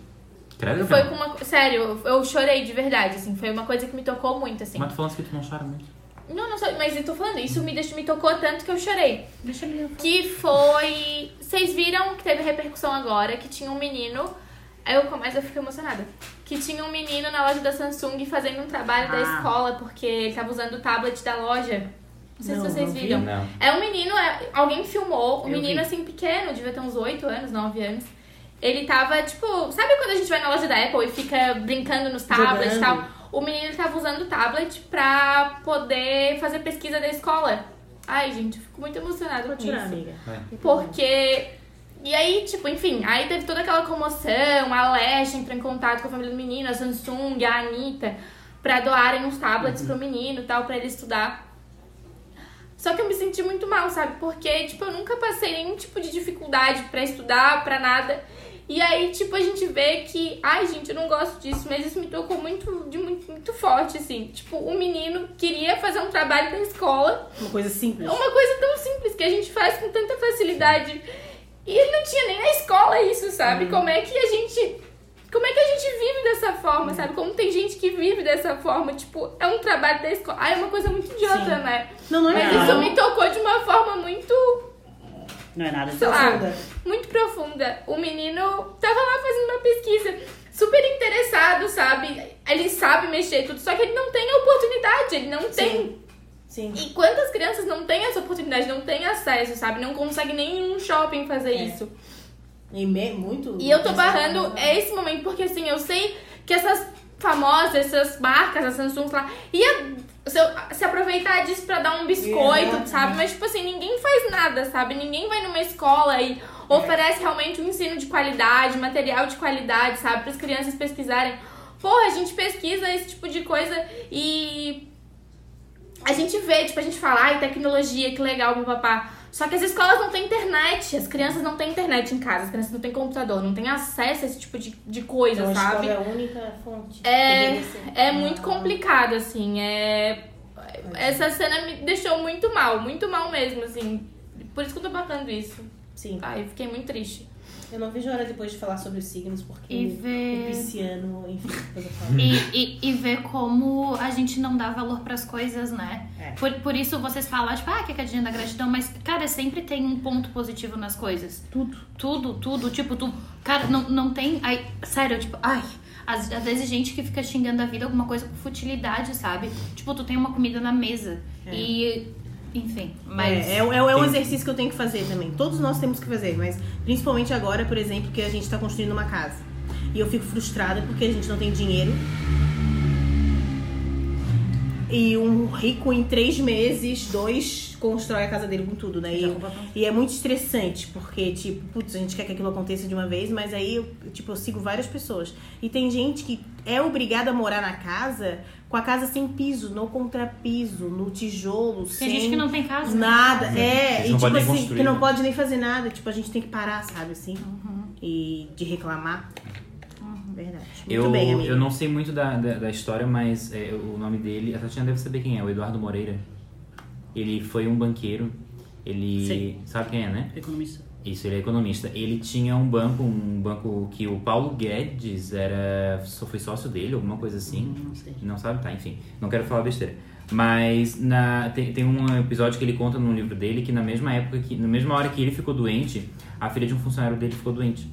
[SPEAKER 4] Credo,
[SPEAKER 3] Foi
[SPEAKER 4] cara.
[SPEAKER 3] com uma. Sério, eu chorei de verdade, assim. Foi uma coisa que me tocou muito, assim.
[SPEAKER 4] Mas tu falando que tu não chora muito.
[SPEAKER 3] Não, não sei, mas eu tô falando, isso me, deixou, me tocou tanto que eu chorei.
[SPEAKER 2] Deixa eu me lembrar.
[SPEAKER 3] Que foi. Vocês viram que teve repercussão agora, que tinha um menino. Aí eu começo, eu fico emocionada. Que tinha um menino na loja da Samsung fazendo um trabalho da
[SPEAKER 6] Ah.
[SPEAKER 3] escola, porque ele tava usando o tablet da loja. Não sei
[SPEAKER 6] Não,
[SPEAKER 3] se vocês
[SPEAKER 6] não vi.
[SPEAKER 3] viram.
[SPEAKER 4] Não.
[SPEAKER 3] É um menino, é- alguém filmou, um
[SPEAKER 4] Eu
[SPEAKER 3] menino
[SPEAKER 4] vi.
[SPEAKER 3] assim pequeno, devia ter uns 8 anos, 9 anos. Ele tava, tipo, sabe quando a gente vai na loja da Apple e fica brincando nos tablets e
[SPEAKER 5] Jogando.
[SPEAKER 3] tal? O menino tava usando o tablet pra poder fazer pesquisa da escola. Ai, gente, eu fico muito emocionada com
[SPEAKER 5] Vou tirar,
[SPEAKER 3] isso.
[SPEAKER 5] amiga.
[SPEAKER 3] Porque. E aí, tipo, enfim, aí teve toda aquela comoção, a Leste entrou em contato com a família do menino, a Samsung, a Anitta, pra doarem uns tablets pro menino e tal, pra ele estudar. Só que eu me senti muito mal, sabe? Porque, tipo, eu nunca passei nenhum tipo de dificuldade pra estudar, pra nada. E aí, tipo, a gente vê que, ai, gente, eu não gosto disso, mas isso me tocou muito, de muito, muito forte, assim. Tipo, o menino queria fazer um trabalho da escola
[SPEAKER 5] Uma coisa simples.
[SPEAKER 3] é uma coisa tão simples que a gente faz com tanta facilidade. E ele não tinha nem na escola isso, sabe? Como é que a gente. Como é que a gente vive dessa forma, sabe? Como tem gente que vive dessa forma, tipo, é um trabalho da escola. Ah, é uma coisa muito idiota,
[SPEAKER 6] Sim.
[SPEAKER 3] né?
[SPEAKER 5] Não, não é
[SPEAKER 3] Mas
[SPEAKER 5] nada.
[SPEAKER 3] isso me tocou de uma forma muito,
[SPEAKER 6] Não é nada
[SPEAKER 3] sei lá,
[SPEAKER 5] Profunda.
[SPEAKER 3] muito profunda. O menino tava lá fazendo uma pesquisa, super interessado, sabe? Ele sabe mexer e tudo, só que ele não tem a oportunidade, ele não tem
[SPEAKER 5] Sim.
[SPEAKER 3] e quantas crianças não têm essa oportunidade, não têm acesso, sabe? Não consegue nenhum um shopping fazer
[SPEAKER 5] É. Uhum.
[SPEAKER 3] isso.
[SPEAKER 5] E me- muito. né?
[SPEAKER 3] E eu tô barrando é esse momento, porque assim, eu sei que essas famosas, essas marcas, as Samsung lá, ia se, se aproveitar disso pra dar um biscoito,
[SPEAKER 5] Exatamente.
[SPEAKER 3] sabe? Mas, tipo assim, ninguém faz nada, sabe? Ninguém vai numa escola e oferece realmente um ensino de qualidade, material de qualidade, sabe? Para as crianças pesquisarem. Porra, a gente pesquisa esse tipo de coisa e a gente vê, tipo, a gente fala, ai, tecnologia, que legal, papapá. Só que as escolas não têm internet, as crianças não têm internet em casa, as crianças não têm computador, não têm acesso a esse tipo de, de coisa,
[SPEAKER 5] Então, a
[SPEAKER 3] sabe?
[SPEAKER 5] escola é a única fonte.
[SPEAKER 3] É,
[SPEAKER 5] Deveria ser.
[SPEAKER 3] é muito complicado, assim. É... Essa cena me deixou muito mal, muito mal mesmo, assim. Por isso que eu tô bacando isso.
[SPEAKER 5] Sim.
[SPEAKER 3] Ai, eu fiquei muito triste.
[SPEAKER 5] Eu não vejo a hora depois de falar sobre os signos, porque
[SPEAKER 2] E
[SPEAKER 5] o
[SPEAKER 2] ver.
[SPEAKER 5] pisciano, enfim, depois eu falo.
[SPEAKER 2] E, e, e ver como a gente não dá valor pras coisas, né?
[SPEAKER 5] É.
[SPEAKER 2] Por, por isso vocês falam, tipo, ah, que é cadinha da gratidão, mas, cara, sempre tem um ponto positivo nas coisas. Tudo. Tudo, tudo. Tipo, tu. Cara, não, não tem. Ai, sério, tipo, ai. Às, às vezes gente que fica xingando a vida alguma coisa por futilidade, sabe? Tipo, tu tem uma comida na mesa. E. Enfim, mas.
[SPEAKER 5] É, é, é, é um exercício que eu tenho que fazer também. Todos nós temos que fazer, mas principalmente agora, por exemplo, que a gente tá construindo uma casa. E eu fico frustrada porque a gente não tem dinheiro. E um rico em três meses, dois, constrói a casa dele com tudo, né? E, e é muito estressante, porque, tipo, putz, a gente quer que aquilo aconteça de uma vez, mas aí, eu, tipo, eu sigo várias pessoas. E tem gente que é obrigada a morar na casa com a casa sem piso, no contrapiso, no tijolo,
[SPEAKER 2] Tem
[SPEAKER 5] sem.
[SPEAKER 2] gente que não tem casa.
[SPEAKER 5] Nada,
[SPEAKER 4] Uhum. Eles
[SPEAKER 5] é. E
[SPEAKER 4] não
[SPEAKER 5] tipo
[SPEAKER 4] podem
[SPEAKER 5] assim,
[SPEAKER 4] construir,
[SPEAKER 5] que não
[SPEAKER 4] né?
[SPEAKER 5] pode nem fazer nada. Tipo, a gente tem que parar, sabe, assim? E de reclamar. Verdade. Muito
[SPEAKER 4] Eu,
[SPEAKER 5] bem, amiga.
[SPEAKER 4] eu não sei muito da, da, da história, mas é, o nome dele. A Tatiana deve saber quem é, o Eduardo Moreira. Ele foi um banqueiro. Ele.
[SPEAKER 6] Sei.
[SPEAKER 4] Sabe quem é, né?
[SPEAKER 6] Economista.
[SPEAKER 4] Isso, ele é economista. Ele tinha um banco, um banco que o Paulo Guedes era. só foi sócio dele, alguma coisa assim.
[SPEAKER 6] Não sei.
[SPEAKER 4] Não sabe? Tá, enfim. Não quero falar besteira. Mas na, tem, tem um episódio que ele conta num livro dele que na mesma época que. Na mesma hora que ele ficou doente, a filha de um funcionário dele ficou doente.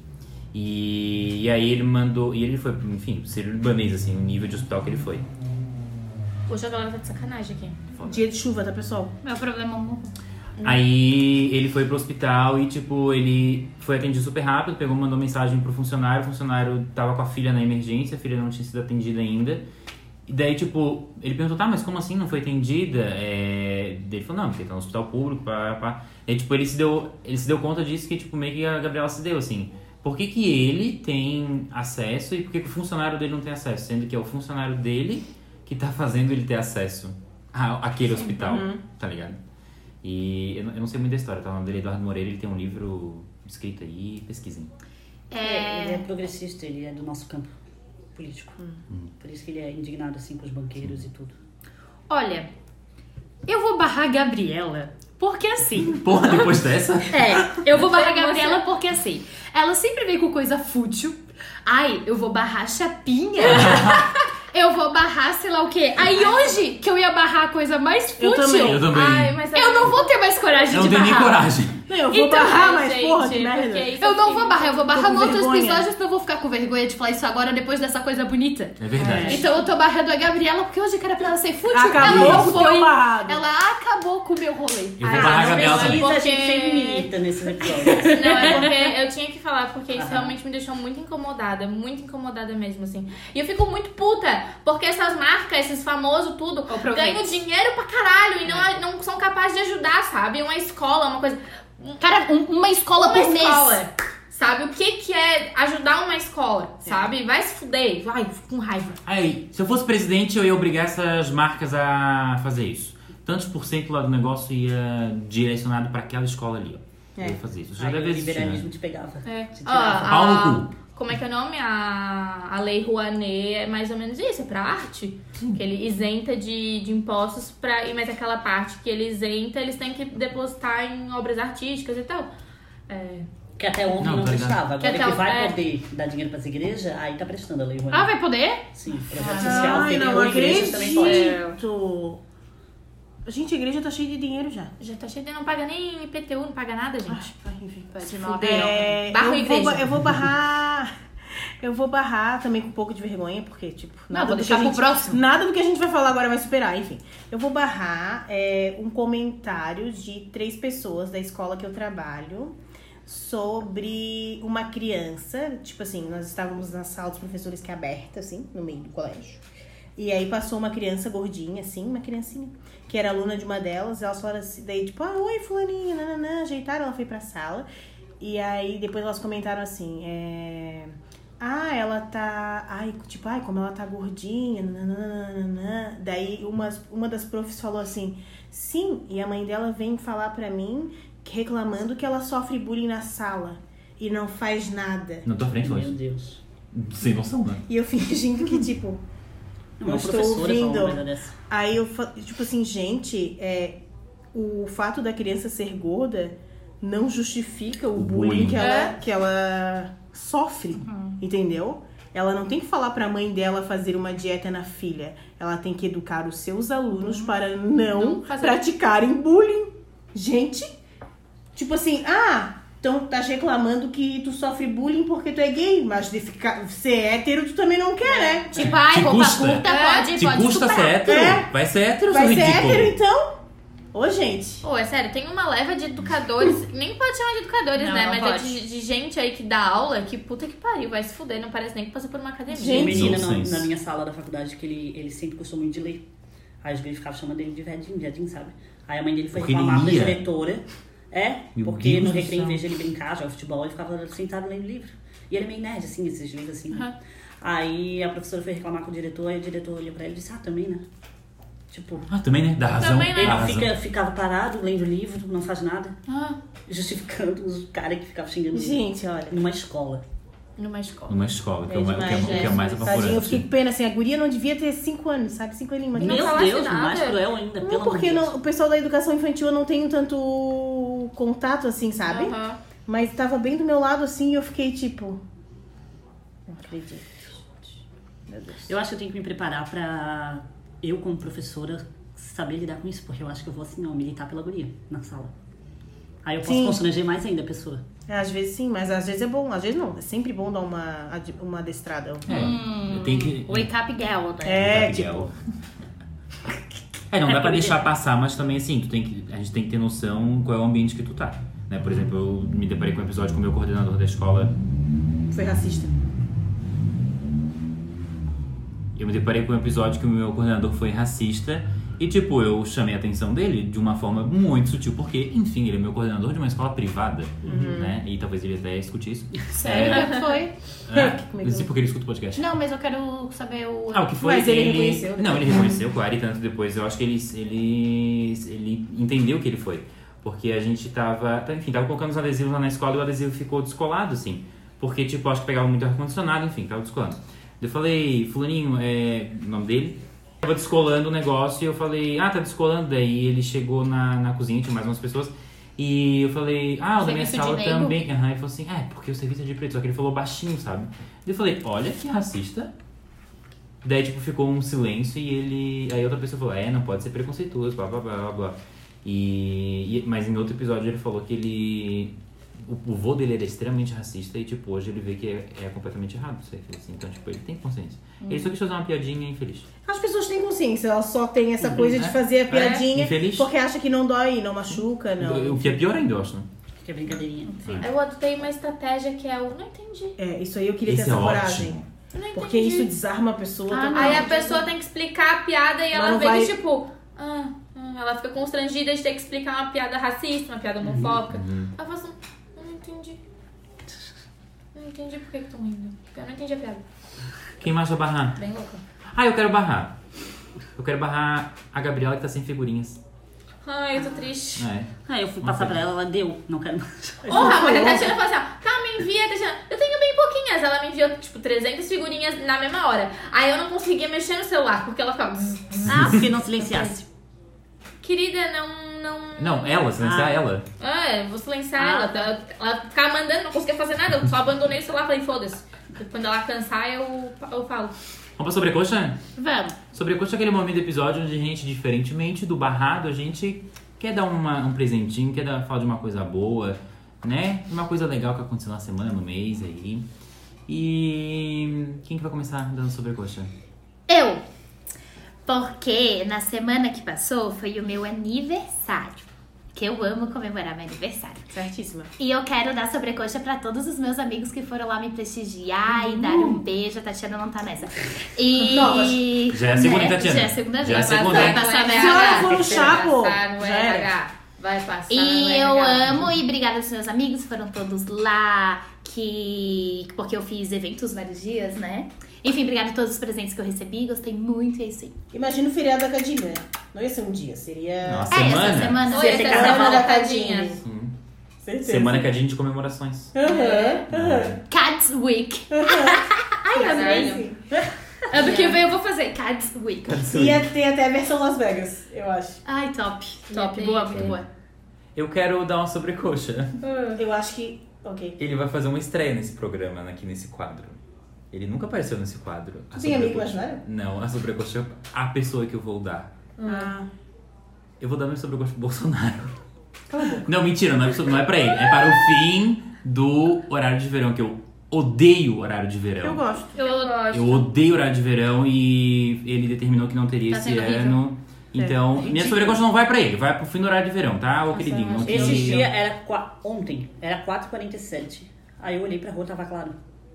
[SPEAKER 4] E, e aí ele mandou. E ele foi, enfim, sírio-libanês, assim, o nível de hospital que ele foi.
[SPEAKER 3] Poxa, a galera tá de sacanagem aqui.
[SPEAKER 5] Dia de chuva, tá, pessoal?
[SPEAKER 2] Meu problema é o mundo.
[SPEAKER 4] Aí ele foi pro hospital e, tipo, ele foi atendido super rápido, pegou, mandou mensagem pro funcionário, o funcionário tava com a filha na emergência, a filha não tinha sido atendida ainda. E daí, tipo, ele perguntou, tá, mas como assim não foi atendida? É... daí Ele falou, não, porque tá no hospital público, pá, pá. Daí, tipo, ele se, deu, ele se deu conta disso que, tipo, meio que a Gabriela se deu, assim. Por que que ele tem acesso e por que que o funcionário dele não tem acesso? Sendo que é o funcionário dele que tá fazendo ele ter acesso a, àquele hospital, tá ligado? E eu não, eu não sei muito da história, tá? O nome dele é Eduardo Moreira, ele tem um livro escrito aí, pesquisem.
[SPEAKER 2] É.
[SPEAKER 6] Ele é progressista, ele é do nosso campo político.
[SPEAKER 3] Hum.
[SPEAKER 6] Por isso que ele é indignado assim com os banqueiros e tudo.
[SPEAKER 7] Olha, eu vou barrar a Gabriela, porque assim.
[SPEAKER 4] Porra, depois dessa?
[SPEAKER 7] É, eu vou barrar a
[SPEAKER 3] Você-
[SPEAKER 7] Gabriela porque assim, ela sempre vem com coisa fútil. Ai, eu vou barrar a chapinha. Eu vou barrar sei lá o quê. Aí hoje, que eu ia barrar a coisa mais fútil,
[SPEAKER 5] Eu também.
[SPEAKER 4] Eu também.
[SPEAKER 3] Ai, mas é
[SPEAKER 7] eu não vou ter mais coragem
[SPEAKER 4] Eu
[SPEAKER 7] de
[SPEAKER 4] não tenho nem
[SPEAKER 7] barrar.
[SPEAKER 4] coragem.
[SPEAKER 5] Não, eu vou
[SPEAKER 3] Então,
[SPEAKER 5] barrar,
[SPEAKER 3] ai,
[SPEAKER 5] mas
[SPEAKER 3] gente,
[SPEAKER 5] porra, que
[SPEAKER 3] porque é
[SPEAKER 5] merda.
[SPEAKER 3] isso
[SPEAKER 7] Eu não
[SPEAKER 3] fica-
[SPEAKER 7] vou barrar, eu vou barrar
[SPEAKER 5] com
[SPEAKER 7] no outros
[SPEAKER 5] vergonha.
[SPEAKER 7] episódios, senão eu vou ficar com vergonha de falar isso agora, depois dessa coisa bonita.
[SPEAKER 4] É verdade.
[SPEAKER 7] Então eu tô barrando a Gabriela, porque hoje que era pra ela ser fútil,
[SPEAKER 5] Acabou
[SPEAKER 7] ela não
[SPEAKER 5] com o teu
[SPEAKER 7] foi.
[SPEAKER 5] barrado.
[SPEAKER 7] Ela acabou com o meu rolê.
[SPEAKER 4] Eu vou barrar a
[SPEAKER 3] não
[SPEAKER 4] Ah, Gabriela também.
[SPEAKER 3] precisa.
[SPEAKER 6] Isso a gente
[SPEAKER 3] Porque-
[SPEAKER 6] sempre milita nesses episódios.
[SPEAKER 3] Não, é porque eu tinha que falar, porque isso realmente me deixou muito incomodada, muito incomodada mesmo, assim. E eu fico muito puta, porque essas marcas, esses famosos, tudo, ganham dinheiro pra caralho e
[SPEAKER 2] É.
[SPEAKER 3] não, é, não são capazes de ajudar, sabe? Uma escola, uma coisa.
[SPEAKER 2] Cara, um- uma escola
[SPEAKER 3] Uma
[SPEAKER 2] por mês.
[SPEAKER 3] escola. Sabe? O que, que é ajudar uma escola,
[SPEAKER 2] É.
[SPEAKER 3] sabe? Vai se fuder, vai, fico com raiva.
[SPEAKER 4] Aí, se eu fosse presidente, eu ia obrigar essas marcas a fazer isso. Tantos por cento lá do negócio ia direcionado pra aquela escola ali, ó.
[SPEAKER 5] É.
[SPEAKER 4] Eu ia fazer isso. Já
[SPEAKER 6] Aí
[SPEAKER 4] deve
[SPEAKER 6] o
[SPEAKER 4] existir, né?
[SPEAKER 6] liberalismo te pegava.
[SPEAKER 3] É. Ó,
[SPEAKER 6] Te tirava.
[SPEAKER 4] Pau
[SPEAKER 3] a,
[SPEAKER 4] no cu.
[SPEAKER 3] como é que é o nome? A, a Lei Rouanet é mais ou menos isso, é pra arte. Que ele isenta de, de impostos, pra, e- mas aquela parte que ele isenta, eles têm que depositar em obras artísticas e tal. É,
[SPEAKER 6] Que até ontem
[SPEAKER 4] Não,
[SPEAKER 6] não,
[SPEAKER 4] tá ligado.
[SPEAKER 6] prestava. Agora
[SPEAKER 3] Que
[SPEAKER 6] que,
[SPEAKER 3] até o-
[SPEAKER 6] vai
[SPEAKER 3] é.
[SPEAKER 6] poder dar dinheiro pras igrejas, aí tá prestando a lei. Rouanet.
[SPEAKER 7] Ah, vai poder?
[SPEAKER 6] Sim,
[SPEAKER 3] Ah,
[SPEAKER 6] projeto social,
[SPEAKER 5] Ai, não
[SPEAKER 6] interior, igreja também pode.
[SPEAKER 5] acredito. Gente, a igreja tá cheia de dinheiro já.
[SPEAKER 3] já tá cheio de não paga nem IPTU, não paga nada, gente.
[SPEAKER 5] Ai, enfim.
[SPEAKER 3] Pode
[SPEAKER 5] Se
[SPEAKER 3] não abrir,
[SPEAKER 5] fuder,
[SPEAKER 3] não. Barra
[SPEAKER 5] eu,
[SPEAKER 3] igreja.
[SPEAKER 5] vou, ba- eu vou barrar. Eu vou barrar também com um pouco de vergonha, porque, tipo,
[SPEAKER 2] Não, vou
[SPEAKER 5] do que
[SPEAKER 2] deixar
[SPEAKER 5] a
[SPEAKER 2] pro
[SPEAKER 5] gente-
[SPEAKER 2] próximo.
[SPEAKER 5] Nada do que a gente vai falar agora vai superar, enfim. Eu vou barrar é, um comentário de três pessoas da escola que eu trabalho sobre uma criança. Tipo assim, nós estávamos na sala dos professores que é aberta, assim, no meio do colégio. E aí passou uma criança gordinha, assim, uma criancinha, que era aluna de uma delas. Elas falaram assim, daí tipo, ah, oi, fulaninha, nananã, ajeitaram, ela foi pra sala. E aí depois elas comentaram assim, é... Ah, ela tá. Ai, tipo, ai, como ela tá gordinha. nananana. Daí uma, uma das profs falou assim: sim, e a mãe dela vem falar pra mim que- reclamando que ela sofre bullying na sala e não faz nada.
[SPEAKER 4] Na tua frente
[SPEAKER 6] Meu
[SPEAKER 4] hoje.
[SPEAKER 6] Deus.
[SPEAKER 4] Sem noção, né?
[SPEAKER 5] E eu fingindo que, tipo.
[SPEAKER 6] é Uma
[SPEAKER 5] Eu estou
[SPEAKER 6] professora falou
[SPEAKER 5] ouvindo.
[SPEAKER 6] uma coisa dessa.
[SPEAKER 5] Aí eu, fa- tipo assim, gente, é, o fato da criança ser gorda não justifica o,
[SPEAKER 4] O
[SPEAKER 5] bullying,
[SPEAKER 4] bullying.
[SPEAKER 5] Que, ela,
[SPEAKER 3] É. Uhum.
[SPEAKER 5] que ela sofre, entendeu? Ela não tem que falar pra mãe dela fazer uma dieta na filha. Ela tem que educar os seus alunos para não,
[SPEAKER 3] Uhum. Não fazer-
[SPEAKER 5] praticarem bullying. Gente, tipo assim, ah, então tá reclamando que tu sofre bullying porque tu é gay, mas de ficar, ser hétero tu também não quer, né?
[SPEAKER 2] Tipo, ai,
[SPEAKER 4] Te
[SPEAKER 2] roupa
[SPEAKER 4] custa?
[SPEAKER 2] curta,
[SPEAKER 3] É.
[SPEAKER 2] pode,
[SPEAKER 4] Te
[SPEAKER 2] pode
[SPEAKER 4] custa ser
[SPEAKER 2] superar.
[SPEAKER 4] hétero?
[SPEAKER 5] É.
[SPEAKER 4] Vai ser hétero,
[SPEAKER 5] Vai
[SPEAKER 4] seu
[SPEAKER 5] ser
[SPEAKER 4] ridículo.
[SPEAKER 5] hétero então? Ô, gente.
[SPEAKER 3] Pô, é sério, tem uma leva de educadores, nem pode chamar de educadores,
[SPEAKER 7] Não,
[SPEAKER 3] né?
[SPEAKER 7] não
[SPEAKER 3] Mas
[SPEAKER 7] pode.
[SPEAKER 3] é de, de gente aí que dá aula, que puta que pariu, vai se fuder, não parece nem que passou por uma academia.
[SPEAKER 6] Tinha um
[SPEAKER 5] Gente.
[SPEAKER 6] menino na,
[SPEAKER 4] Nonsense.
[SPEAKER 6] na minha sala da faculdade que ele, ele sempre gostou muito de ler. Aí os gays ficavam chamando ele de vedinho, vedinho, sabe? Aí a mãe dele foi
[SPEAKER 4] Porque ele
[SPEAKER 6] reclamar pra
[SPEAKER 4] lia?
[SPEAKER 6] diretora. É,
[SPEAKER 4] Meu
[SPEAKER 6] porque
[SPEAKER 4] Deus
[SPEAKER 6] no
[SPEAKER 4] do
[SPEAKER 6] recreio,
[SPEAKER 4] céu.
[SPEAKER 6] em vez de ele brincar, jogar futebol, ele ficava sentado lendo livro. E ele é meio nerd, assim, esses livros, assim. né? Aí a professora foi reclamar com o diretor, e o diretor olhou pra ele e disse, ah, também, né? Tipo,
[SPEAKER 4] Ah, também, né? Dá razão.
[SPEAKER 3] Também, né?
[SPEAKER 4] Dá
[SPEAKER 6] ele
[SPEAKER 4] razão.
[SPEAKER 6] fica, ficava parado, lendo livro, não faz nada.
[SPEAKER 3] Ah,
[SPEAKER 6] Justificando os caras que ficavam xingando ele.
[SPEAKER 5] Gente, olha.
[SPEAKER 6] Numa escola.
[SPEAKER 3] numa escola.
[SPEAKER 4] Numa escola, que é, o ma- que é,
[SPEAKER 5] demais,
[SPEAKER 4] o que é
[SPEAKER 5] né?
[SPEAKER 4] mais
[SPEAKER 5] Tadinha, eu
[SPEAKER 4] apavorante.
[SPEAKER 5] fiquei com pena, assim, a guria não devia ter 5 anos, sabe? 5 aninhos, mas...
[SPEAKER 3] Não
[SPEAKER 6] Meu
[SPEAKER 3] falasse
[SPEAKER 6] Deus,
[SPEAKER 3] nada.
[SPEAKER 6] mais cruel ainda, pelo
[SPEAKER 5] Não,
[SPEAKER 6] amor de
[SPEAKER 5] porque
[SPEAKER 6] Deus.
[SPEAKER 5] não- o pessoal da educação infantil eu não tenho tanto contato, assim, sabe?
[SPEAKER 3] Aham.
[SPEAKER 5] Mas tava bem do meu lado, assim, e eu fiquei, tipo... Não acredito. Meu Deus.
[SPEAKER 6] Eu acho que eu tenho que me preparar pra eu, como professora, saber lidar com isso, porque eu acho que eu vou assim, ó, militar pela guria na sala. Aí eu posso
[SPEAKER 5] Sim.
[SPEAKER 6] constranger mais ainda a pessoa.
[SPEAKER 5] É, Às vezes sim, mas às vezes é bom. Às vezes não. É sempre bom dar uma, ad- uma adestrada.
[SPEAKER 4] É, eu tenho que...
[SPEAKER 2] Wake up girl, né?
[SPEAKER 5] É, tipo...
[SPEAKER 4] Gabriel. É, não dá pra deixar passar, mas também assim, tu tem que, a gente tem que ter noção qual é o ambiente que tu tá. Né? Por exemplo, eu me deparei com um episódio com o meu coordenador da escola.
[SPEAKER 5] tipo, Foi racista.
[SPEAKER 4] Eu me deparei com um episódio que o meu coordenador foi racista. E tipo, eu chamei a atenção dele de uma forma muito sutil, porque, enfim, ele é meu coordenador de uma escola privada, né? E talvez ele até escute isso.
[SPEAKER 2] Sério,
[SPEAKER 4] É,
[SPEAKER 2] o que foi?
[SPEAKER 4] é,
[SPEAKER 5] Como é que
[SPEAKER 4] não sei porque ele escuta o podcast.
[SPEAKER 2] Não, mas eu quero saber o...
[SPEAKER 4] Ah, o que foi?
[SPEAKER 5] Mas ele reconheceu. né?
[SPEAKER 4] Não, ele reconheceu, claro, e tanto depois eu acho que ele, ele, ele entendeu que ele foi. Porque a gente tava, tá, enfim, tava colocando os adesivos lá na escola e o adesivo ficou descolado, assim. Porque, tipo, acho que pegava muito ar-condicionado, enfim, tava descolando. Eu falei, Fulaninho, é. O nome dele? Tava descolando o negócio e eu falei, ah, tá descolando. Daí ele chegou na, na cozinha, tinha mais umas pessoas. E eu falei, ah, o da minha
[SPEAKER 2] Serviço de
[SPEAKER 4] sala
[SPEAKER 2] leigo?
[SPEAKER 4] também. Aham, ele falou assim, é, porque o serviço é de preto, só que ele falou baixinho, sabe? Eu falei, olha que racista Daí, tipo, ficou um silêncio e ele. Aí outra pessoa falou: É, não pode ser preconceituoso, blá blá blá blá blá. E... e- Mas em outro episódio ele falou que ele. O, o vô dele era extremamente racista e, tipo, hoje ele vê que é, é completamente errado isso aí. Assim. Então, tipo, ele tem consciência.
[SPEAKER 2] Hum.
[SPEAKER 4] Ele só quis fazer uma piadinha infeliz.
[SPEAKER 5] As pessoas têm consciência, elas só têm essa coisa de
[SPEAKER 4] né?
[SPEAKER 5] fazer a
[SPEAKER 4] É,
[SPEAKER 5] piadinha
[SPEAKER 4] infeliz.
[SPEAKER 5] porque acha que não dói, não machuca,
[SPEAKER 2] Ah,
[SPEAKER 5] não.
[SPEAKER 4] O que é pior ainda, eu acho, né?
[SPEAKER 6] Que é brincadeirinha.
[SPEAKER 3] Eu adotei uma estratégia que é o. Não entendi.
[SPEAKER 5] É, isso aí eu queria
[SPEAKER 4] Esse
[SPEAKER 5] ter essa
[SPEAKER 4] é
[SPEAKER 5] coragem.
[SPEAKER 3] Eu não entendi.
[SPEAKER 5] Porque isso desarma a pessoa.
[SPEAKER 7] Ah,
[SPEAKER 5] totalmente.
[SPEAKER 3] Aí a pessoa tem que explicar a piada e
[SPEAKER 5] Mas
[SPEAKER 3] ela
[SPEAKER 5] não
[SPEAKER 3] vê
[SPEAKER 5] vai-
[SPEAKER 3] que, tipo, ah, ah, ela fica constrangida de ter que explicar uma piada racista, uma piada homofóbica.
[SPEAKER 6] Uhum.
[SPEAKER 3] Ela fala assim, eu não entendi. Eu Não entendi por que que tão rindo. Eu não entendi a piada.
[SPEAKER 4] Quem mais vai barrar?
[SPEAKER 3] Bem louca.
[SPEAKER 4] Ah, eu quero barrar. Eu quero barrar a Gabriela que tá sem figurinhas.
[SPEAKER 3] Ai, eu tô triste.
[SPEAKER 4] É.
[SPEAKER 6] Ah, eu fui passar pra ela, ela deu. Não quero mais.
[SPEAKER 3] Porra, mas a Tatiana falou assim, ó, tá, me envia, Tatiana. Eu tenho bem pouquinhas. Ela me enviou, tipo, 300 figurinhas na mesma hora. Aí eu não conseguia mexer no celular, porque ela ficava... "Hum, zzz, zzz.
[SPEAKER 6] Ah, porque não silenciasse.
[SPEAKER 3] Querida, não... Não,
[SPEAKER 4] Não, ela, silenciar
[SPEAKER 6] Ah.
[SPEAKER 4] ela.
[SPEAKER 3] É, vou silenciar
[SPEAKER 6] Ah,
[SPEAKER 3] ela. Ela, ela ficava mandando, não conseguia fazer nada. Eu só abandonei o celular e falei, foda-se. Quando ela cansar, eu, eu falo.
[SPEAKER 4] Vamos pra sobrecoxa?
[SPEAKER 2] Vamos.
[SPEAKER 4] Sobrecoxa é aquele momento do episódio onde a gente, diferentemente do barrado, a gente quer dar uma- um presentinho, quer dar, falar de uma coisa boa, né? Uma coisa legal que aconteceu na semana, no mês aí. E quem que vai começar dando sobrecoxa?
[SPEAKER 2] Eu. Porque na semana que passou foi o meu aniversário. Que eu amo comemorar meu aniversário.
[SPEAKER 5] é Certíssima.
[SPEAKER 2] E eu quero dar sobrecoxa pra todos os meus amigos que foram lá me prestigiar e dar
[SPEAKER 3] Uhum.
[SPEAKER 2] um beijo. A Tatiana não tá nessa. E.
[SPEAKER 4] Já é a segunda, hein, Tatiana?
[SPEAKER 2] Já é a segunda
[SPEAKER 4] Já é a
[SPEAKER 2] vez.
[SPEAKER 4] segunda, hein?
[SPEAKER 2] vai passar
[SPEAKER 3] Vai
[SPEAKER 2] vergonha.
[SPEAKER 5] Senhora, foi um chapo.
[SPEAKER 3] passar no
[SPEAKER 5] Já era.
[SPEAKER 3] RH. Vai passar no
[SPEAKER 2] E eu
[SPEAKER 3] RH.
[SPEAKER 2] amo, e obrigada aos meus amigos, foram todos lá, que. Porque eu fiz eventos vários dias, né? Enfim, obrigada a todos os presentes que eu recebi, gostei muito, é isso aí.
[SPEAKER 5] Imagina o feriado da Cadinha. Não ia ser um dia, seria.
[SPEAKER 4] Nossa.
[SPEAKER 2] É,
[SPEAKER 4] Semana?
[SPEAKER 2] essa semana.
[SPEAKER 3] Oi,
[SPEAKER 2] Você
[SPEAKER 3] essa
[SPEAKER 2] tem
[SPEAKER 3] é
[SPEAKER 2] que-
[SPEAKER 3] a
[SPEAKER 5] Semana
[SPEAKER 3] semana
[SPEAKER 5] da
[SPEAKER 3] tadinha.
[SPEAKER 5] Cadinha. Certeza.
[SPEAKER 4] Semana que a gente de comemorações.
[SPEAKER 5] Aham, aham. é,
[SPEAKER 2] Cats Week.
[SPEAKER 5] Ai,
[SPEAKER 3] Caralho.
[SPEAKER 5] adorei.
[SPEAKER 2] Ano que vem eu vou fazer Cats Week.
[SPEAKER 5] Ia ter até a versão Las Vegas, eu acho.
[SPEAKER 2] Ai, top.
[SPEAKER 3] Ia
[SPEAKER 2] Top.
[SPEAKER 3] ter,
[SPEAKER 2] Boa,
[SPEAKER 3] ia
[SPEAKER 2] muito
[SPEAKER 3] ter.
[SPEAKER 2] boa.
[SPEAKER 4] Eu quero dar uma sobrecoxa.
[SPEAKER 5] Eu acho que. Ok.
[SPEAKER 4] Ele vai fazer uma estreia nesse programa, né, aqui nesse quadro. Ele nunca apareceu nesse quadro. A
[SPEAKER 5] Tu tem amigo
[SPEAKER 4] sobrecoxa-
[SPEAKER 5] imaginário?
[SPEAKER 4] Não, a sobrecoxa é a pessoa que eu vou dar.
[SPEAKER 5] Ah.
[SPEAKER 4] Eu vou dar meu sobrecoxa pro Bolsonaro. Não, mentira, não é, pro- não é pra ele. É para o fim do horário de verão, que eu odeio horário de
[SPEAKER 5] Eu
[SPEAKER 4] verão.
[SPEAKER 5] gosto.
[SPEAKER 3] Eu gosto.
[SPEAKER 4] Eu odeio horário de verão e ele determinou que não teria
[SPEAKER 2] Tá
[SPEAKER 4] esse
[SPEAKER 2] sendo horrível.
[SPEAKER 4] ano. Então, minha sobrecoxa não vai pra ele, vai pro fim do horário de verão, tá, ô queridinho? Não
[SPEAKER 6] Esse
[SPEAKER 4] que-
[SPEAKER 6] dia era qua- ontem, era 4h47. Aí eu olhei pra rua, tava claro.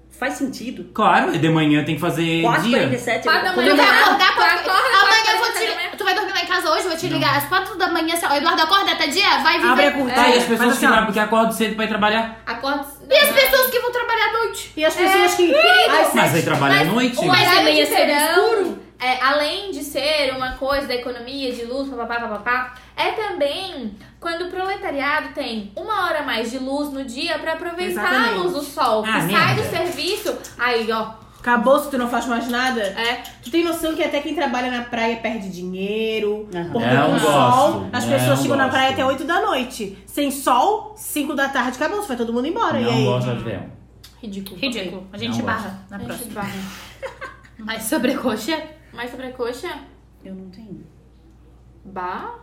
[SPEAKER 6] Faz sentido.
[SPEAKER 4] Claro, de manhã tem que fazer dia.
[SPEAKER 6] 4h47.
[SPEAKER 5] é
[SPEAKER 3] Quatro da
[SPEAKER 6] eu-
[SPEAKER 3] manhã.
[SPEAKER 2] Tu vai acordar pra...
[SPEAKER 3] Acorda, acorda,
[SPEAKER 2] Amanhã eu vou
[SPEAKER 3] acorda,
[SPEAKER 2] te...
[SPEAKER 3] amanhã.
[SPEAKER 2] Tu vai dormir lá em casa hoje, eu vou te ligar às quatro da manhã. Assim, ó, Eduardo, acorda, Tadia, vai
[SPEAKER 5] Abre a
[SPEAKER 2] viver.
[SPEAKER 5] cortina.
[SPEAKER 4] Tá, e as pessoas
[SPEAKER 5] Mas
[SPEAKER 4] que
[SPEAKER 5] assim, ó,
[SPEAKER 4] trabalham, porque acordam cedo pra ir trabalhar.
[SPEAKER 3] Acordo.
[SPEAKER 2] E as pessoas que vão trabalhar à noite?
[SPEAKER 5] E as pessoas que. Ai,
[SPEAKER 4] Mas é aí
[SPEAKER 5] sete.
[SPEAKER 4] trabalha à noite.
[SPEAKER 3] O
[SPEAKER 2] Mas
[SPEAKER 3] horário
[SPEAKER 2] amanhã um
[SPEAKER 3] de
[SPEAKER 2] cedo
[SPEAKER 3] verão, é, além de ser uma coisa da economia, de luz, papapá, papapá, é também quando o proletariado tem uma hora a mais de luz no dia pra aproveitar a
[SPEAKER 5] Exatamente.
[SPEAKER 3] luz do sol.
[SPEAKER 4] Ah,
[SPEAKER 3] que sai
[SPEAKER 4] merda.
[SPEAKER 3] do serviço, aí ó,
[SPEAKER 5] Acabou se tu não faz mais nada?
[SPEAKER 3] é,
[SPEAKER 5] Tu tem noção que até quem trabalha na praia perde dinheiro,
[SPEAKER 6] Aham.
[SPEAKER 5] porque
[SPEAKER 4] Não
[SPEAKER 5] com
[SPEAKER 4] gosto,
[SPEAKER 5] sol, as
[SPEAKER 4] não
[SPEAKER 5] pessoas chegam na
[SPEAKER 4] gosto.
[SPEAKER 5] praia até 8 da noite. Sem sol, 5 da tarde, acabou, vai todo mundo embora. e
[SPEAKER 4] Não gosto
[SPEAKER 5] aí?
[SPEAKER 4] de um. horário de verão.
[SPEAKER 3] ridículo.
[SPEAKER 2] Ridículo. A gente
[SPEAKER 4] Não
[SPEAKER 2] barra na
[SPEAKER 3] Gente,
[SPEAKER 2] próxima.
[SPEAKER 3] barra.
[SPEAKER 2] Mas sobrecoxa.
[SPEAKER 3] Mais sobrecoxa?
[SPEAKER 6] Eu não tenho.
[SPEAKER 3] Bah.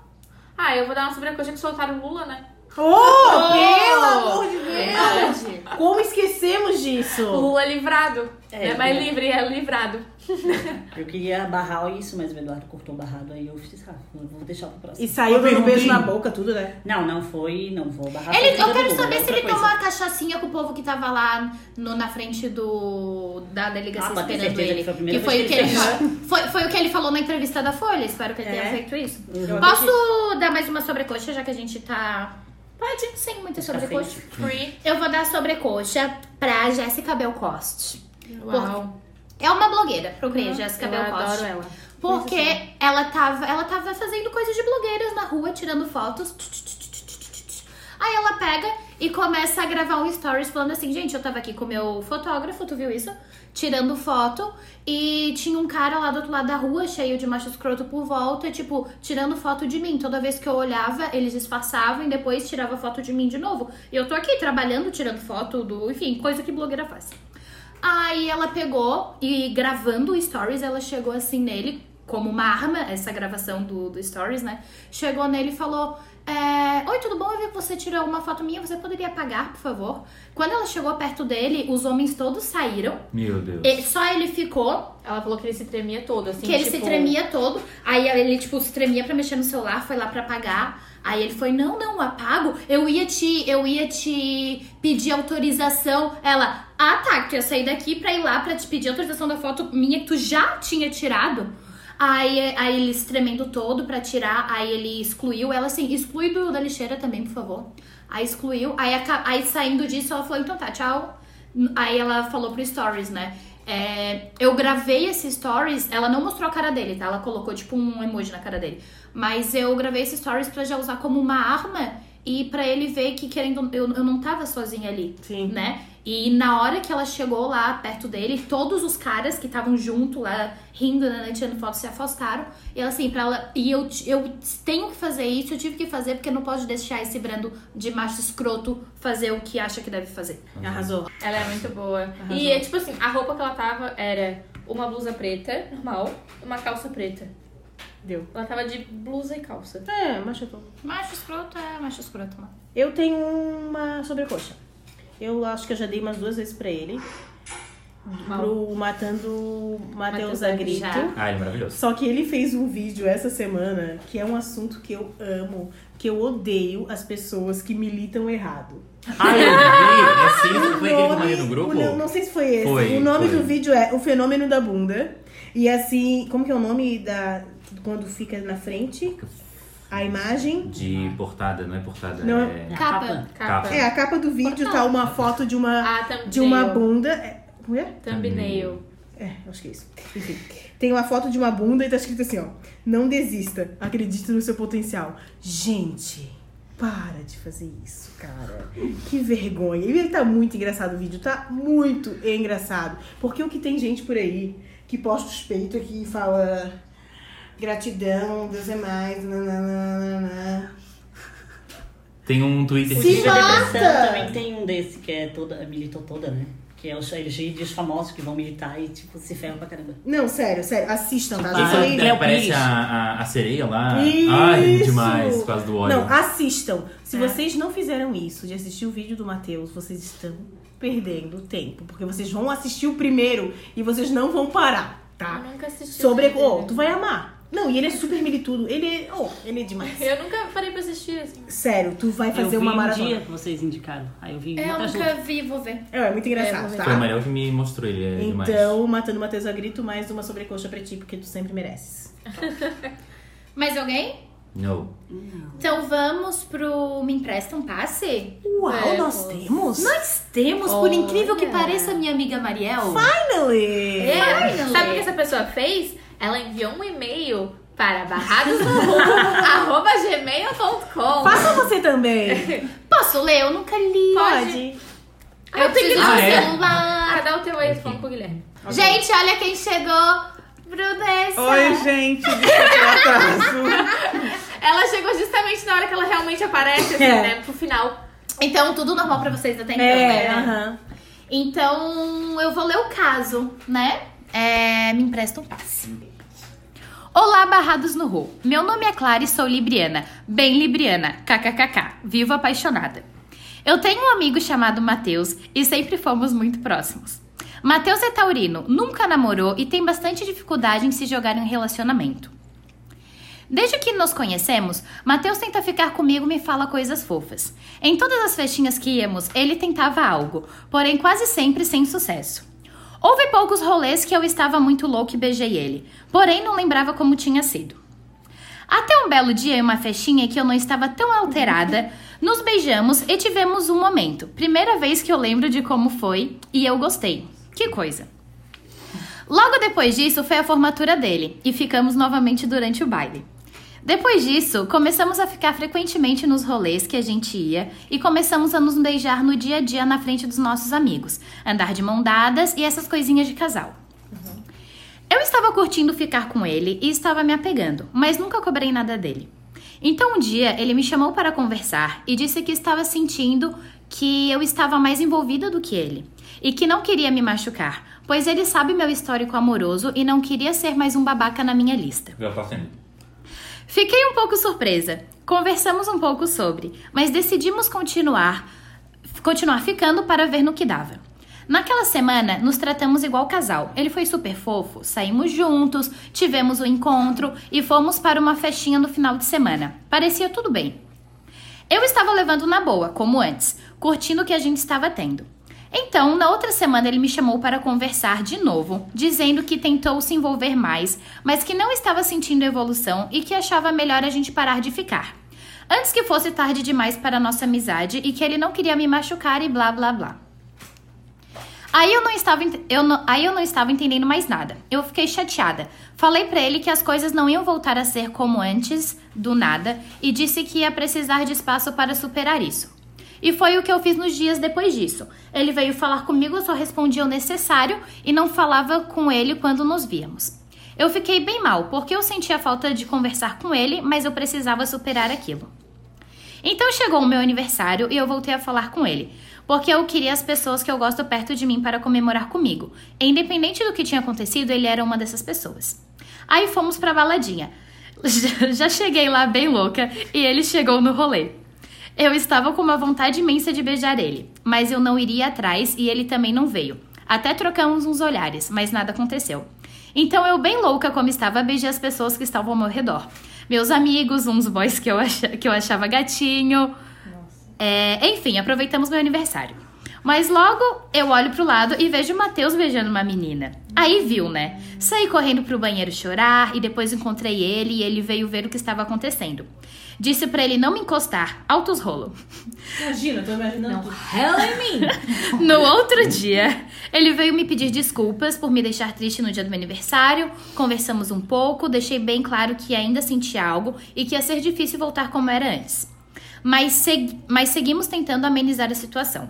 [SPEAKER 3] Ah, eu vou dar uma sobrecoxa que soltaram o Lula, né?
[SPEAKER 5] Oh, É. pelo amor de Deus!
[SPEAKER 2] É Verdade.
[SPEAKER 5] Como esquecemos disso?
[SPEAKER 3] Lula livrado.
[SPEAKER 6] É,
[SPEAKER 3] É, mais
[SPEAKER 6] eu-
[SPEAKER 3] livre, é livrado.
[SPEAKER 6] Eu queria barrar isso, mas o Eduardo cortou o barrado. Aí eu fiz, ah, eu vou deixar pro próximo.
[SPEAKER 5] E saiu dando
[SPEAKER 4] Perguntei.
[SPEAKER 5] beijo na boca, tudo, né?
[SPEAKER 6] Não, não foi, não vou barrar.
[SPEAKER 2] Ele,
[SPEAKER 6] foi
[SPEAKER 2] eu
[SPEAKER 6] coisa
[SPEAKER 2] quero
[SPEAKER 6] do Google,
[SPEAKER 2] saber
[SPEAKER 6] é
[SPEAKER 2] se
[SPEAKER 6] outra
[SPEAKER 2] ele
[SPEAKER 6] coisa.
[SPEAKER 2] tomou a cachaçinha com o povo que tava lá no- na frente do da delegacia
[SPEAKER 6] Ah, pode ter
[SPEAKER 2] esperando
[SPEAKER 6] certeza
[SPEAKER 2] ele.
[SPEAKER 6] que foi a primeira
[SPEAKER 2] que foi o
[SPEAKER 6] vez
[SPEAKER 2] que
[SPEAKER 6] que
[SPEAKER 2] ele
[SPEAKER 6] ele
[SPEAKER 2] fa- foi, foi o que ele falou na entrevista da Folha. Espero que ele
[SPEAKER 5] É.
[SPEAKER 2] tenha feito isso.
[SPEAKER 5] Eu
[SPEAKER 2] Posso dar mais uma sobrecoxa, já que a gente tá. Pode, sem
[SPEAKER 6] tá
[SPEAKER 2] muita sobrecoxa.
[SPEAKER 3] Free.
[SPEAKER 2] Eu vou dar sobrecoxa pra Jéssica Belcoste.
[SPEAKER 3] Uau.
[SPEAKER 2] É uma blogueira, procurei a Jéssica
[SPEAKER 3] Ah, eu
[SPEAKER 2] Belcoste.
[SPEAKER 3] adoro ela. assim.
[SPEAKER 2] Porque ela tava, ela tava fazendo coisas de blogueiras na rua, tirando fotos. Aí ela pega e começa a gravar um stories falando assim, gente, eu tava aqui com o meu fotógrafo, tu viu isso? Tirando foto e tinha um cara lá do outro lado da rua, cheio de macho escroto por volta, tipo, tirando foto de mim. Toda vez que eu olhava, eles disfarçavam e depois tirava foto de mim de novo. E eu tô aqui trabalhando, tirando foto do, enfim, coisa que blogueira faz. Aí ela pegou e gravando o Stories, ela chegou assim nele, como uma arma, essa gravação do, do Stories, né? Chegou nele e falou: é, Oi, tudo bom? Eu vi que você tirou uma foto minha, você poderia apagar, por favor? Quando ela chegou perto dele, os homens todos saíram,
[SPEAKER 4] Meu Deus.
[SPEAKER 2] e só ele ficou.
[SPEAKER 3] Ela falou que ele se tremia todo, assim.
[SPEAKER 2] Que ele se
[SPEAKER 3] tipo,
[SPEAKER 2] tremia todo. Aí ele, tipo, se tremia pra mexer no celular, foi lá pra apagar. Aí ele foi, não, não, apago. Eu ia te, eu ia te pedir autorização. Ela, ah tá, que eu saí daqui pra ir lá pra te pedir autorização da foto minha que tu já tinha tirado. Aí, aí ele se tremendo todo pra tirar, aí ele excluiu ela assim, exclui do da lixeira também, por favor. Aí excluiu, aí, aca- aí saindo disso ela falou, então tá, tchau. Aí ela falou pro Stories, né? É, eu gravei esse stories, ela não mostrou a cara dele, tá? Ela colocou tipo um emoji na cara dele. Mas eu gravei esse stories pra já usar como uma arma e pra ele ver que querendo eu, eu não tava sozinha ali,
[SPEAKER 5] Sim.
[SPEAKER 2] né? E na hora que ela chegou lá perto dele, todos os caras que estavam junto lá, rindo, né, né, tirando foto, se afastaram. E ela assim, pra ela, e eu, t- eu tenho que fazer isso, eu tive que fazer porque eu não posso deixar esse brando de macho escroto fazer o que acha que deve fazer.
[SPEAKER 5] Arrasou.
[SPEAKER 3] Ela é muito boa. E é tipo assim, a roupa que ela tava era uma blusa preta, normal, uma calça preta.
[SPEAKER 5] Deu.
[SPEAKER 3] Ela tava de blusa e calça.
[SPEAKER 5] É, machucou.
[SPEAKER 2] Macho escroto é macho escroto, mano.
[SPEAKER 5] Eu tenho uma sobrecoxa. Eu acho que eu já dei umas duas vezes pra ele.
[SPEAKER 3] Mal.
[SPEAKER 5] Pro Matando Matheus
[SPEAKER 3] Mateus
[SPEAKER 5] a Grito.
[SPEAKER 2] já.
[SPEAKER 4] Ah, ele é maravilhoso.
[SPEAKER 5] Só que ele fez um vídeo essa semana que é um assunto que eu amo, que eu odeio as pessoas que militam errado.
[SPEAKER 4] Ah, eu vi. É assim,
[SPEAKER 5] O
[SPEAKER 4] foi aquele que eu mandei no
[SPEAKER 5] nome-
[SPEAKER 4] grupo?
[SPEAKER 5] o- Não, não sei se foi esse.
[SPEAKER 4] Foi,
[SPEAKER 5] o nome
[SPEAKER 4] foi.
[SPEAKER 5] do vídeo é O Fenômeno da Bunda. E assim, como que é o nome da. Quando fica na frente? A imagem.
[SPEAKER 4] De portada, não é portada,
[SPEAKER 5] Não,
[SPEAKER 4] é...
[SPEAKER 2] Capa.
[SPEAKER 4] Capa.
[SPEAKER 5] É, a capa do vídeo tá uma foto de uma,
[SPEAKER 3] Ah, thumbnail.
[SPEAKER 5] de uma bunda. É, como é?
[SPEAKER 3] Thumbnail.
[SPEAKER 5] É, acho que é isso. Enfim. Tem uma foto de uma bunda e tá escrito assim, ó. Não desista. Acredite no seu potencial. Gente, para de fazer isso, cara. Que vergonha. E tá muito engraçado o vídeo. Tá muito engraçado. Porque o que tem gente por aí que posta os peitos aqui e fala... Gratidão, Deus é mais, nananana.
[SPEAKER 4] Tem um Twitter
[SPEAKER 5] Se
[SPEAKER 4] que...
[SPEAKER 6] Sim,
[SPEAKER 5] mata!
[SPEAKER 6] depressão também tem um desse que é toda, militou toda, né? Que é os LGBTs famosos que vão militar e, tipo, se ferram pra caramba.
[SPEAKER 5] Não, sério, sério. Assistam, tá?
[SPEAKER 4] Quem
[SPEAKER 5] Isso aí-
[SPEAKER 4] foi- parece a, a, a sereia lá.
[SPEAKER 5] Isso!
[SPEAKER 4] Ai, demais, por causa do óleo.
[SPEAKER 5] Não, ah, assistam. Se
[SPEAKER 3] É.
[SPEAKER 5] vocês não fizeram isso, de assistir o vídeo do Matheus, vocês estão perdendo tempo. Porque vocês vão assistir o primeiro e vocês não vão parar,
[SPEAKER 3] Eu
[SPEAKER 5] tá?
[SPEAKER 3] nunca assisti.
[SPEAKER 5] Sobre.
[SPEAKER 3] o
[SPEAKER 5] Oh,
[SPEAKER 3] vídeo
[SPEAKER 5] tu
[SPEAKER 3] dele.
[SPEAKER 5] vai amar. Não, e ele é super militudo. Ele é. Oh, ele é demais.
[SPEAKER 3] Eu nunca parei pra assistir, assim.
[SPEAKER 5] Sério, tu vai fazer
[SPEAKER 6] eu vi
[SPEAKER 5] uma
[SPEAKER 6] um
[SPEAKER 5] maratona.
[SPEAKER 6] dia que vocês indicaram. Aí eu vi
[SPEAKER 2] É, eu
[SPEAKER 6] muita
[SPEAKER 2] nunca vi, vou ver.
[SPEAKER 5] É, é muito engraçado,
[SPEAKER 4] Foi o
[SPEAKER 5] tá?
[SPEAKER 4] Mariel que me mostrou, ele é demais.
[SPEAKER 5] Então, matando Matheus a grito, mais uma sobrecoxa pra ti, porque tu sempre mereces.
[SPEAKER 2] Mais alguém?
[SPEAKER 4] Não.
[SPEAKER 2] Então vamos pro Me Empresta um Passe?
[SPEAKER 5] Uau,
[SPEAKER 3] É,
[SPEAKER 5] nós
[SPEAKER 3] pô.
[SPEAKER 5] temos?
[SPEAKER 2] Nós temos, por incrível que
[SPEAKER 3] Olha.
[SPEAKER 2] pareça, minha amiga Mariel.
[SPEAKER 5] Finally!
[SPEAKER 3] É,
[SPEAKER 2] Finally.
[SPEAKER 3] sabe o que essa pessoa fez? Ela enviou um e-mail para barradosnorru.gmail.com
[SPEAKER 5] Faça você também!
[SPEAKER 2] Posso ler? Eu nunca li.
[SPEAKER 5] Pode.
[SPEAKER 2] Eu, tenho que ler
[SPEAKER 4] Ah, é?
[SPEAKER 2] o celular.
[SPEAKER 3] Cadê o teu aí? Falando pro Guilherme.
[SPEAKER 2] Gente, olha quem chegou. Brunessa.
[SPEAKER 8] Oi, gente, desculpa o atraso.
[SPEAKER 3] Ela chegou justamente na hora que ela realmente aparece, assim,
[SPEAKER 5] É.
[SPEAKER 3] né? Pro final.
[SPEAKER 2] Então, tudo normal pra vocês até então,
[SPEAKER 5] É,
[SPEAKER 2] né?
[SPEAKER 5] aham.
[SPEAKER 2] Então, eu vou ler o caso, né? É, me empresta um passe. Olá, barrados no Ru. Meu nome é Clara e sou libriana. Bem libriana, kkkk. Vivo apaixonada. Eu tenho um amigo chamado Matheus e sempre fomos muito próximos. Matheus é taurino, nunca namorou e tem bastante dificuldade em se jogar em um relacionamento. Desde que nos conhecemos, Matheus tenta ficar comigo e me fala coisas fofas. Em todas as festinhas que íamos, ele tentava algo, porém quase sempre sem sucesso. Houve poucos rolês que eu estava muito louco e beijei ele, porém não lembrava como tinha sido. Até um belo dia, em uma festinha que eu não estava tão alterada, nos beijamos e tivemos um momento. Primeira vez que eu lembro de como foi e eu gostei. Que coisa. Logo depois disso foi a formatura dele e ficamos novamente durante o baile. Depois disso, começamos a ficar frequentemente nos rolês que a gente ia e começamos a nos beijar no dia a dia na frente dos nossos amigos, andar de mão dadas e essas coisinhas de casal. Eu estava curtindo ficar com ele e estava me apegando, mas nunca cobrei nada dele. Então um dia ele me chamou para conversar e disse que estava sentindo que eu estava mais envolvida do que ele e que não queria me machucar, pois ele sabe meu histórico amoroso e não queria ser mais um babaca na minha lista.
[SPEAKER 4] Já tá sendo.
[SPEAKER 2] Fiquei um pouco surpresa. Conversamos um pouco sobre, mas decidimos continuar, continuar ficando para ver no que dava. Naquela semana, nos tratamos igual casal. Ele foi super fofo, saímos juntos, tivemos o encontro e fomos para uma festinha no final de semana. Parecia tudo bem. Eu estava levando na boa, como antes, curtindo o que a gente estava tendo. Então, na outra semana, ele me chamou para conversar de novo, dizendo que tentou se envolver mais, mas que não estava sentindo evolução e que achava melhor a gente parar de ficar. Antes que fosse tarde demais para nossa amizade e que ele não queria me machucar e blá blá blá. Aí eu não estava, ent- eu não- aí eu não estava entendendo mais nada. Eu fiquei chateada. Falei pra ele que as coisas não iam voltar a ser como antes, do nada, e disse que ia precisar de espaço para superar isso. E foi o que eu fiz nos dias depois disso. Ele veio falar comigo, eu só respondia o necessário e não falava com ele quando nos víamos. Eu fiquei bem mal, porque eu sentia falta de conversar com ele, mas eu precisava superar aquilo. Então chegou o meu aniversário e eu voltei a falar com ele, porque eu queria as pessoas que eu gosto perto de mim para comemorar comigo. E, Independente do que tinha acontecido, ele era uma dessas pessoas. Aí fomos pra baladinha. Já- Já cheguei lá bem louca e ele chegou no rolê. Eu estava com uma vontade imensa de beijar ele, mas eu não iria atrás e ele também não veio. Até trocamos uns olhares, mas nada aconteceu. Então eu, bem louca como estava, beijei as pessoas que estavam ao meu redor. Meus amigos, uns boys que eu, acha- que eu achava gatinho. É, enfim, aproveitamos meu aniversário. Mas logo eu olho pro lado e vejo o Matheus beijando uma menina. Aí viu, né? Saí correndo pro banheiro chorar e depois encontrei ele e ele veio ver o que estava acontecendo. Disse pra ele não me encostar, altos rolo.
[SPEAKER 5] Imagina, tô imaginando. tudo.
[SPEAKER 3] Hell in me!
[SPEAKER 2] No outro dia, ele veio me pedir desculpas por me deixar triste no dia do meu aniversário. Conversamos um pouco, deixei bem claro que ainda sentia algo e que ia ser difícil voltar como era antes. Mas, seg- mas seguimos tentando amenizar a situação.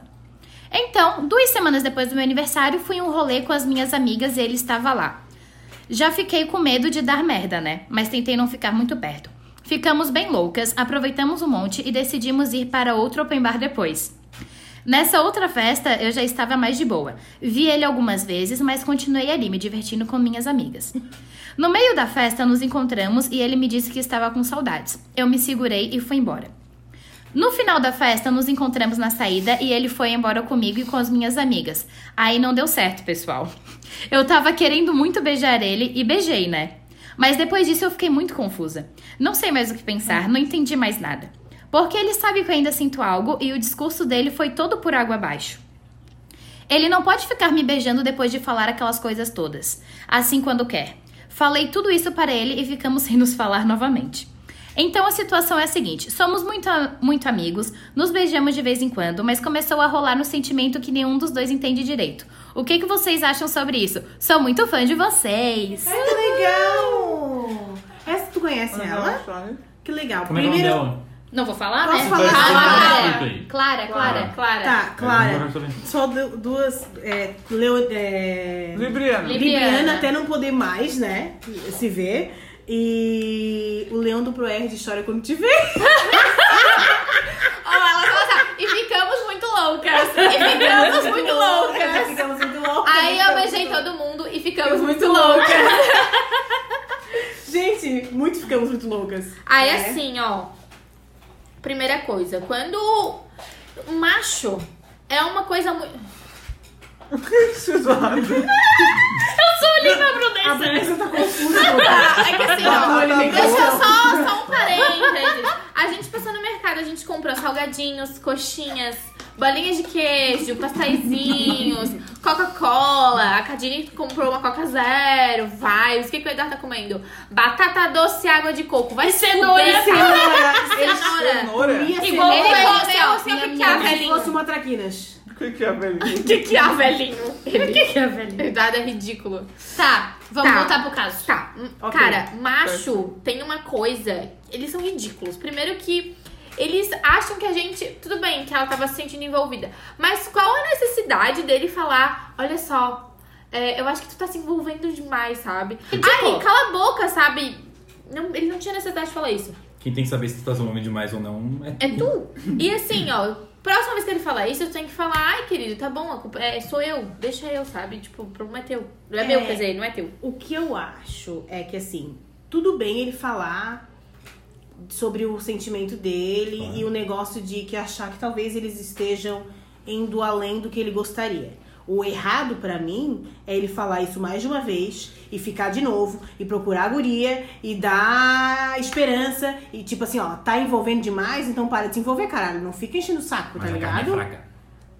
[SPEAKER 2] Então, duas semanas depois do meu aniversário, fui em um rolê com as minhas amigas e ele estava lá. Já fiquei com medo de dar merda, né? Mas tentei não ficar muito perto. Ficamos bem loucas, aproveitamos um monte e decidimos ir para outro open bar depois. Nessa outra festa, eu já estava mais de boa. Vi ele algumas vezes, mas continuei ali, me divertindo com minhas amigas. No meio da festa, nos encontramos e ele me disse que estava com saudades. Eu me segurei e fui embora. No final da festa, nos encontramos na saída e ele foi embora comigo e com as minhas amigas. Aí não deu certo, pessoal. Eu tava querendo muito beijar ele e beijei, né? Mas depois disso eu fiquei muito confusa. Não sei mais o que pensar, não entendi mais nada. Porque ele sabe que eu ainda sinto algo e o discurso dele foi todo por água abaixo. Ele não pode ficar me beijando depois de falar aquelas coisas todas, assim quando quer. Falei tudo isso para ele e ficamos sem nos falar novamente. Então a situação é a seguinte: somos muito, a- muito amigos, nos beijamos de vez em quando, mas começou a rolar um sentimento que nenhum dos dois entende direito. O que, que vocês acham sobre isso? Sou muito fã de vocês!
[SPEAKER 5] Ai, que legal! Essa tu conhece ela?
[SPEAKER 8] Ela?
[SPEAKER 5] Que legal.
[SPEAKER 4] Como é que é o nome
[SPEAKER 5] Primeiro. é.
[SPEAKER 4] dela?
[SPEAKER 2] Não vou falar,
[SPEAKER 5] Posso
[SPEAKER 2] né?
[SPEAKER 5] falar?
[SPEAKER 2] Ah,
[SPEAKER 4] Explica aí.
[SPEAKER 2] Clara, Clara, Clara, Clara.
[SPEAKER 4] É,
[SPEAKER 5] Tá, Clara.
[SPEAKER 4] Agora eu também.
[SPEAKER 5] Só du- duas. É, Leo, é,
[SPEAKER 8] Libriana.
[SPEAKER 2] Lib- Libriana.
[SPEAKER 5] Libriana até não poder mais, né? Se ver. E o Leão do Proer de História Quando Te Vê.
[SPEAKER 3] Oh, ela gosta. E ficamos muito loucas. E ficamos muito loucas.
[SPEAKER 5] É, Ficamos muito loucas.
[SPEAKER 3] Aí eu
[SPEAKER 5] Ficamos
[SPEAKER 3] beijei
[SPEAKER 5] muito loucas.
[SPEAKER 3] todo mundo e ficamos muito loucas.
[SPEAKER 5] Gente, muito ficamos muito loucas.
[SPEAKER 3] Aí
[SPEAKER 5] É.
[SPEAKER 3] assim, ó. Primeira coisa, quando o macho é uma coisa muito.
[SPEAKER 5] A Vanessa tá confusa.
[SPEAKER 3] É que assim, ó. Deixa eu
[SPEAKER 5] Tá
[SPEAKER 3] só, só um parênteses. A gente passou no mercado, a gente comprou salgadinhos, coxinhas, bolinhas de queijo, pastaizinhos, Coca-Cola. A Cadine comprou uma Coca Zero, vai. O que, que o Eduardo tá comendo? Batata doce e água de coco. Vai cenoura,
[SPEAKER 5] Cenoura.
[SPEAKER 3] cenoura.
[SPEAKER 8] Cenoura?
[SPEAKER 3] Igual
[SPEAKER 2] Ele
[SPEAKER 3] ele
[SPEAKER 2] comeu,
[SPEAKER 3] comeu,
[SPEAKER 2] assim,
[SPEAKER 3] assim, o que que
[SPEAKER 2] a
[SPEAKER 3] é,
[SPEAKER 5] Como se fosse
[SPEAKER 3] velhinho?
[SPEAKER 5] uma traquinas.
[SPEAKER 8] O que que é, velho?
[SPEAKER 3] O que que é, velhinho?
[SPEAKER 7] O que, que é, velho?
[SPEAKER 3] Eduardo é ridículo.
[SPEAKER 2] Tá, vamos
[SPEAKER 3] Tá.
[SPEAKER 2] voltar pro caso.
[SPEAKER 3] Tá, hum,
[SPEAKER 5] Ok.
[SPEAKER 3] cara, macho tem uma coisa. Eles são ridículos. Primeiro que eles acham que a gente. Tudo bem que ela tava se sentindo envolvida. Mas qual a necessidade dele falar, olha só, é, eu acho que tu tá se envolvendo demais, sabe?
[SPEAKER 5] tipo,
[SPEAKER 3] Ai, cala a boca, sabe? Não, ele não tinha necessidade de falar isso.
[SPEAKER 4] Quem tem que saber se tu tá zoando demais ou não é
[SPEAKER 3] É tu. E assim, ó, Próxima vez que ele falar isso, eu tenho que falar, ai, querido, tá bom, a culpa é, sou eu, deixa eu, sabe? Tipo, o problema é teu. Não é,
[SPEAKER 5] É.
[SPEAKER 3] meu, quer dizer, não é teu.
[SPEAKER 5] O que eu acho é que assim, tudo bem ele falar sobre o sentimento dele e o negócio de que achar que talvez eles estejam indo além do que ele gostaria. O errado pra mim é ele falar isso mais de uma vez e ficar de novo e procurar a guria e dar esperança e tipo assim, ó, tá envolvendo demais, então para de se envolver, caralho, não fica enchendo o saco,
[SPEAKER 4] Mas
[SPEAKER 5] tá
[SPEAKER 4] a carne é
[SPEAKER 5] ligado?
[SPEAKER 4] fraca.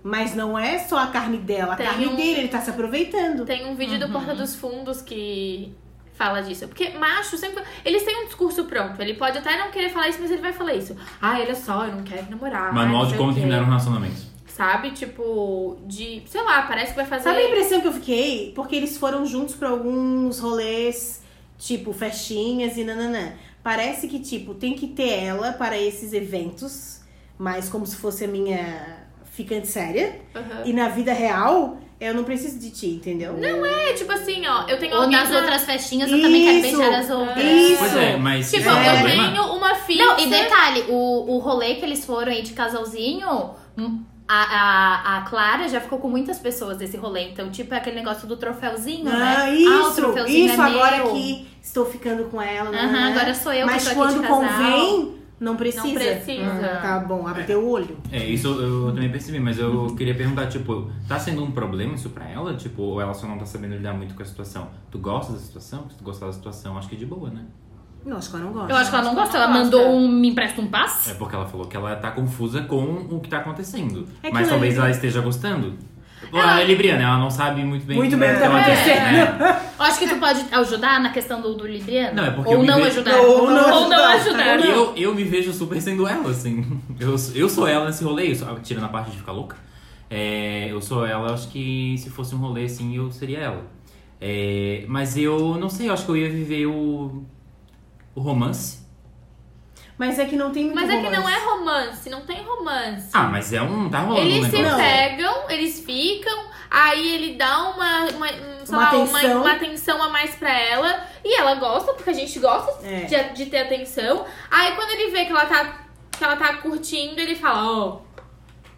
[SPEAKER 5] Mas não é só a carne dela, a
[SPEAKER 3] Tem
[SPEAKER 5] carne
[SPEAKER 3] um-
[SPEAKER 5] dele, ele tá se aproveitando.
[SPEAKER 3] Tem um vídeo
[SPEAKER 4] Uhum.
[SPEAKER 3] do Porta dos Fundos que fala disso. Porque macho sempre. Eles têm um discurso pronto. Ele pode até não querer falar isso, mas ele vai falar isso. Ah, olha só, eu não quero namorar.
[SPEAKER 4] Manual
[SPEAKER 3] não
[SPEAKER 4] de
[SPEAKER 3] sei
[SPEAKER 4] como
[SPEAKER 3] o quê.
[SPEAKER 4] terminar um relacionamento.
[SPEAKER 3] Sabe? Tipo, de. Sei lá, parece que vai fazer.
[SPEAKER 5] Sabe a impressão que eu fiquei? Porque eles foram juntos pra alguns rolês, tipo festinhas e nananã. Parece que, tipo, tem que ter ela para esses eventos, mas como se fosse a minha ficante séria.
[SPEAKER 4] É.
[SPEAKER 3] Aham.
[SPEAKER 5] E na vida real, eu não preciso de ti, entendeu? Não é
[SPEAKER 3] É tipo assim, ó, eu tenho
[SPEAKER 2] Ou nas
[SPEAKER 3] audácia-
[SPEAKER 2] outras festinhas eu também quero
[SPEAKER 5] Isso.
[SPEAKER 2] beijar as outras.
[SPEAKER 5] Isso.
[SPEAKER 4] Pois é, mas
[SPEAKER 3] Tipo,
[SPEAKER 4] isso é um
[SPEAKER 3] eu
[SPEAKER 4] problema?
[SPEAKER 3] tenho uma filha.
[SPEAKER 2] Não, e detalhe, o, o rolê que eles foram aí de casalzinho, hum, a, a, a Clara já ficou com muitas pessoas desse rolê. Então, tipo, é aquele negócio do troféuzinho,
[SPEAKER 5] Ah,
[SPEAKER 2] né? ah, o
[SPEAKER 5] isso,
[SPEAKER 2] troféuzinho
[SPEAKER 5] isso
[SPEAKER 2] é
[SPEAKER 5] agora
[SPEAKER 2] meu.
[SPEAKER 5] que estou ficando com ela.
[SPEAKER 2] Aham,
[SPEAKER 5] nananã.
[SPEAKER 2] agora sou eu
[SPEAKER 5] Mas
[SPEAKER 2] que tô aqui
[SPEAKER 5] quando
[SPEAKER 2] de casal.
[SPEAKER 5] convém, não precisa.
[SPEAKER 3] Não precisa.
[SPEAKER 5] Ah, tá bom, abre teu olho.
[SPEAKER 4] É, isso eu, eu também percebi, mas eu queria perguntar, tipo, tá sendo um problema isso pra ela? Tipo, ou ela só não tá sabendo lidar muito com a situação? Tu gosta da situação? Se tu gostar da situação, acho que é de boa, né?
[SPEAKER 5] Não, acho que ela não gosta.
[SPEAKER 7] Eu acho que ela não gosta. Ela
[SPEAKER 3] Ela não
[SPEAKER 7] mandou
[SPEAKER 3] gosta.
[SPEAKER 7] um me empresta um passe.
[SPEAKER 4] É porque ela falou que ela tá confusa com o que tá acontecendo.
[SPEAKER 5] É que
[SPEAKER 4] mas
[SPEAKER 5] ela
[SPEAKER 4] talvez
[SPEAKER 5] é
[SPEAKER 4] ela esteja gostando. Ou Ela, é libriana, ela não sabe muito bem
[SPEAKER 5] Muito
[SPEAKER 4] como
[SPEAKER 5] bem o que
[SPEAKER 4] é
[SPEAKER 5] tá
[SPEAKER 4] ela é,
[SPEAKER 5] acontecendo.
[SPEAKER 4] né?
[SPEAKER 2] Eu acho que tu pode ajudar na questão do, do Libriano.
[SPEAKER 4] Não, é porque
[SPEAKER 2] Ou
[SPEAKER 4] eu
[SPEAKER 2] não
[SPEAKER 4] me-
[SPEAKER 2] ajudar.
[SPEAKER 5] Ou não
[SPEAKER 7] Ou não
[SPEAKER 5] ajudar. tá
[SPEAKER 7] ajudar. tá
[SPEAKER 4] Eu, eu me vejo super sendo ela, assim. Eu, eu sou ela nesse rolê, eu sou- ah, tirando a parte de ficar louca. É, eu sou ela, eu acho que se fosse um rolê assim, eu seria ela. É, mas eu não sei, eu acho que eu ia viver o, o romance.
[SPEAKER 5] Mas é que não tem muito
[SPEAKER 3] Mas é que não
[SPEAKER 5] romance.
[SPEAKER 3] é romance, não tem romance.
[SPEAKER 4] Ah, mas é um. Tá rolando um
[SPEAKER 3] Eles se
[SPEAKER 4] negócio.
[SPEAKER 3] pegam, eles ficam, aí ele dá uma, uma, um, sei
[SPEAKER 5] Uma
[SPEAKER 3] lá, uma-
[SPEAKER 5] atenção.
[SPEAKER 3] Uma, atenção a mais pra ela. E ela gosta, porque a gente gosta
[SPEAKER 5] É.
[SPEAKER 3] de, de ter atenção. Aí quando ele vê que ela tá, que ela tá curtindo, ele fala, ó,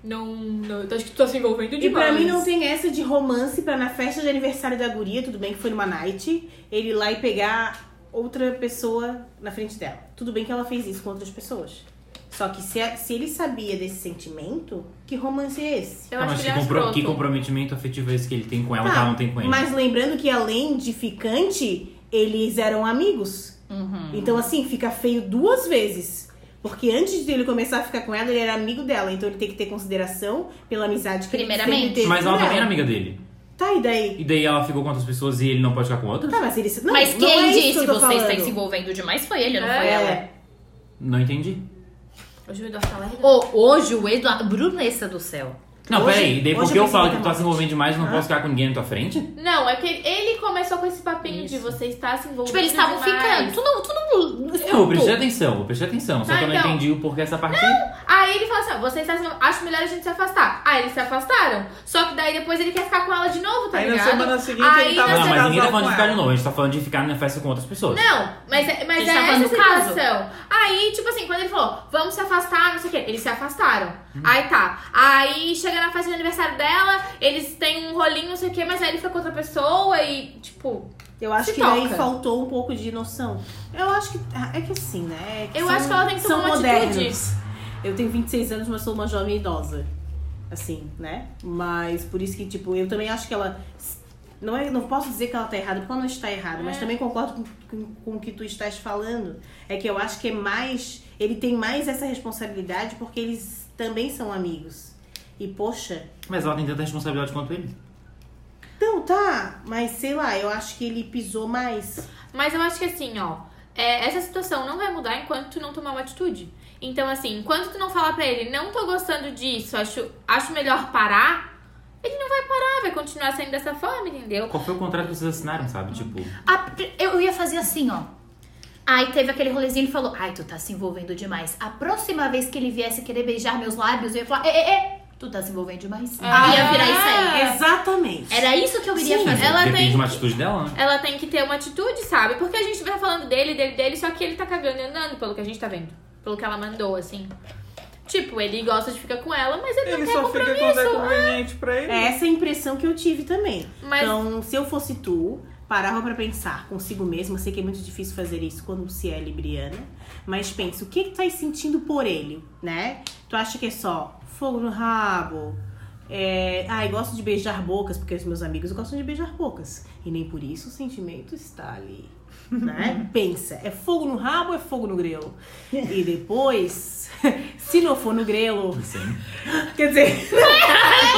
[SPEAKER 3] não, não, acho que tu tá se envolvendo
[SPEAKER 5] E
[SPEAKER 3] demais.
[SPEAKER 5] pra mim não tem essa de romance pra na festa de aniversário da guria, tudo bem que foi numa night, ele ir lá e pegar outra pessoa na frente dela. Tudo bem que ela fez isso com outras pessoas. Só que se, a- se ele sabia desse sentimento, que romance é esse?
[SPEAKER 3] Eu
[SPEAKER 4] Ah,
[SPEAKER 3] acho
[SPEAKER 4] mas
[SPEAKER 3] que
[SPEAKER 4] que,
[SPEAKER 3] ele é um
[SPEAKER 4] compro- que
[SPEAKER 3] escroto.
[SPEAKER 4] comprometimento afetivo é esse que ele tem com ela que
[SPEAKER 5] Tá,
[SPEAKER 4] ela não tem com ele?
[SPEAKER 5] Mas lembrando que além de ficante, eles eram amigos.
[SPEAKER 2] Uhum.
[SPEAKER 4] Hum.
[SPEAKER 5] Então assim, fica feio duas vezes. Porque antes de ele começar a ficar com ela, ele era amigo dela. Então ele tem que ter consideração pela amizade que ele sempre
[SPEAKER 2] Primeiramente.
[SPEAKER 5] teve
[SPEAKER 4] Mas ela
[SPEAKER 5] com
[SPEAKER 4] também era amiga dele.
[SPEAKER 5] Tá, e daí?
[SPEAKER 4] E daí ela ficou com outras pessoas e ele não pode ficar com outras?
[SPEAKER 5] Tá, mas ele. Não,
[SPEAKER 2] Mas
[SPEAKER 5] não
[SPEAKER 2] quem
[SPEAKER 5] é isso
[SPEAKER 2] disse
[SPEAKER 5] que eu tô
[SPEAKER 2] você está
[SPEAKER 5] falando.
[SPEAKER 2] se envolvendo demais foi ele, não
[SPEAKER 3] É.
[SPEAKER 2] foi ela.
[SPEAKER 5] É.
[SPEAKER 4] Não entendi.
[SPEAKER 3] O tá juiz do Arcelor-
[SPEAKER 2] Ô, hoje o Eduardo. Brunessa do céu.
[SPEAKER 4] Não,
[SPEAKER 5] Hoje-
[SPEAKER 4] peraí, daí
[SPEAKER 5] hoje
[SPEAKER 4] porque
[SPEAKER 5] eu
[SPEAKER 4] eu falo
[SPEAKER 5] pensei
[SPEAKER 4] que tu tá se envolvendo demais e não posso ficar com ninguém na tua frente?
[SPEAKER 3] Não, é que ele começou com esse papinho de você estar se envolvendo
[SPEAKER 2] Tipo, eles estavam
[SPEAKER 3] demais.
[SPEAKER 2] ficando. Tu não. Tu não
[SPEAKER 4] Não, eu prestei atenção, eu prestei atenção. Só
[SPEAKER 3] Ah,
[SPEAKER 4] que eu não
[SPEAKER 3] então.
[SPEAKER 4] entendi o porquê essa parte.
[SPEAKER 3] Aí ele fala assim, ó, você está se- acho melhor a gente se afastar. Aí eles se afastaram. Só que daí depois ele quer ficar com ela de novo, tá
[SPEAKER 8] Aí na
[SPEAKER 3] ligado?
[SPEAKER 8] semana seguinte
[SPEAKER 3] Aí
[SPEAKER 8] ele tava
[SPEAKER 3] na
[SPEAKER 4] Não,
[SPEAKER 8] se
[SPEAKER 4] mas ninguém tá
[SPEAKER 8] casar
[SPEAKER 4] falando
[SPEAKER 8] com
[SPEAKER 4] de ficar de
[SPEAKER 8] ela.
[SPEAKER 4] novo, a gente tá falando de ficar na festa com outras pessoas.
[SPEAKER 3] Não, mas, é- mas
[SPEAKER 2] Ele
[SPEAKER 3] é
[SPEAKER 2] tá
[SPEAKER 3] essa
[SPEAKER 2] falando do caso?
[SPEAKER 3] situação. Aí, tipo assim, quando ele falou, vamos se afastar, não sei o quê, eles se afastaram. Aí tá. Aí chega na festa de aniversário dela, eles têm um rolinho, não sei o quê, mas aí ele fica com outra pessoa e, tipo.
[SPEAKER 5] Eu acho
[SPEAKER 3] Se
[SPEAKER 5] que daí
[SPEAKER 3] toca.
[SPEAKER 5] faltou um pouco de noção. Eu acho que. ah, É que assim, né? É
[SPEAKER 3] Eu
[SPEAKER 5] são-
[SPEAKER 3] acho que ela tem que
[SPEAKER 5] são
[SPEAKER 3] tomar uma
[SPEAKER 5] modernos.
[SPEAKER 3] atitude.
[SPEAKER 5] Eu tenho 26 anos, mas sou uma jovem idosa. Assim, né? Mas por isso que, tipo, eu também acho que ela. Não, é, não posso dizer que ela tá errada, porque ela não está errada,
[SPEAKER 3] É.
[SPEAKER 5] mas também concordo com, com, com o que tu estás falando. É que eu acho que é mais. Ele tem mais essa responsabilidade porque eles também são amigos. E, poxa,
[SPEAKER 4] Mas ela tem tanta responsabilidade quanto ele.
[SPEAKER 5] Então tá, mas sei lá, eu acho que ele pisou mais.
[SPEAKER 3] Mas eu acho que assim, ó, é, essa situação não vai mudar enquanto tu não tomar uma atitude. Então, assim, enquanto tu não falar pra ele, não tô gostando disso, acho, acho melhor parar, ele não vai parar, vai continuar sendo dessa forma, entendeu?
[SPEAKER 4] Qual foi o contrato que vocês assinaram, sabe? Tipo,
[SPEAKER 2] A- eu ia fazer assim, ó. Aí teve aquele rolezinho, ele falou: Ai, tu tá se envolvendo demais. A próxima vez que ele viesse querer beijar meus lábios, eu ia falar: Ê, ê, ê, tu tá se envolvendo demais.
[SPEAKER 3] Ah.
[SPEAKER 2] ia virar isso aí.
[SPEAKER 5] Exatamente.
[SPEAKER 2] Era isso que eu iria
[SPEAKER 3] Sim.
[SPEAKER 2] fazer.
[SPEAKER 4] mas
[SPEAKER 3] ela
[SPEAKER 4] depende
[SPEAKER 3] tem
[SPEAKER 4] de uma
[SPEAKER 3] que-
[SPEAKER 4] atitude dela, né?
[SPEAKER 3] Ela tem que ter uma atitude, sabe? Porque a gente tá falando dele, dele, dele, só que ele tá cagando e andando pelo que a gente tá vendo. Pelo que ela mandou, assim. Tipo, ele gosta de ficar com ela, mas ele,
[SPEAKER 8] Ele
[SPEAKER 3] não quer
[SPEAKER 8] só fica quando é
[SPEAKER 3] compromisso.
[SPEAKER 8] conveniente pra ele.
[SPEAKER 5] É essa a impressão que eu tive também.
[SPEAKER 3] Mas-
[SPEAKER 5] Então, se eu fosse tu, parava pra pensar consigo mesma. Eu sei que é muito difícil fazer isso quando se é libriana. Mas pensa, o que que tu estás sentindo por ele, né? Tu acha que é só fogo no rabo? É... Ai, gosto de beijar bocas, porque os meus amigos gostam de beijar bocas. E nem por isso o sentimento está ali. Né? Pensa, é fogo no rabo ou é fogo no grelo? E depois, se não for no grelo. Quer dizer,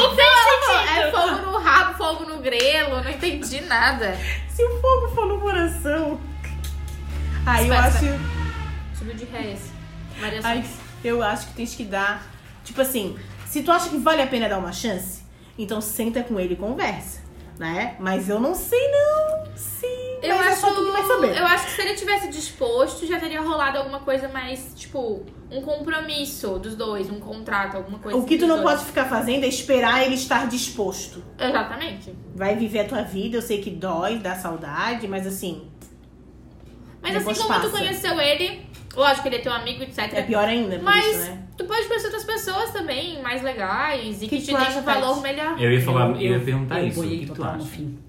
[SPEAKER 3] É fogo no rabo, fogo no grelo, não entendi nada.
[SPEAKER 5] Se o fogo for no coração. Aí eu
[SPEAKER 3] Espera,
[SPEAKER 5] acho,
[SPEAKER 3] Subiu É, tipo de ré esse. Maria
[SPEAKER 5] aí
[SPEAKER 3] Sônia.
[SPEAKER 5] eu acho que tens que dar. Tipo assim, se tu acha que vale a pena dar uma chance, então senta com ele e conversa, né? Mas eu não sei não. Sim.
[SPEAKER 3] Eu
[SPEAKER 5] mas é
[SPEAKER 3] acho,
[SPEAKER 5] só tu que vai saber.
[SPEAKER 3] eu acho que se ele tivesse disposto, já teria rolado alguma coisa mais, tipo, um compromisso dos dois, um contrato, alguma coisa.
[SPEAKER 5] O que tu
[SPEAKER 3] dos
[SPEAKER 5] não
[SPEAKER 3] dois.
[SPEAKER 5] pode ficar fazendo é esperar ele estar disposto.
[SPEAKER 3] Exatamente.
[SPEAKER 5] Vai viver a tua vida, eu sei que dói, dá saudade, mas assim,
[SPEAKER 3] Mas
[SPEAKER 5] Depois
[SPEAKER 3] assim como tu
[SPEAKER 5] passa.
[SPEAKER 3] conheceu ele, lógico, ele é teu amigo, etc.
[SPEAKER 5] é pior ainda, por
[SPEAKER 3] Mas-
[SPEAKER 5] isso, né?
[SPEAKER 3] Tu pode conhecer outras pessoas também, mais legais, e que,
[SPEAKER 5] Que que
[SPEAKER 3] te
[SPEAKER 5] tu
[SPEAKER 3] deixam
[SPEAKER 5] acha,
[SPEAKER 3] um valor
[SPEAKER 5] Tati?
[SPEAKER 3] melhor.
[SPEAKER 4] Eu ia falar, eu,
[SPEAKER 6] Eu-
[SPEAKER 4] ia perguntar
[SPEAKER 6] eu
[SPEAKER 4] isso. O
[SPEAKER 6] boiei
[SPEAKER 4] que, que tu
[SPEAKER 6] total no
[SPEAKER 4] acha?
[SPEAKER 6] fim.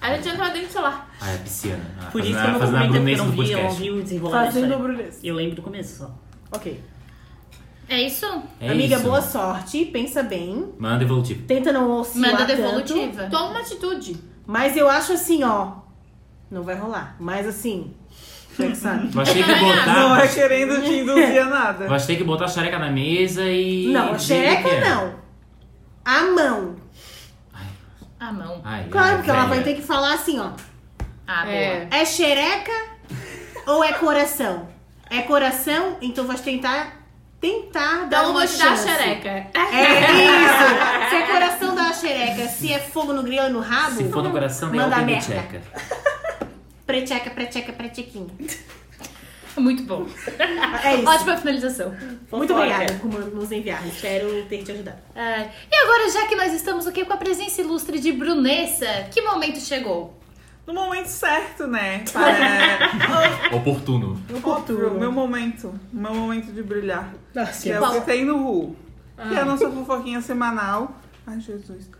[SPEAKER 3] A gente entrou dentro do celular.
[SPEAKER 4] Ah, é a piscina. Ah,
[SPEAKER 6] Por
[SPEAKER 4] fazendo
[SPEAKER 6] isso
[SPEAKER 4] a-
[SPEAKER 6] que eu não
[SPEAKER 4] fazendo a
[SPEAKER 6] comentei, porque
[SPEAKER 4] brunessa
[SPEAKER 6] eu não
[SPEAKER 4] do
[SPEAKER 6] vi, eu não
[SPEAKER 4] podcast.
[SPEAKER 6] vi o desenrolar da
[SPEAKER 5] Fazendo
[SPEAKER 6] história.
[SPEAKER 5] brulhas.
[SPEAKER 6] Eu lembro do começo só.
[SPEAKER 5] Ok.
[SPEAKER 2] É isso?
[SPEAKER 4] É
[SPEAKER 5] Amiga,
[SPEAKER 4] isso.
[SPEAKER 5] boa sorte, pensa bem.
[SPEAKER 4] Manda evolutivo.
[SPEAKER 5] Tenta não oscilar
[SPEAKER 2] Manda
[SPEAKER 5] tanto.
[SPEAKER 2] devolutiva.
[SPEAKER 3] Toma uma atitude.
[SPEAKER 5] Mas eu acho assim, ó. Não vai rolar. Mas assim. tu é que sabe.
[SPEAKER 4] Vai ter que
[SPEAKER 8] Não
[SPEAKER 4] botar.
[SPEAKER 8] é querendo te induzir a nada.
[SPEAKER 4] Vai ter que botar a xereca na mesa e.
[SPEAKER 5] não, a
[SPEAKER 4] dizer o que
[SPEAKER 5] xereca
[SPEAKER 4] é.
[SPEAKER 5] não. A mão.
[SPEAKER 2] A mão.
[SPEAKER 4] Ai,
[SPEAKER 5] Claro,
[SPEAKER 4] ai,
[SPEAKER 5] porque ela
[SPEAKER 4] velha.
[SPEAKER 5] vai ter que falar assim, ó.
[SPEAKER 2] Ah, boa.
[SPEAKER 7] É.
[SPEAKER 5] É xereca ou é coração? É coração, então vai tentar. Tentar dar
[SPEAKER 3] Então eu
[SPEAKER 5] uma
[SPEAKER 3] vou te dar a
[SPEAKER 5] chance.
[SPEAKER 3] xereca.
[SPEAKER 5] É isso. Se é coração, dá a xereca. Se é fogo no grilo e no rabo,
[SPEAKER 4] Se for no coração, é daí
[SPEAKER 5] Manda
[SPEAKER 4] ela tem
[SPEAKER 5] merda.
[SPEAKER 4] tcheca.
[SPEAKER 5] precheca, precheca, prechequinha.
[SPEAKER 7] Muito bom.
[SPEAKER 5] É isso.
[SPEAKER 7] Ótima finalização.
[SPEAKER 5] Muito
[SPEAKER 6] Fofoca.
[SPEAKER 5] obrigada por nos enviar. Espero ter te ajudado.
[SPEAKER 2] Ai, E agora, já que nós estamos aqui com a presença ilustre de Brunessa, que momento chegou?
[SPEAKER 8] No momento certo, né? Para...
[SPEAKER 4] Oportuno.
[SPEAKER 8] Óbvio, meu momento. Meu momento de brilhar.
[SPEAKER 5] Nossa,
[SPEAKER 8] Que é o que tem no Ru.
[SPEAKER 5] Ah.
[SPEAKER 8] Que é a nossa fofoquinha semanal. Ai, Jesus.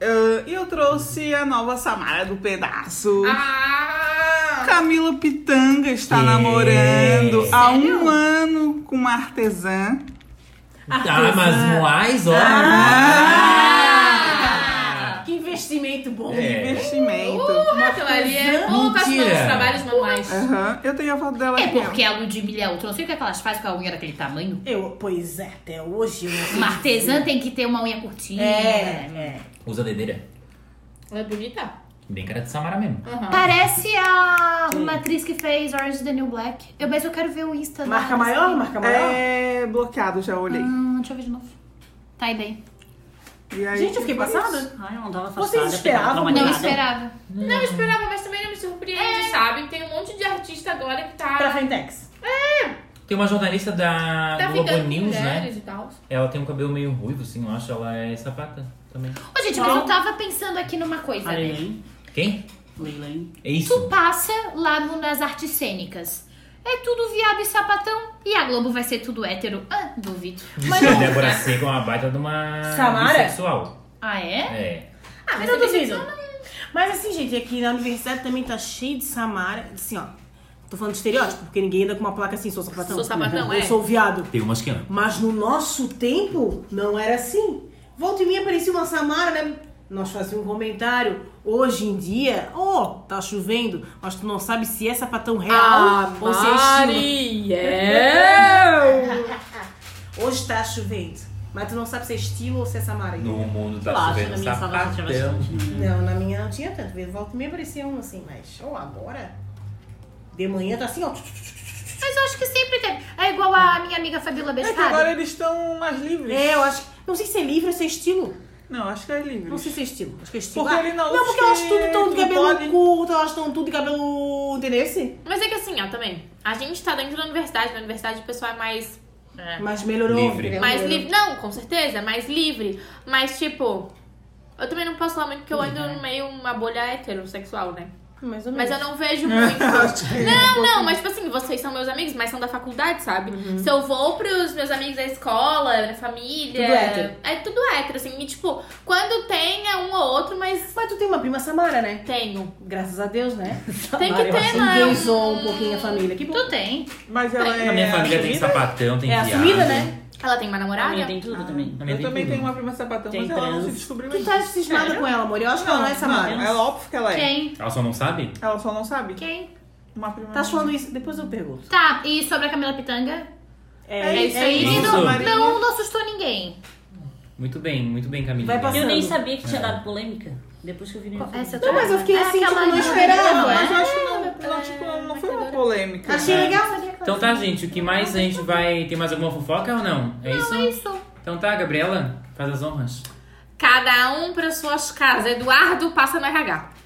[SPEAKER 8] Ah, E eu trouxe a nova Samara do pedaço.
[SPEAKER 3] Ah!
[SPEAKER 8] Camila Pitanga está
[SPEAKER 4] Que?
[SPEAKER 8] namorando há um ano com uma artesã.
[SPEAKER 4] Ah, mas moais, ó.
[SPEAKER 3] Ah!
[SPEAKER 5] Que investimento bom.
[SPEAKER 4] É.
[SPEAKER 8] Investimento.
[SPEAKER 3] Aquilo ali é colocar os
[SPEAKER 4] Mentira.
[SPEAKER 3] meus trabalhos normais.
[SPEAKER 8] Aham. Eu tenho a foto dela
[SPEAKER 2] É
[SPEAKER 8] aqui. ó.
[SPEAKER 2] porque a Ludmilla trouxe o que, é que elas fazem com a unha daquele tamanho?
[SPEAKER 5] Eu, pois é, até hoje eu não sei
[SPEAKER 2] Uma artesã tem que ter uma unha curtinha.
[SPEAKER 5] É, é.
[SPEAKER 4] Usa dedeira.
[SPEAKER 3] Ela é bonita.
[SPEAKER 4] Bem cara de Samara mesmo.
[SPEAKER 2] Parece a uma atriz que fez Orange is the New Black. Eu, mas eu quero ver o Insta. da-
[SPEAKER 5] Marca maior, marca maior.
[SPEAKER 8] É bloqueado, já olhei.
[SPEAKER 2] Hum, deixa eu ver de novo. Tá aí bem.
[SPEAKER 8] E aí,
[SPEAKER 5] Ah. Gente, eu fiquei
[SPEAKER 8] foi isso.
[SPEAKER 5] passada.
[SPEAKER 6] Ai, eu não tava afastada.
[SPEAKER 5] Vocês esperavam?
[SPEAKER 6] pela
[SPEAKER 2] Não
[SPEAKER 6] traumatizada.
[SPEAKER 2] esperava.
[SPEAKER 3] Não esperava, mas também não me surpreende, sabe? Tem um monte de artista agora que tá,
[SPEAKER 5] Pra Frentex.
[SPEAKER 4] Tem uma jornalista da
[SPEAKER 3] tá
[SPEAKER 4] Globo
[SPEAKER 3] ficando com
[SPEAKER 4] News, né?
[SPEAKER 3] mulheres e tal.
[SPEAKER 4] Ela tem um cabelo meio ruivo, assim, eu acho. Ela é sapata também.
[SPEAKER 2] Ô, gente, mas eu tava pensando aqui numa coisa,
[SPEAKER 6] A
[SPEAKER 2] né?
[SPEAKER 6] Leilene.
[SPEAKER 4] Quem?
[SPEAKER 6] Leilene.
[SPEAKER 4] É
[SPEAKER 2] Tu
[SPEAKER 4] isso.
[SPEAKER 2] passa lá no- nas artes cênicas. É tudo viado e sapatão. E a Globo vai ser tudo hétero. Ah, duvido. Mas
[SPEAKER 4] a
[SPEAKER 2] não-
[SPEAKER 4] Débora Seca é uma baita de uma
[SPEAKER 5] Samara?
[SPEAKER 4] bissexual.
[SPEAKER 2] Ah, é?
[SPEAKER 4] É.
[SPEAKER 5] Ah, mas eu duvido.
[SPEAKER 2] né?
[SPEAKER 5] Mas assim, gente, aqui na universidade também tá cheio de Samara. Assim, ó. Tô falando de estereótipo, porque ninguém anda com uma placa assim, sou sapatão.
[SPEAKER 3] Sou sapatão,
[SPEAKER 5] Eu
[SPEAKER 3] é.
[SPEAKER 5] sou viado.
[SPEAKER 4] Tem umas que não.
[SPEAKER 5] Mas no nosso tempo, não era assim. Volta e meia aparecia uma Samara, né? Nós fazíamos um comentário. Hoje em dia, oh, tá chovendo, mas tu não sabe se é sapatão real
[SPEAKER 3] Ah,
[SPEAKER 5] ou se é estilo. Hoje tá chovendo, mas tu não sabe se é estilo ou se é Samara.
[SPEAKER 4] No mundo
[SPEAKER 6] Eu
[SPEAKER 4] da
[SPEAKER 6] acho, na
[SPEAKER 4] chovendo
[SPEAKER 6] minha sala não tinha
[SPEAKER 4] sapatão.
[SPEAKER 6] bastante. né?
[SPEAKER 5] Não, na minha não tinha tanto. Volta e meia aparecia um assim, mas oh, agora? De manhã tá assim, ó.
[SPEAKER 2] Mas eu acho que sempre teve. É igual a minha amiga Fabiola
[SPEAKER 8] É que
[SPEAKER 2] Besfado.
[SPEAKER 8] agora eles estão mais livres.
[SPEAKER 5] É, eu acho. Não sei se é livre ou se é estilo.
[SPEAKER 8] Não, acho que é livre.
[SPEAKER 5] Não sei se é estilo. Acho que é estilo.
[SPEAKER 8] Porque
[SPEAKER 5] Ah,
[SPEAKER 8] ele não
[SPEAKER 5] não, porque elas tudo tão de
[SPEAKER 8] tudo
[SPEAKER 5] cabelo
[SPEAKER 8] pode.
[SPEAKER 5] curto, elas estão tudo de cabelo. Entendeu? Assim?
[SPEAKER 3] Mas é que assim, ó, também. A gente tá dentro da universidade. Na universidade o pessoal é mais.
[SPEAKER 5] Mas melhorou.
[SPEAKER 4] Livre.
[SPEAKER 5] entendeu?
[SPEAKER 3] Mais
[SPEAKER 5] Melhorou.
[SPEAKER 3] livre. Não, com certeza, mais livre. Uhum. Mas, tipo, eu também não posso falar muito porque eu ando no meio uma bolha heterossexual, né?
[SPEAKER 5] Mais ou menos.
[SPEAKER 3] Mas eu é não vejo muito.
[SPEAKER 8] não,
[SPEAKER 3] Não, mas tipo assim, vocês são meus amigos, mas são da faculdade, sabe? Se eu vou pros meus amigos da escola, da família.
[SPEAKER 5] Tudo hétero.
[SPEAKER 3] É tudo hétero, assim. E tipo, quando tem é um ou outro, mas
[SPEAKER 5] Mas tu tem uma prima Samara, né?
[SPEAKER 3] tenho.
[SPEAKER 5] Graças a Deus, né?
[SPEAKER 3] Tem que ter, né?
[SPEAKER 5] Endeusou um pouquinho a família. Que bom.
[SPEAKER 2] Então
[SPEAKER 7] Tu tem.
[SPEAKER 8] Mas ela é.
[SPEAKER 4] Na minha família tem
[SPEAKER 8] assumida?
[SPEAKER 4] sapatão, tem
[SPEAKER 5] É
[SPEAKER 4] viado.
[SPEAKER 5] assumida, né?
[SPEAKER 3] Ela tem uma
[SPEAKER 6] A minha
[SPEAKER 3] namorada?
[SPEAKER 6] tem tudo também.
[SPEAKER 4] Na minha
[SPEAKER 8] Eu
[SPEAKER 4] tem
[SPEAKER 8] também
[SPEAKER 4] tudo.
[SPEAKER 8] tenho uma prima sapatão,
[SPEAKER 6] Tem
[SPEAKER 8] mas ela não se
[SPEAKER 6] trans.
[SPEAKER 8] descobriu
[SPEAKER 5] Tu
[SPEAKER 8] ainda.
[SPEAKER 5] tá cismada com ela, amor. Eu acho que ela não é Samara.
[SPEAKER 8] não, ela óbvio que ela é.
[SPEAKER 2] Quem?
[SPEAKER 4] Ela só não sabe?
[SPEAKER 8] Ela só não sabe.
[SPEAKER 2] Quem?
[SPEAKER 8] Uma prima.
[SPEAKER 5] Tá falando isso? Depois eu pergunto.
[SPEAKER 2] Tá, e sobre a Camila Pitanga?
[SPEAKER 8] É isso aí.
[SPEAKER 2] E
[SPEAKER 4] Isso.
[SPEAKER 2] não,
[SPEAKER 8] Marília.
[SPEAKER 2] não, não assustou ninguém.
[SPEAKER 4] Muito bem, muito bem, Camila.
[SPEAKER 5] Vai passar.
[SPEAKER 6] Eu nem sabia que tinha dado polêmica. Depois que eu vi no YouTube.
[SPEAKER 2] Essa
[SPEAKER 5] Não, mas eu fiquei
[SPEAKER 2] É
[SPEAKER 5] assim, tipo,
[SPEAKER 2] aquela
[SPEAKER 5] não
[SPEAKER 2] de-
[SPEAKER 5] esperava.
[SPEAKER 2] Não, é?
[SPEAKER 8] Mas eu acho que não, não, tipo, não
[SPEAKER 5] é
[SPEAKER 8] foi uma polêmica.
[SPEAKER 5] Achei legal.
[SPEAKER 4] Então tá, gente, o que mais a gente vai. Tem mais alguma fofoca ou não? É isso?
[SPEAKER 2] Isso.
[SPEAKER 4] Então tá, Gabriela, faz as honras.
[SPEAKER 3] Cada um para suas casas. Eduardo passa no RH.